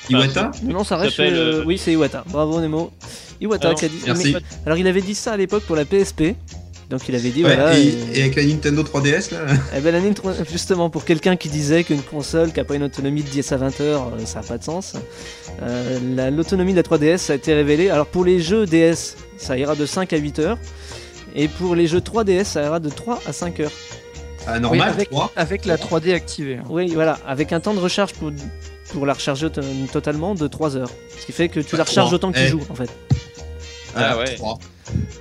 [SPEAKER 1] Iwata
[SPEAKER 2] Non, non, ça reste.
[SPEAKER 5] s'appelle,
[SPEAKER 2] chez, euh,
[SPEAKER 5] euh,
[SPEAKER 2] Oui, c'est Iwata. Bravo Nemo. Iwata
[SPEAKER 5] Ah non,
[SPEAKER 2] qui a dit.
[SPEAKER 1] Merci.
[SPEAKER 2] mais- alors, il avait dit ça à l'époque pour la PSP. Donc, il avait dit
[SPEAKER 1] Ouais,
[SPEAKER 2] voilà.
[SPEAKER 1] et,
[SPEAKER 2] euh,
[SPEAKER 1] et avec la Nintendo 3DS, là
[SPEAKER 2] Eh ben, la Nintendo, justement, pour quelqu'un qui disait qu'une console qui n'a pas une autonomie de 10 à 20 heures, euh, ça n'a pas de sens, euh, la- l'autonomie de la 3DS a été révélée. Alors pour les jeux DS, ça ira de 5 à 8 heures. Et pour les jeux 3DS, ça ira de 3 à 5 heures.
[SPEAKER 1] Ah,
[SPEAKER 4] Oui,
[SPEAKER 1] normal,
[SPEAKER 4] avec,
[SPEAKER 1] 3.
[SPEAKER 4] avec la 3D activée. hein.
[SPEAKER 2] Oui, voilà, avec un temps de recharge pour, pour la recharger auto- totalement de 3 heures. Ce qui fait que tu la recharges
[SPEAKER 1] trois.
[SPEAKER 2] autant que tu
[SPEAKER 1] Eh.
[SPEAKER 2] joues, en fait.
[SPEAKER 5] Ah ouais.
[SPEAKER 1] 3.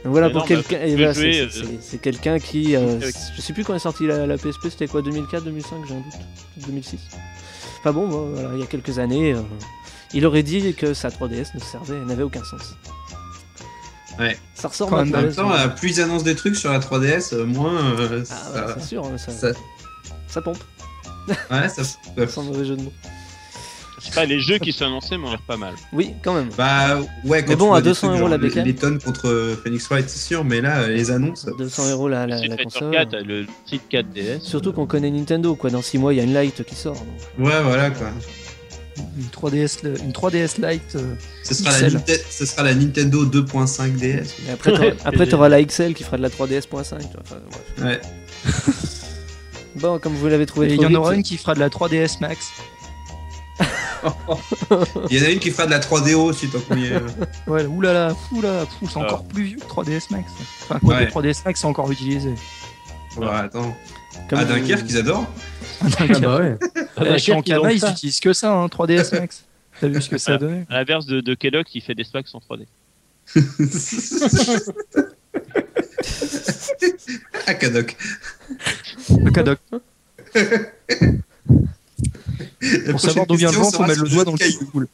[SPEAKER 2] Donc voilà,
[SPEAKER 5] Mais
[SPEAKER 2] pour
[SPEAKER 5] non, mais
[SPEAKER 2] quelqu'un.
[SPEAKER 5] tu
[SPEAKER 2] et
[SPEAKER 5] peux
[SPEAKER 2] voilà,
[SPEAKER 5] jouer,
[SPEAKER 2] c'est-
[SPEAKER 5] euh,
[SPEAKER 2] c'est- c'est quelqu'un qui. euh,
[SPEAKER 5] avec-
[SPEAKER 2] je sais plus quand est sortie la, la PSP, c'était quoi 2004, 2005, j'ai un doute. 2006. Enfin bon, bon, voilà, il y a quelques années, euh, il aurait dit que sa 3DS ne servait, n'avait aucun sens.
[SPEAKER 1] Ouais.
[SPEAKER 2] Ça ressort
[SPEAKER 4] Quand
[SPEAKER 1] En
[SPEAKER 2] maintenant,
[SPEAKER 1] même temps,
[SPEAKER 2] raison.
[SPEAKER 1] euh, plus ils annoncent des trucs sur la 3DS, euh, moins euh,
[SPEAKER 2] hein. Ah,
[SPEAKER 1] ça,
[SPEAKER 2] voilà, c'est sûr, hein, ça,
[SPEAKER 1] ça-
[SPEAKER 2] ça pompe,
[SPEAKER 1] Ouais, ça.
[SPEAKER 2] sans mauvais jeu de mots.
[SPEAKER 5] Je sais pas, les jeux qui sont annoncés m'ont l'air pas mal.
[SPEAKER 2] Oui, quand même.
[SPEAKER 1] Bah ouais, quand
[SPEAKER 2] Mais
[SPEAKER 1] tu
[SPEAKER 2] bon,
[SPEAKER 1] vois
[SPEAKER 2] à
[SPEAKER 1] des
[SPEAKER 2] 200
[SPEAKER 1] trucs
[SPEAKER 2] euros
[SPEAKER 1] genre
[SPEAKER 2] la
[SPEAKER 1] les-
[SPEAKER 2] bécane.
[SPEAKER 1] Les tonnes contre euh, Phoenix Wright, c'est sûr, mais là, euh, les annonces.
[SPEAKER 2] 200 euros la, la,
[SPEAKER 5] Street
[SPEAKER 2] la
[SPEAKER 5] Fighter
[SPEAKER 2] console.
[SPEAKER 5] 4, le Street 4 DS.
[SPEAKER 2] Surtout qu'on connaît Nintendo, quoi. Dans 6 mois, il y a une Lite qui sort. donc.
[SPEAKER 1] Ouais, voilà quoi.
[SPEAKER 4] Une 3DS, le- une 3DS Lite. euh,
[SPEAKER 1] Ce sera, la,
[SPEAKER 4] Pixel.
[SPEAKER 1] Ninte- ce sera la Nintendo 2.5 DS.
[SPEAKER 2] Et après, t'auras- après, t'auras la XL qui fera de la 3DS.5. tu vois, enfin, bref.
[SPEAKER 1] Ouais.
[SPEAKER 2] Bon, comme vous l'avez trouvé
[SPEAKER 4] et il
[SPEAKER 2] trop
[SPEAKER 4] y en
[SPEAKER 2] vite,
[SPEAKER 4] aura une qui fera de la 3DS Max.
[SPEAKER 1] Il y en a une qui fera de la 3DO si tant qu'on y est.
[SPEAKER 4] Ouais, oulala, oulala, fou, c'est
[SPEAKER 5] Ah.
[SPEAKER 4] encore plus vieux que 3DS Max. Enfin, quoi,
[SPEAKER 1] Ouais.
[SPEAKER 4] que 3DS Max, c'est encore utilisé.
[SPEAKER 1] Bah, attends.
[SPEAKER 2] comme
[SPEAKER 1] à
[SPEAKER 2] vous-
[SPEAKER 1] Dunkerque, ils adorent.
[SPEAKER 7] Ah bah ouais.
[SPEAKER 3] Ah,
[SPEAKER 4] Euh,
[SPEAKER 3] Dunkerque, ils
[SPEAKER 4] chez
[SPEAKER 3] ont
[SPEAKER 4] Ankama, ils
[SPEAKER 3] ça.
[SPEAKER 4] utilisent que ça, hein, 3DS Max. T'as vu ce que ça a donné
[SPEAKER 5] À l'inverse de, de Kellogg qui fait des spacks en 3D.
[SPEAKER 1] à Kadok.
[SPEAKER 4] Le Kadok.
[SPEAKER 1] La prochaine
[SPEAKER 4] Pour savoir d'où vient le
[SPEAKER 1] question
[SPEAKER 4] vent, faut
[SPEAKER 1] sera
[SPEAKER 4] mettre le
[SPEAKER 1] sur
[SPEAKER 4] doigt dans le
[SPEAKER 1] jeu de
[SPEAKER 4] cul. Cool.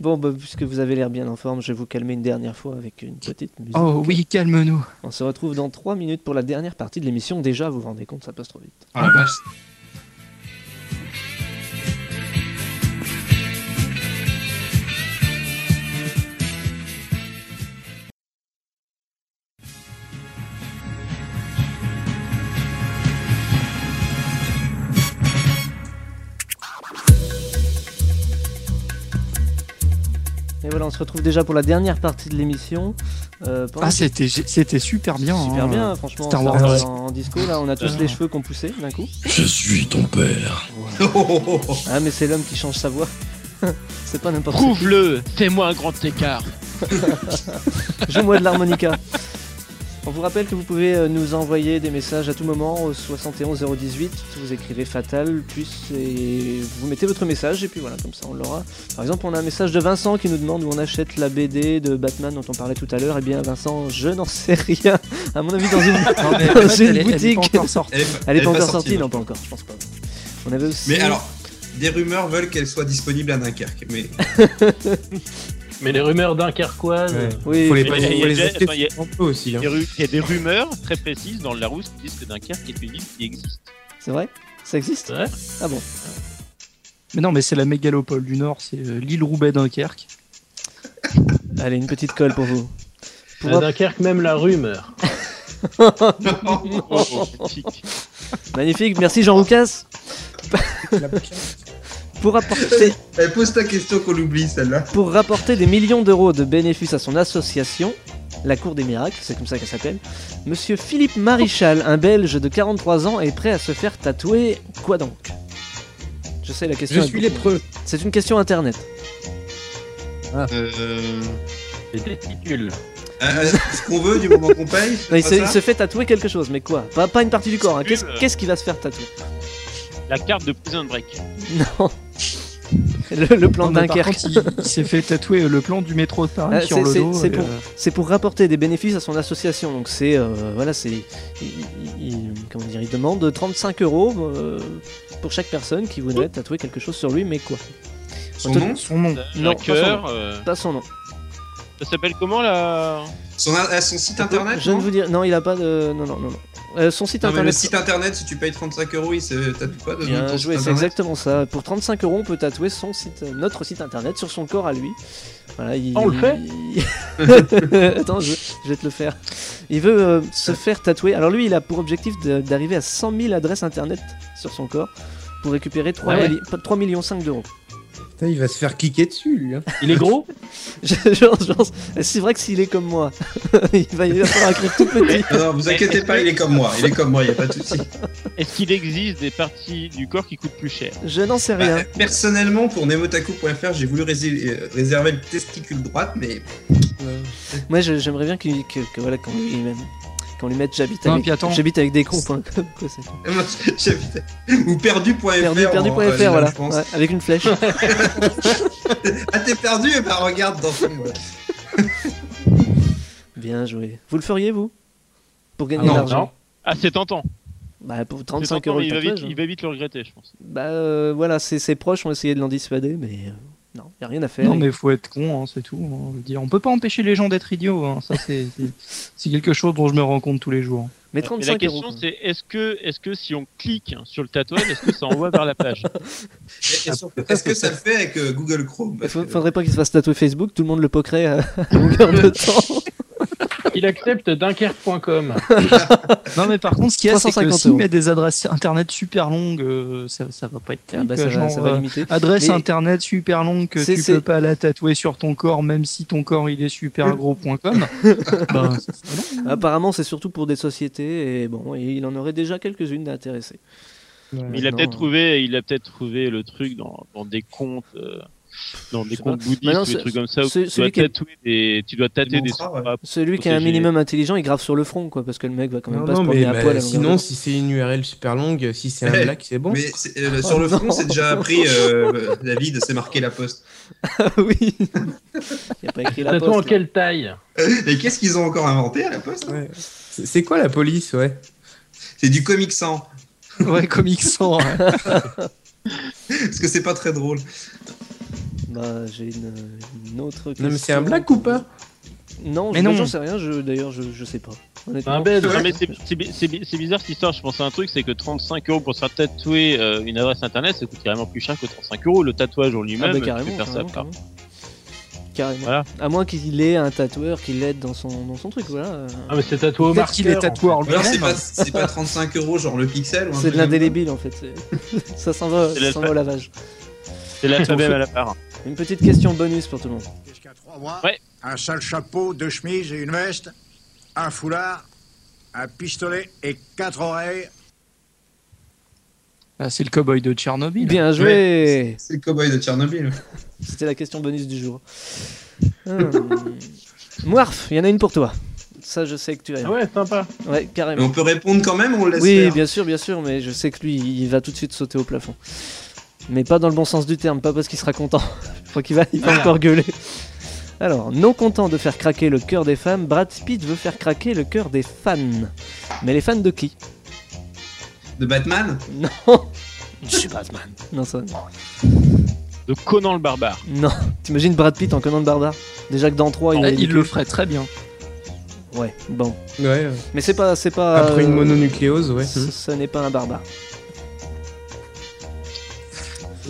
[SPEAKER 2] Bon, bah, puisque vous avez l'air bien en forme, je vais vous calmer une dernière fois avec une petite musique.
[SPEAKER 4] Oh oui, calme-nous.
[SPEAKER 2] On se retrouve dans 3 minutes pour la dernière partie de l'émission. Déjà, vous vous rendez compte, ça passe trop vite.
[SPEAKER 1] Ah, la vache.
[SPEAKER 2] Et voilà, on se retrouve déjà pour la dernière partie de l'émission. Euh, pendant-
[SPEAKER 4] Ah, c'était c'était super bien.
[SPEAKER 2] super
[SPEAKER 4] hein.
[SPEAKER 2] bien, franchement.
[SPEAKER 4] Star
[SPEAKER 2] ça
[SPEAKER 4] Wars.
[SPEAKER 2] reste en, en disco, là, on a tous
[SPEAKER 4] Ah.
[SPEAKER 2] les cheveux qu'on poussait d'un coup.
[SPEAKER 9] Je suis ton père.
[SPEAKER 1] Oh, oh, oh, oh.
[SPEAKER 2] Ah, mais c'est l'homme qui change sa voix. c'est pas n'importe qui.
[SPEAKER 5] Prouve-le Fais-moi un grand écart
[SPEAKER 2] Joue-moi de l'harmonica. On vous rappelle que vous pouvez euh, nous envoyer des messages à tout moment au 71 018. Vous écrivez Fatal, puis c'est- vous mettez votre message et puis voilà, comme ça on l'aura. Par exemple, on a un message de Vincent qui nous demande où on achète la BD de Batman dont on parlait tout à l'heure. Eh bien, Vincent, je n'en sais rien. À mon avis, dans une,
[SPEAKER 4] Non, mais
[SPEAKER 2] dans
[SPEAKER 4] en fait,
[SPEAKER 2] une
[SPEAKER 4] elle est- elle est pas
[SPEAKER 2] boutique.
[SPEAKER 4] encore sortie.
[SPEAKER 1] Elle est,
[SPEAKER 2] Elle est pas
[SPEAKER 1] elle est
[SPEAKER 2] encore sortie,
[SPEAKER 1] non.
[SPEAKER 2] non, pas encore, je pense pas. On avait aussi.
[SPEAKER 1] Mais alors, des rumeurs veulent qu'elle soit disponible à Dunkerque. Mais
[SPEAKER 3] Mais les rumeurs dunkerquoises.
[SPEAKER 7] Ouais.
[SPEAKER 2] Oui,
[SPEAKER 7] Faut les
[SPEAKER 5] mais
[SPEAKER 7] pas
[SPEAKER 5] il y a- il y
[SPEAKER 7] faut
[SPEAKER 5] a
[SPEAKER 7] les
[SPEAKER 5] déjà-
[SPEAKER 7] acheter
[SPEAKER 5] attends, il y a-
[SPEAKER 7] un peu aussi. hein.
[SPEAKER 5] Il y a ru- il y a des rumeurs très précises dans le Larousse qui disent que Dunkerque est une ville qui existe.
[SPEAKER 2] c'est vrai Ça existe
[SPEAKER 3] C'est vrai
[SPEAKER 2] Ah bon
[SPEAKER 4] Mais non, mais c'est la mégalopole du Nord, c'est euh, l'île Roubaix-Dunkerque.
[SPEAKER 2] Allez, une petite colle pour vous. Pour
[SPEAKER 3] À euh, Dunkerque, même la rumeur.
[SPEAKER 1] Oh,
[SPEAKER 2] Magnifique, merci Jean-Roucas. pour, apporter,
[SPEAKER 1] Eh, pose ta question qu'on oublie celle-là.
[SPEAKER 2] pour rapporter des millions d'euros de bénéfices à son association, la Cour des Miracles, c'est comme ça qu'elle s'appelle, Monsieur Philippe Marichal, un Belge de 43 ans, est prêt à se faire tatouer quoi donc Je sais la question.
[SPEAKER 7] Je
[SPEAKER 2] est
[SPEAKER 7] suis
[SPEAKER 2] beaucoup-
[SPEAKER 7] lépreux.
[SPEAKER 2] C'est une question internet.
[SPEAKER 1] Euh,
[SPEAKER 3] Les testicules.
[SPEAKER 1] euh, ce qu'on veut du moment qu'on paye.
[SPEAKER 2] Non,
[SPEAKER 1] c'est
[SPEAKER 2] il,
[SPEAKER 1] pas
[SPEAKER 2] se, il
[SPEAKER 1] Ah ça
[SPEAKER 2] se fait tatouer quelque chose, mais quoi pas, pas une partie du corps. hein. Qu'est-ce
[SPEAKER 5] Une, euh,
[SPEAKER 2] qu'est-ce qu'il va se faire tatouer
[SPEAKER 5] La carte de Prison Break.
[SPEAKER 2] Non. Le, le plan
[SPEAKER 4] Non,
[SPEAKER 2] de
[SPEAKER 4] mais par
[SPEAKER 2] Dunkerque.
[SPEAKER 4] contre, il, il s'est fait tatouer le plan du métro de Paris
[SPEAKER 2] Ah,
[SPEAKER 4] sur
[SPEAKER 2] c'est-
[SPEAKER 4] le
[SPEAKER 2] c'est-
[SPEAKER 4] dos.
[SPEAKER 2] C'est
[SPEAKER 4] et,
[SPEAKER 2] pour,
[SPEAKER 4] euh,
[SPEAKER 2] c'est pour rapporter des bénéfices à son association. Donc c'est euh, voilà, c'est il, il- il- comment dire, il demande 35 euros euh, pour chaque personne qui voudrait tatouer quelque chose sur lui, mais quoi
[SPEAKER 1] Son
[SPEAKER 2] On te-
[SPEAKER 1] nom
[SPEAKER 4] son nom.
[SPEAKER 2] Non,
[SPEAKER 5] Un
[SPEAKER 2] pas son
[SPEAKER 5] cœur.
[SPEAKER 2] nom.
[SPEAKER 5] euh,
[SPEAKER 2] Pas son nom.
[SPEAKER 5] Ça s'appelle comment la
[SPEAKER 1] Son, euh, son site internet
[SPEAKER 2] Je
[SPEAKER 1] non
[SPEAKER 2] ne vous dire. Non, il a pas de. Non, non, non, non. Euh, son site
[SPEAKER 1] Non, mais le
[SPEAKER 2] internet.
[SPEAKER 1] site internet, si tu payes 35 euros, il se tatoue pas dedans.
[SPEAKER 2] Bien
[SPEAKER 1] ton
[SPEAKER 2] joué,
[SPEAKER 1] site
[SPEAKER 2] c'est
[SPEAKER 1] internet
[SPEAKER 2] exactement ça. Pour 35 euros, on peut tatouer son site, notre site internet sur son corps à lui. Voilà, il-
[SPEAKER 3] On le fait
[SPEAKER 2] il- Attends, je, je vais te le faire. Il veut euh, se faire tatouer. Alors lui, il a pour objectif de- d'arriver à 100 000 adresses internet sur son corps pour récupérer 3,
[SPEAKER 3] Ah ouais.
[SPEAKER 2] millions 5 d'euros.
[SPEAKER 7] Putain, il va se faire cliquer dessus, lui. hein.
[SPEAKER 3] Il est gros
[SPEAKER 2] Je- genre, genre, c'est vrai que s'il est comme moi, il va y avoir un écrire tout petit.
[SPEAKER 1] Non, non, vous inquiétez pas, il est comme moi. Il est comme moi, il n'y a pas de souci.
[SPEAKER 5] Est-ce qu'il existe des parties du corps qui coûtent plus cher
[SPEAKER 2] Je n'en sais
[SPEAKER 1] Bah,
[SPEAKER 2] rien.
[SPEAKER 1] personnellement, pour nemotaku.fr, j'ai voulu résé- euh, réserver le testicule droite, mais
[SPEAKER 2] Moi, je- j'aimerais bien qu'il- que, que voilà qu'on lui, qu'on lui mette j'habite
[SPEAKER 4] Non,
[SPEAKER 2] avec,
[SPEAKER 4] puis attends.
[SPEAKER 2] j'habite avec des cons. point com, quoi, c'est-
[SPEAKER 1] j'habitais. Ou perdu.fr.
[SPEAKER 2] Perdu,
[SPEAKER 1] en-
[SPEAKER 2] perdu.fr,
[SPEAKER 1] en général,
[SPEAKER 2] voilà,
[SPEAKER 1] hein, euh, je pense.
[SPEAKER 2] Ouais, avec une flèche.
[SPEAKER 1] Ah, t'es perdu Eh ben, regarde dans ton. voilà.
[SPEAKER 2] Bien joué. Vous le feriez, vous Pour
[SPEAKER 7] Ah
[SPEAKER 2] gagner
[SPEAKER 7] non,
[SPEAKER 2] de l'argent
[SPEAKER 5] Ah, c'est tentant.
[SPEAKER 2] Bah, pour
[SPEAKER 5] C'est
[SPEAKER 2] 35
[SPEAKER 5] tentant,
[SPEAKER 2] euros
[SPEAKER 5] mais il,
[SPEAKER 2] le
[SPEAKER 5] va vite,
[SPEAKER 2] tatouage, hein.
[SPEAKER 5] il va vite le regretter, je pense.
[SPEAKER 2] Bah, euh, voilà, ses, ses proches ont essayé de l'en dissuader, mais euh, non, y a rien à faire.
[SPEAKER 4] Non mais faut être con, hein, c'est tout. hein, je veux dire. On peut pas empêcher les gens d'être idiots. hein, Ça c'est c'est- c'est quelque chose dont je me rends compte tous les jours.
[SPEAKER 2] mais
[SPEAKER 5] Mais la
[SPEAKER 2] 35 euros.
[SPEAKER 5] question, c'est est-ce que, est que si on clique sur le tatouage, est-ce que ça envoie vers la page
[SPEAKER 1] Et- et surtout, Est-ce que ça le fait avec euh, Google Chrome
[SPEAKER 2] Il faudrait pas qu'il se fasse tatouer Facebook, tout le monde le poquerait euh. à à longueur de temps.
[SPEAKER 3] Il accepte dunkerque.com.
[SPEAKER 4] Non mais par contre, ce qu'il y a, c'est que
[SPEAKER 2] 350
[SPEAKER 4] s'ils
[SPEAKER 2] euros.
[SPEAKER 4] mettent des adresses internet super longues, euh, ça, ça va pas être
[SPEAKER 2] Ah
[SPEAKER 4] terrible.
[SPEAKER 2] bah, ça, va,
[SPEAKER 4] genre,
[SPEAKER 2] ça va
[SPEAKER 4] euh,
[SPEAKER 2] limiter.
[SPEAKER 4] Adresse
[SPEAKER 2] Mais-
[SPEAKER 4] internet super longue que
[SPEAKER 2] C'est-
[SPEAKER 4] tu
[SPEAKER 2] c'est-
[SPEAKER 4] peux pas la tatouer sur ton corps, même si ton corps il est super gros.com. ben,
[SPEAKER 2] Apparemment, c'est surtout pour des sociétés, et bon, et il en aurait déjà quelques-unes d'intéressées.
[SPEAKER 5] Mais Il a
[SPEAKER 2] Non,
[SPEAKER 5] peut-être
[SPEAKER 2] euh.
[SPEAKER 5] trouvé, il a peut-être trouvé le truc dans, dans des comptes, euh, dans
[SPEAKER 2] Je
[SPEAKER 5] des
[SPEAKER 2] sais
[SPEAKER 5] comptes
[SPEAKER 2] pas.
[SPEAKER 5] bouddhistes,
[SPEAKER 2] Maintenant,
[SPEAKER 5] ou des
[SPEAKER 2] ce-
[SPEAKER 5] trucs comme ça. Où
[SPEAKER 2] ce-
[SPEAKER 5] tu
[SPEAKER 2] celui
[SPEAKER 5] dois
[SPEAKER 2] qui est-
[SPEAKER 5] tatouer des, tu dois tâter
[SPEAKER 1] Des
[SPEAKER 5] des
[SPEAKER 1] mantras, ouais.
[SPEAKER 5] sutras.
[SPEAKER 2] Celui qui a un
[SPEAKER 5] Parce que j'ai-
[SPEAKER 2] minimum intelligent, il grave sur le front, quoi, parce que le mec va quand même
[SPEAKER 7] Non,
[SPEAKER 2] pas se
[SPEAKER 7] non,
[SPEAKER 2] promener
[SPEAKER 7] mais
[SPEAKER 2] à
[SPEAKER 7] bah,
[SPEAKER 2] poil. hein, à longueur de
[SPEAKER 7] sinon,
[SPEAKER 2] temps.
[SPEAKER 7] si c'est une URL super longue, si c'est un
[SPEAKER 1] Eh,
[SPEAKER 7] black, c'est bon.
[SPEAKER 1] Mais c'est- euh,
[SPEAKER 2] Oh
[SPEAKER 1] sur le front, c'est déjà appris, euh, David, c'est marqué la poste.
[SPEAKER 2] Ah oui Il a pas écrit la
[SPEAKER 3] Tatoué en
[SPEAKER 2] poste.
[SPEAKER 3] quelle taille
[SPEAKER 1] Mais qu'est-ce qu'ils ont encore inventé à la poste
[SPEAKER 7] Ouais. C'est c'est quoi la police, ouais
[SPEAKER 1] C'est du comic sans.
[SPEAKER 4] ouais, comic sans. ouais.
[SPEAKER 1] Parce que c'est pas très drôle.
[SPEAKER 2] Bah, j'ai une, une autre question.
[SPEAKER 7] Non, mais c'est un black ou pas
[SPEAKER 2] Non,
[SPEAKER 4] Mais
[SPEAKER 2] je-
[SPEAKER 4] non.
[SPEAKER 2] j'en sais rien, je, d'ailleurs, je, je sais pas.
[SPEAKER 3] C'est
[SPEAKER 2] Honnêtement. Ah,
[SPEAKER 3] un bed.
[SPEAKER 5] Non, mais c'est- c'est bi- c'est bi- c'est bizarre cette histoire. Je pense à un truc, c'est que 35 euros pour se faire tatouer euh, une adresse internet, ça coûte carrément plus cher que 35 euros. Le tatouage en
[SPEAKER 2] Ah
[SPEAKER 5] lui-même,
[SPEAKER 2] bah,
[SPEAKER 5] tu
[SPEAKER 2] carrément.
[SPEAKER 5] peux faire ça
[SPEAKER 2] carrément,
[SPEAKER 5] à part.
[SPEAKER 2] carrément. Carrément.
[SPEAKER 5] Voilà.
[SPEAKER 2] À moins qu'il ait un tatoueur qui l'aide dans son, dans son truc, voilà. euh.
[SPEAKER 3] Ah, mais c'est tatoué au
[SPEAKER 4] Peut-être qu'il est
[SPEAKER 3] marqueur.
[SPEAKER 4] tatoueur
[SPEAKER 1] Ou alors, c'est
[SPEAKER 4] lui-même.
[SPEAKER 1] pas, c'est pas 35 euros, genre le pixel. ou un
[SPEAKER 2] C'est
[SPEAKER 1] truc
[SPEAKER 2] de
[SPEAKER 1] comme ça.
[SPEAKER 2] l'indélébile en fait. c'est- ça s'en va,
[SPEAKER 5] C'est
[SPEAKER 2] ça s'en va au lavage.
[SPEAKER 5] C'est l'alphabet à la part.
[SPEAKER 2] Une petite question bonus pour tout le monde.
[SPEAKER 10] Jusqu'à trois mois.
[SPEAKER 5] Ouais.
[SPEAKER 10] Un sale chapeau, deux chemises et une veste, un foulard, un pistolet et quatre oreilles.
[SPEAKER 4] Ah, c'est le cowboy de Tchernobyl.
[SPEAKER 2] Bien joué
[SPEAKER 1] C'est le cowboy de Tchernobyl.
[SPEAKER 2] C'était la question bonus du jour. Hum. Moirf, il y en a une pour toi. Ça, je sais que tu as.
[SPEAKER 3] Ah ouais, sympa.
[SPEAKER 2] ouais,
[SPEAKER 1] Mais
[SPEAKER 2] carrément.
[SPEAKER 1] on peut répondre quand même, on le laisse
[SPEAKER 2] Oui,
[SPEAKER 1] faire.
[SPEAKER 2] bien sûr, bien sûr, mais je sais que lui, il va tout de suite sauter au plafond. Mais pas dans le bon sens du terme, pas parce qu'il sera content. Je crois qu'il va, il va
[SPEAKER 7] Ah.
[SPEAKER 2] encore gueuler. Alors, non content de faire craquer le cœur des femmes, Brad Pitt veut faire craquer le cœur des fans. Mais les fans de qui
[SPEAKER 1] De Batman
[SPEAKER 2] Non Je suis Batman. Non, ça. non.
[SPEAKER 5] De Conan le barbare.
[SPEAKER 2] Non. T'imagines Brad Pitt en Conan le barbare Déjà que dans 3, il
[SPEAKER 4] Ah,
[SPEAKER 2] a
[SPEAKER 4] il le ferait très bien.
[SPEAKER 2] Ouais, bon.
[SPEAKER 7] Ouais. euh,
[SPEAKER 2] Mais c'est pas. c'est pas
[SPEAKER 7] Après une
[SPEAKER 2] euh,
[SPEAKER 7] mononucléose, ouais. Mhm.
[SPEAKER 2] Ce, ce n'est pas un barbare.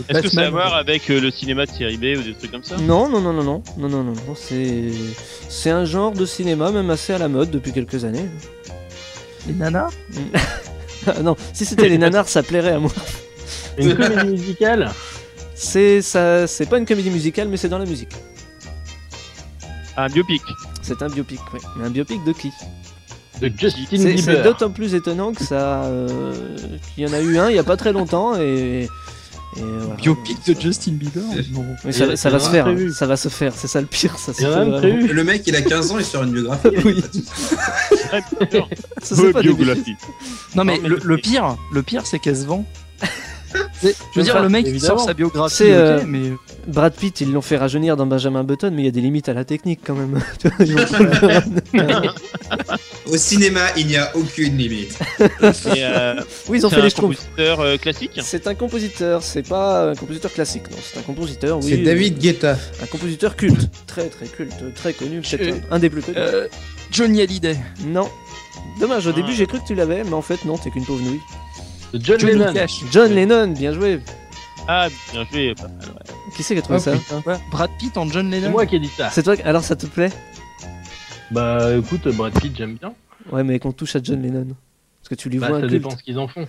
[SPEAKER 5] Est-ce que ça a à voir avec euh, le cinéma de série B ou des trucs comme ça
[SPEAKER 2] Non, non, non, non, non, non, non, non, non, c'est c'est un genre de cinéma même assez à la mode depuis quelques années.
[SPEAKER 4] Les nanas
[SPEAKER 2] Ah non, si c'était les nanars, ça plairait à moi.
[SPEAKER 3] Une comédie musicale
[SPEAKER 2] C'est ça, c'est pas une comédie musicale, mais c'est dans la musique.
[SPEAKER 5] Un biopic.
[SPEAKER 2] C'est un biopic, oui. Mais un biopic de qui
[SPEAKER 3] de Justin
[SPEAKER 2] C'est c'est
[SPEAKER 3] Bieber.
[SPEAKER 2] d'autant plus étonnant que ça, euh, qu'il y en a eu un il y a pas très longtemps et, et voilà.
[SPEAKER 4] Biopic de Justin Bieber.
[SPEAKER 2] Mais ça, va- ça
[SPEAKER 3] Il y
[SPEAKER 2] va
[SPEAKER 3] en
[SPEAKER 2] se
[SPEAKER 3] a
[SPEAKER 2] faire,
[SPEAKER 3] prévu.
[SPEAKER 2] hein. ça va se faire, c'est ça le pire, ça se
[SPEAKER 3] Il y en a
[SPEAKER 2] fait
[SPEAKER 3] même
[SPEAKER 2] vraiment.
[SPEAKER 3] prévu.
[SPEAKER 1] Le mec, il a 15 ans, il sort une biographie.
[SPEAKER 2] Oui.
[SPEAKER 5] Ah, bien sûr.
[SPEAKER 2] Ça, c'est pas des
[SPEAKER 5] Biographie.
[SPEAKER 4] Non mais
[SPEAKER 5] mais
[SPEAKER 4] le,
[SPEAKER 5] le-
[SPEAKER 4] le pire, le pire c'est qu'elle se vend. Je veux dire,
[SPEAKER 2] Enfin,
[SPEAKER 4] le mec il
[SPEAKER 3] évidemment.
[SPEAKER 4] sort sa biographie,
[SPEAKER 2] C'est,
[SPEAKER 4] ok,
[SPEAKER 2] euh,
[SPEAKER 4] mais
[SPEAKER 2] Brad Pitt, ils l'ont fait rajeunir dans Benjamin Button, mais il y a des limites à la technique quand même. Ils l'ont pris le-
[SPEAKER 1] Au cinéma, il n'y a aucune limite.
[SPEAKER 5] Et, euh,
[SPEAKER 2] oui, ils ont
[SPEAKER 5] c'est
[SPEAKER 2] fait
[SPEAKER 5] un
[SPEAKER 2] les schtroumpfs.
[SPEAKER 5] compositeur euh, classique.
[SPEAKER 2] C'est un compositeur, c'est pas un compositeur classique, non, c'est un compositeur, oui.
[SPEAKER 7] C'est David Guetta.
[SPEAKER 2] euh, Un compositeur culte, très très culte, très connu, peut-être
[SPEAKER 4] Euh,
[SPEAKER 2] un des plus connus.
[SPEAKER 4] euh, Johnny Hallyday,
[SPEAKER 2] Non. Dommage, au
[SPEAKER 5] Ah.
[SPEAKER 2] début j'ai cru que tu l'avais, mais en fait non, t'es qu'une pauvre nouille.
[SPEAKER 3] John
[SPEAKER 4] Johnny
[SPEAKER 3] Lennon.
[SPEAKER 4] Cash,
[SPEAKER 2] John Lennon, bien joué.
[SPEAKER 5] Ah, bien joué. pas mal, ouais.
[SPEAKER 2] Qui c'est qui a trouvé
[SPEAKER 7] Oh,
[SPEAKER 2] ça
[SPEAKER 4] ouais, Brad Pitt en John
[SPEAKER 3] C'est
[SPEAKER 4] Lennon.
[SPEAKER 3] moi qui ai dit ça.
[SPEAKER 2] C'est toi qui- Alors ça te plaît
[SPEAKER 3] Bah écoute, Brad Pitt, j'aime bien.
[SPEAKER 2] Ouais, mais qu'on touche à John Lennon. Parce que tu lui
[SPEAKER 3] Bah,
[SPEAKER 2] vois un
[SPEAKER 3] ça
[SPEAKER 2] culte.
[SPEAKER 3] dépend ce qu'ils en font.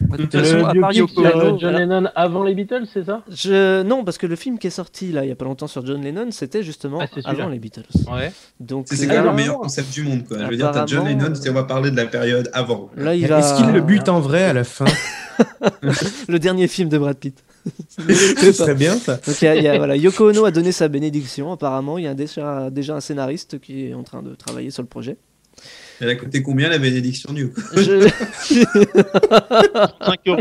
[SPEAKER 4] Bah, de toute façon, à
[SPEAKER 3] biopic
[SPEAKER 4] Paris,
[SPEAKER 3] sur, euh,
[SPEAKER 2] Commodore,
[SPEAKER 3] John
[SPEAKER 2] voilà.
[SPEAKER 3] Lennon avant les Beatles, c'est ça
[SPEAKER 2] Je... Non, parce que le film qui est sorti là, il y a pas longtemps sur John Lennon, c'était justement
[SPEAKER 3] Ah, c'est celui-là.
[SPEAKER 2] avant les Beatles.
[SPEAKER 3] Ouais.
[SPEAKER 2] Donc
[SPEAKER 1] C'est
[SPEAKER 2] euh,
[SPEAKER 1] c'est quand même le
[SPEAKER 3] Ah,
[SPEAKER 1] meilleur
[SPEAKER 3] non.
[SPEAKER 1] concept du monde, quoi. Je veux dire, t'as John
[SPEAKER 2] Apparemment,
[SPEAKER 1] Lennon, tu sais, on va parler de la période avant.
[SPEAKER 2] là il va.
[SPEAKER 7] Est-ce qu'il le bute en vrai à la fin
[SPEAKER 2] Le dernier film de Brad Pitt.
[SPEAKER 7] Ce serait bien ça.
[SPEAKER 2] Donc il y a- il y a- voilà, Yoko Ono a donné sa bénédiction apparemment. Il y a déjà, déjà un scénariste qui est en train de travailler sur le projet.
[SPEAKER 1] Elle a coûté combien la bénédiction du coup
[SPEAKER 2] Je...
[SPEAKER 5] 5 euros.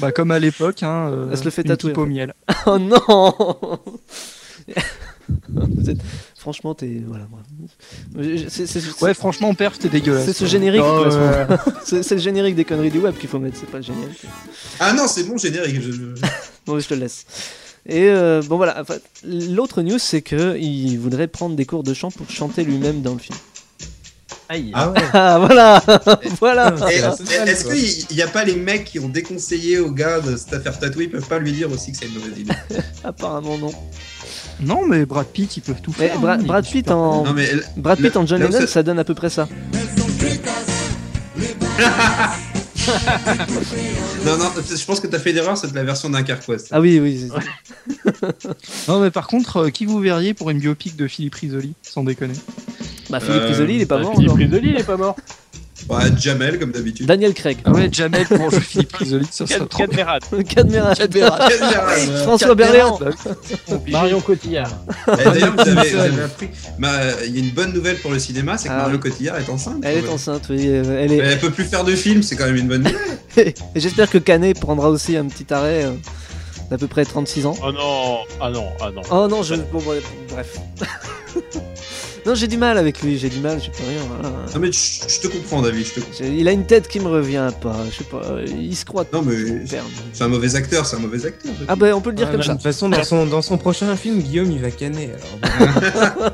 [SPEAKER 4] Bah, comme à l'époque, hein, euh,
[SPEAKER 2] Elle se le fait
[SPEAKER 4] une
[SPEAKER 2] tatouer,
[SPEAKER 4] pipe
[SPEAKER 2] en
[SPEAKER 4] au miel.
[SPEAKER 2] Oh non Vous êtes- Franchement, t'es. Voilà, moi. Je- je- c'est- c'est-
[SPEAKER 4] Ouais, franchement, en perf, c'était dégueulasse.
[SPEAKER 2] C'est ce générique,
[SPEAKER 7] Non,
[SPEAKER 2] de toute façon.
[SPEAKER 7] euh,
[SPEAKER 2] C'est c'est le générique des conneries du web qu'il faut mettre, c'est pas le générique.
[SPEAKER 1] Ah non, c'est bon, générique. je- je-
[SPEAKER 2] Bon, je te le laisse. Et euh, bon, voilà. enfin, L'autre news, c'est que il voudrait prendre des cours de chant pour chanter lui-même dans le film.
[SPEAKER 3] Aïe.
[SPEAKER 7] Ah ouais. Ah,
[SPEAKER 2] Ah, voilà
[SPEAKER 9] euh,
[SPEAKER 2] Voilà
[SPEAKER 1] Ah. Et-
[SPEAKER 7] la
[SPEAKER 1] et-
[SPEAKER 7] totale,
[SPEAKER 1] Est-ce
[SPEAKER 7] quoi.
[SPEAKER 1] qu'il n'y a pas les mecs qui ont déconseillé au gars de se faire tatouer Ils peuvent pas lui dire aussi que c'est une mauvaise idée.
[SPEAKER 2] Apparemment, non.
[SPEAKER 4] Non, mais Brad Pitt, ils peuvent tout
[SPEAKER 2] Mais
[SPEAKER 4] faire.
[SPEAKER 2] Bra-
[SPEAKER 4] hein, ils-
[SPEAKER 2] Brad Pitt en.
[SPEAKER 1] Non, mais l-
[SPEAKER 2] Brad Pitt
[SPEAKER 1] le-
[SPEAKER 2] en John
[SPEAKER 1] là où
[SPEAKER 2] Lennon,
[SPEAKER 1] ça-
[SPEAKER 2] ça donne à peu près ça.
[SPEAKER 1] non, non, je pense que t'as fait l'erreur, c'est de la version d'un Quest.
[SPEAKER 2] Ah oui, oui. c'est- hein.
[SPEAKER 4] Non, mais par contre, euh, qui vous verriez pour une biopic de Philippe Risoli, sans déconner
[SPEAKER 2] Bah, Philippe
[SPEAKER 1] Euh,
[SPEAKER 2] Risoli, il est pas
[SPEAKER 3] Ah,
[SPEAKER 2] mort
[SPEAKER 3] Philippe
[SPEAKER 2] encore.
[SPEAKER 3] Risoli, il est pas mort.
[SPEAKER 1] Ouais, Jamel, comme d'habitude.
[SPEAKER 2] Daniel Craig.
[SPEAKER 4] Ah ouais, Jamel pour jouer Philippe Risoli, ça serait
[SPEAKER 5] Quatre-
[SPEAKER 4] trop.
[SPEAKER 5] quatre verrades.
[SPEAKER 2] Cadmerat.
[SPEAKER 1] Jamel.
[SPEAKER 2] François Berléand.
[SPEAKER 3] Marion Cotillard.
[SPEAKER 1] Eh, D'ailleurs, vous avez, vous avez appris. Bah, euh, il y a une bonne nouvelle pour le cinéma, c'est que
[SPEAKER 2] Ah
[SPEAKER 1] Mario
[SPEAKER 2] oui.
[SPEAKER 1] Cotillard est enceinte.
[SPEAKER 2] Elle est
[SPEAKER 1] Ouais.
[SPEAKER 2] enceinte, oui. euh, Elle est...
[SPEAKER 1] Mais elle peut plus faire de film, c'est quand même une bonne
[SPEAKER 2] Et
[SPEAKER 1] nouvelle.
[SPEAKER 2] J'espère que Canet prendra aussi un petit arrêt euh, d'à peu près 36 ans.
[SPEAKER 5] Oh non, ah non, ah non.
[SPEAKER 2] Oh non, je. Bon, bon, bref. non, j'ai du mal avec lui, j'ai du mal, je peux rien. voilà.
[SPEAKER 1] Non mais je je te comprends, David. Je te... comprends.
[SPEAKER 2] J'ai- Il a une tête qui me revient pas, je sais pas, euh, il se croit.
[SPEAKER 1] Non mais
[SPEAKER 2] Merde.
[SPEAKER 1] c'est un mauvais acteur, c'est un mauvais acteur.
[SPEAKER 2] Ah bah, on peut le dire
[SPEAKER 7] Ah,
[SPEAKER 2] comme
[SPEAKER 7] non,
[SPEAKER 2] ça.
[SPEAKER 7] De toute façon, dans son, dans son prochain film, Guillaume il va canner. Alors, bon.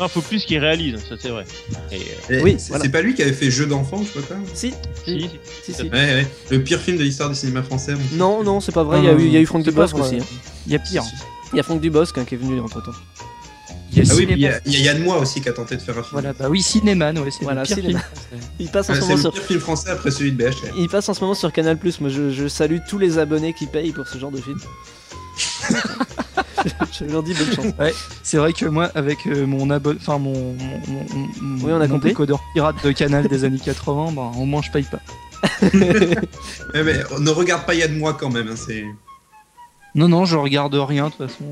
[SPEAKER 5] Non, faut plus qu'il réalise, ça c'est vrai. Et, euh,
[SPEAKER 1] Et
[SPEAKER 2] oui,
[SPEAKER 1] c'est
[SPEAKER 2] voilà.
[SPEAKER 1] c'est pas lui qui avait fait Jeu d'enfant, je sais pas quoi.
[SPEAKER 2] Si,
[SPEAKER 5] si,
[SPEAKER 2] si, si.
[SPEAKER 1] Ouais, ouais. Le pire film de l'histoire du cinéma français. mon-
[SPEAKER 2] Non, non, c'est pas vrai, il y a eu, il y a eu Franck
[SPEAKER 4] C'est
[SPEAKER 2] Dubosc
[SPEAKER 4] pas vrai.
[SPEAKER 2] aussi. hein.
[SPEAKER 4] Il y a pire.
[SPEAKER 2] Il y a Franck Dubosc hein, qui est venu entre temps.
[SPEAKER 1] Ah oui, puis il y, a- il y a Yann Moi aussi qui a tenté de faire un film.
[SPEAKER 4] Voilà, bah oui, Cinéman, ouais, c'est
[SPEAKER 2] Voilà,
[SPEAKER 4] le pire
[SPEAKER 2] Cinéman.
[SPEAKER 4] film.
[SPEAKER 2] Il passe en
[SPEAKER 1] Ouais,
[SPEAKER 2] ce moment
[SPEAKER 1] c'est le
[SPEAKER 2] sur.
[SPEAKER 1] pire film français après celui de BHL.
[SPEAKER 2] Il passe en ce moment sur Canal Plus. Moi, je, je salue tous les abonnés qui payent pour ce genre de film. je leur dis bonne chance.
[SPEAKER 4] C'est vrai que moi, avec euh, mon abonnement, enfin mon, mon, mon- mon-
[SPEAKER 2] Oui, on a
[SPEAKER 4] mon
[SPEAKER 2] compris.
[SPEAKER 4] décodeur pirate de canal des années 80, bah, au moins je paye pas.
[SPEAKER 1] Ouais, mais on ne regarde pas Yann Moi quand même. hein, c'est
[SPEAKER 4] Non, non, je regarde rien de toute façon.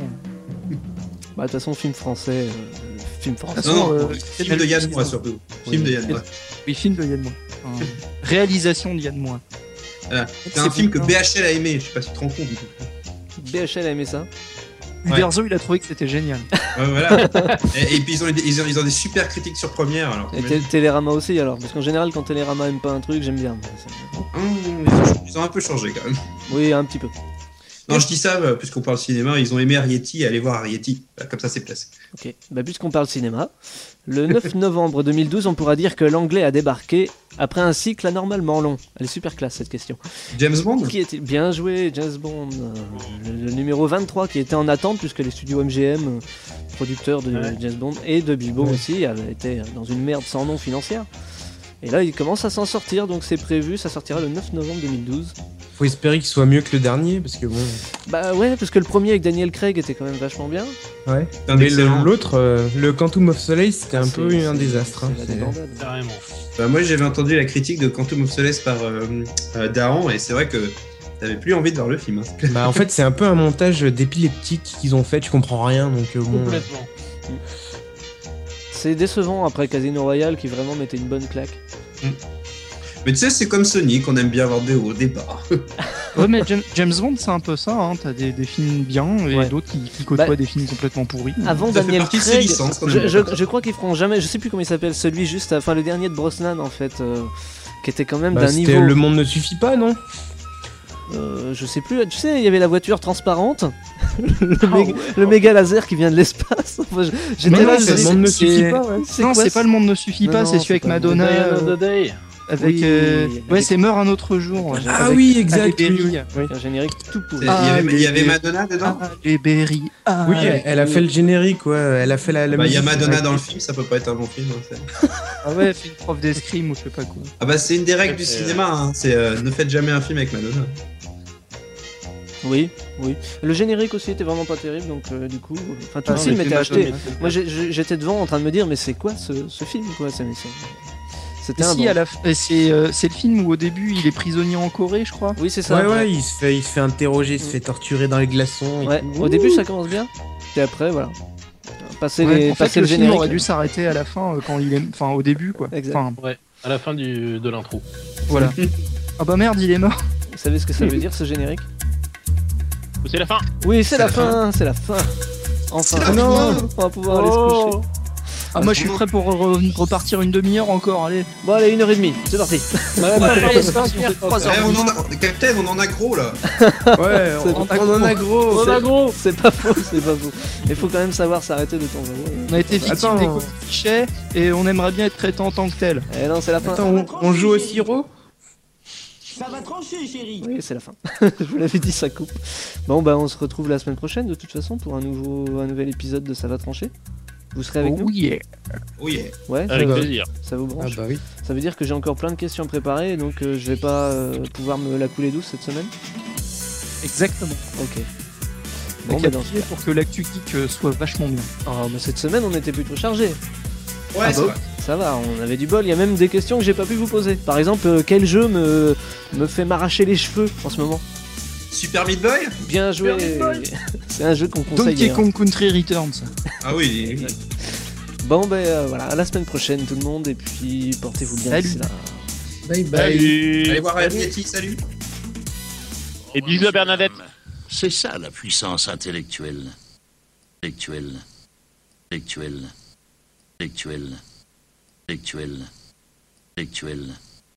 [SPEAKER 2] Bah, de toute façon, film français. euh, film français.
[SPEAKER 1] Ah, non, non,
[SPEAKER 4] euh,
[SPEAKER 1] le film
[SPEAKER 4] Canal+,
[SPEAKER 1] de Yann
[SPEAKER 4] c'est
[SPEAKER 1] Moi
[SPEAKER 4] ça.
[SPEAKER 1] surtout. Film
[SPEAKER 4] Oui.
[SPEAKER 1] de Yann Moi.
[SPEAKER 4] Oui, film de Yann Moi. Enfin, réalisation de Yann Moi.
[SPEAKER 1] Voilà. C'est
[SPEAKER 4] C'est
[SPEAKER 1] un film que
[SPEAKER 4] bien.
[SPEAKER 1] BHL a aimé. Je sais pas si tu te rends compte. du coup.
[SPEAKER 2] BHL a aimé ça.
[SPEAKER 4] Uderzo, il a trouvé que c'était génial.
[SPEAKER 1] Ouais, voilà. et, et puis ils ont, ils, ont, ils ont des super critiques sur première. Alors,
[SPEAKER 2] Et
[SPEAKER 1] mais-
[SPEAKER 2] Tél- Télérama aussi, alors. Parce qu'en général, quand Télérama aime pas un truc, j'aime bien. Bah,
[SPEAKER 1] Hum, ils, ont, ils ont un peu changé quand même.
[SPEAKER 2] Oui, un petit peu.
[SPEAKER 1] Non, je dis ça euh, puisqu'on parle cinéma. Ils ont aimé Arietti. Allez voir Arietti. Bah, Comme ça, c'est placé.
[SPEAKER 2] Ok. Bah, puisqu'on parle cinéma, le 9 novembre 2012, on pourra dire que l'anglais a débarqué après un cycle anormalement long. Elle est super classe cette question.
[SPEAKER 1] James Bond
[SPEAKER 2] Qui était bien joué, James Bond, euh, le, le numéro 23 qui était en attente puisque les studios MGM, euh, producteurs de
[SPEAKER 3] Ouais.
[SPEAKER 2] James Bond et de Bilbo
[SPEAKER 7] Ouais.
[SPEAKER 2] aussi, avaient été dans une merde sans nom financière. Et là, il commence à s'en sortir, donc c'est prévu, ça sortira le 9 novembre 2012.
[SPEAKER 7] Faut espérer qu'il soit mieux que le dernier, parce que bon.
[SPEAKER 2] Bah ouais, parce que le premier avec Daniel Craig était quand même vachement bien.
[SPEAKER 7] Ouais.
[SPEAKER 1] C'est un
[SPEAKER 7] Mais
[SPEAKER 1] excellent.
[SPEAKER 7] le- l'autre, euh, le Quantum of Soleil, c'était un
[SPEAKER 2] C'est-
[SPEAKER 7] peu un
[SPEAKER 2] Ah, c'est-
[SPEAKER 7] désastre. hein.
[SPEAKER 2] c'est la
[SPEAKER 7] C'est-
[SPEAKER 2] débandade.
[SPEAKER 5] carrément.
[SPEAKER 1] Bah, moi, j'avais entendu la critique de Quantum of Solace par euh, euh, Dahan, et c'est vrai que t'avais plus envie de voir le film. hein.
[SPEAKER 7] Bah, en fait, c'est un peu un montage d'épileptique qu'ils ont fait, je comprends rien, donc euh, bon.
[SPEAKER 5] Complètement.
[SPEAKER 2] C'est décevant après Casino Royale qui vraiment mettait une bonne claque.
[SPEAKER 1] Mais tu sais, c'est comme Sonic, on aime bien avoir des hauts, des bas.
[SPEAKER 7] Ah,
[SPEAKER 4] Ouais, mais James, James Bond, c'est un peu ça. Hein. T'as des, des films bien et
[SPEAKER 2] Ouais.
[SPEAKER 4] d'autres qui, qui côtoient
[SPEAKER 2] Bah, Ah,
[SPEAKER 4] des films complètement pourris.
[SPEAKER 2] Avant
[SPEAKER 1] Ça fait
[SPEAKER 2] Daniel
[SPEAKER 1] partie de ses
[SPEAKER 2] Craig,
[SPEAKER 1] licences, quand
[SPEAKER 2] je,
[SPEAKER 1] même.
[SPEAKER 2] je- je crois qu'ils feront jamais. Je sais plus comment il s'appelle celui juste, enfin le dernier de Brosnan en fait, euh, qui était quand même
[SPEAKER 7] Bah,
[SPEAKER 2] d'un
[SPEAKER 7] c'était
[SPEAKER 2] niveau.
[SPEAKER 7] le monde ne suffit pas, non
[SPEAKER 2] euh, je sais plus. Tu sais, il y avait la voiture transparente, le, mé- le méga laser qui vient de l'espace. Enfin, je- J'étais
[SPEAKER 4] Mais
[SPEAKER 2] là,
[SPEAKER 4] non,
[SPEAKER 2] je-
[SPEAKER 4] ça,
[SPEAKER 7] le
[SPEAKER 4] c'est-
[SPEAKER 7] monde ne
[SPEAKER 4] c'est-
[SPEAKER 7] suffit pas, ouais.
[SPEAKER 2] c'est
[SPEAKER 4] Non,
[SPEAKER 2] quoi
[SPEAKER 4] c'est
[SPEAKER 2] ce-
[SPEAKER 4] pas le monde ne suffit
[SPEAKER 2] Non,
[SPEAKER 4] pas,
[SPEAKER 2] non,
[SPEAKER 4] c'est
[SPEAKER 2] c'est
[SPEAKER 4] celui avec
[SPEAKER 2] pas le monde.
[SPEAKER 4] Madonna.
[SPEAKER 3] Day
[SPEAKER 4] euh,
[SPEAKER 3] another day.
[SPEAKER 4] Avec,
[SPEAKER 2] Oui,
[SPEAKER 4] euh, ouais,
[SPEAKER 2] avec-
[SPEAKER 4] c'est Meurt un autre jour. ouais,
[SPEAKER 7] Ah
[SPEAKER 4] avec-
[SPEAKER 7] oui,
[SPEAKER 4] avec
[SPEAKER 7] exact. oui,
[SPEAKER 4] Berry.
[SPEAKER 7] oui. Oui.
[SPEAKER 2] Un générique tout
[SPEAKER 1] Il
[SPEAKER 2] pourri.
[SPEAKER 1] y
[SPEAKER 4] Ah,
[SPEAKER 1] avait, il y avait
[SPEAKER 4] les-
[SPEAKER 1] Madonna dedans
[SPEAKER 4] Ah, les Berry. Ah,
[SPEAKER 7] Oui, elle, elle a fait le générique, ouais. Elle a fait la. la
[SPEAKER 1] Bah, il y a
[SPEAKER 7] musique.
[SPEAKER 1] Madonna dans le film, ça peut pas être un bon film. hein, c'est-
[SPEAKER 4] Ah ouais, elle fait une prof d'escrime ou je sais pas quoi.
[SPEAKER 1] Ah bah c'est une des règles du
[SPEAKER 5] Euh,
[SPEAKER 1] cinéma, hein. c'est euh, ne faites jamais un film avec Madonna.
[SPEAKER 2] Oui, oui. Le générique aussi était vraiment pas terrible, donc euh, du coup, euh, enfin tout
[SPEAKER 4] Ah,
[SPEAKER 2] le
[SPEAKER 4] non,
[SPEAKER 2] film
[SPEAKER 4] mais
[SPEAKER 2] était
[SPEAKER 4] c'est Madonna.
[SPEAKER 2] acheté. Moi, j'ai- j'ai- j'étais devant en train de me dire, mais c'est quoi ce, ce film, quoi ça- mais c'est- C'était
[SPEAKER 4] Mais
[SPEAKER 2] un.
[SPEAKER 4] si,
[SPEAKER 2] bon-
[SPEAKER 4] à la f- euh, c'est euh, c'est le film où au début il est prisonnier en Corée, je crois.
[SPEAKER 2] Oui, c'est ça.
[SPEAKER 7] Ouais, ouais, il se fait, il se fait interroger, il se fait torturer dans les glaçons. et
[SPEAKER 2] Ouais,
[SPEAKER 7] tout.
[SPEAKER 2] au début ça commence bien, et après voilà. Passer,
[SPEAKER 4] Ouais,
[SPEAKER 2] les,
[SPEAKER 4] en fait,
[SPEAKER 2] passer
[SPEAKER 4] le
[SPEAKER 2] le
[SPEAKER 4] film
[SPEAKER 2] générique.
[SPEAKER 4] aurait dû s'arrêter à la fin euh, quand il est, enfin au début quoi.
[SPEAKER 2] Exact.
[SPEAKER 4] Enfin,
[SPEAKER 3] À la fin du, de l'intro.
[SPEAKER 4] voilà. ah bah merde, il est mort.
[SPEAKER 2] Vous savez ce que ça veut dire ce générique
[SPEAKER 5] C'est la fin.
[SPEAKER 2] Oui, c'est la, fin, c'est la fin. Enfin,
[SPEAKER 1] C'est la
[SPEAKER 2] non,
[SPEAKER 1] fin.
[SPEAKER 2] on va pouvoir aller se coucher.
[SPEAKER 4] Ah, moi je suis prêt pour re- re- repartir une demi-heure encore. Allez.
[SPEAKER 2] Bon, allez, une heure et demie, c'est parti.
[SPEAKER 1] Eh, on en a... Captain, on en a gros là
[SPEAKER 7] Ouais, on, on en a gros.
[SPEAKER 2] a gros C'est pas faux, c'est pas faux. Il faut quand même savoir s'arrêter de temps en
[SPEAKER 4] On a été victime
[SPEAKER 7] Attends.
[SPEAKER 4] des coups de fichet et on aimerait bien être traité en tant que tel.
[SPEAKER 2] temps. Eh non, c'est la fin.
[SPEAKER 7] Attends, on, on joue au sirop
[SPEAKER 6] Ça va trancher, chérie.
[SPEAKER 2] Oui, c'est la fin. Je vous l'avais dit, ça coupe. Bon, bah, on se retrouve la semaine prochaine, de toute façon, pour un, nouveau, un nouvel épisode de Ça va trancher. Vous serez avec
[SPEAKER 4] Oh
[SPEAKER 2] nous
[SPEAKER 4] yeah.
[SPEAKER 1] Oh yeah
[SPEAKER 2] Ouais, ça,
[SPEAKER 5] Avec
[SPEAKER 2] va-
[SPEAKER 5] plaisir.
[SPEAKER 2] ça vous branche
[SPEAKER 7] Ah bah oui.
[SPEAKER 2] Ça veut dire que j'ai encore plein de questions préparées, donc euh, je vais pas euh, pouvoir me la couler douce cette semaine
[SPEAKER 4] Exactement.
[SPEAKER 2] Ok. Bon,
[SPEAKER 4] Donc,
[SPEAKER 2] bah,
[SPEAKER 4] à
[SPEAKER 2] dans ce
[SPEAKER 4] prier
[SPEAKER 2] cas.
[SPEAKER 4] pour que l'actu geek euh, soit vachement bien.
[SPEAKER 2] Oh, mais cette semaine, on était plutôt chargés.
[SPEAKER 1] Ouais,
[SPEAKER 2] Ah
[SPEAKER 1] c'est
[SPEAKER 2] bah
[SPEAKER 1] vrai.
[SPEAKER 2] Ça va, on avait du bol. Il y a même des questions que j'ai pas pu vous poser. Par exemple, euh, quel jeu me, me fait m'arracher les cheveux en ce moment
[SPEAKER 1] Super Meat Boy
[SPEAKER 2] Bien joué C'est un jeu qu'on conseille.
[SPEAKER 4] Donkey
[SPEAKER 2] hein.
[SPEAKER 4] Kong Country Returns.
[SPEAKER 1] Ah oui, oui.
[SPEAKER 2] Bon, ben euh, voilà, à la semaine prochaine, tout le monde, et puis portez-vous bien
[SPEAKER 4] Salut.
[SPEAKER 2] d'ici là.
[SPEAKER 7] Bye
[SPEAKER 5] Salut.
[SPEAKER 1] allez voir Aliati, salut
[SPEAKER 5] Et bisous à Bernadette.
[SPEAKER 9] Oh, C'est ça la puissance intellectuelle. Intellectuelle. Intellectuelle. Intellectuelle. Intellectuelle. Intellectuelle.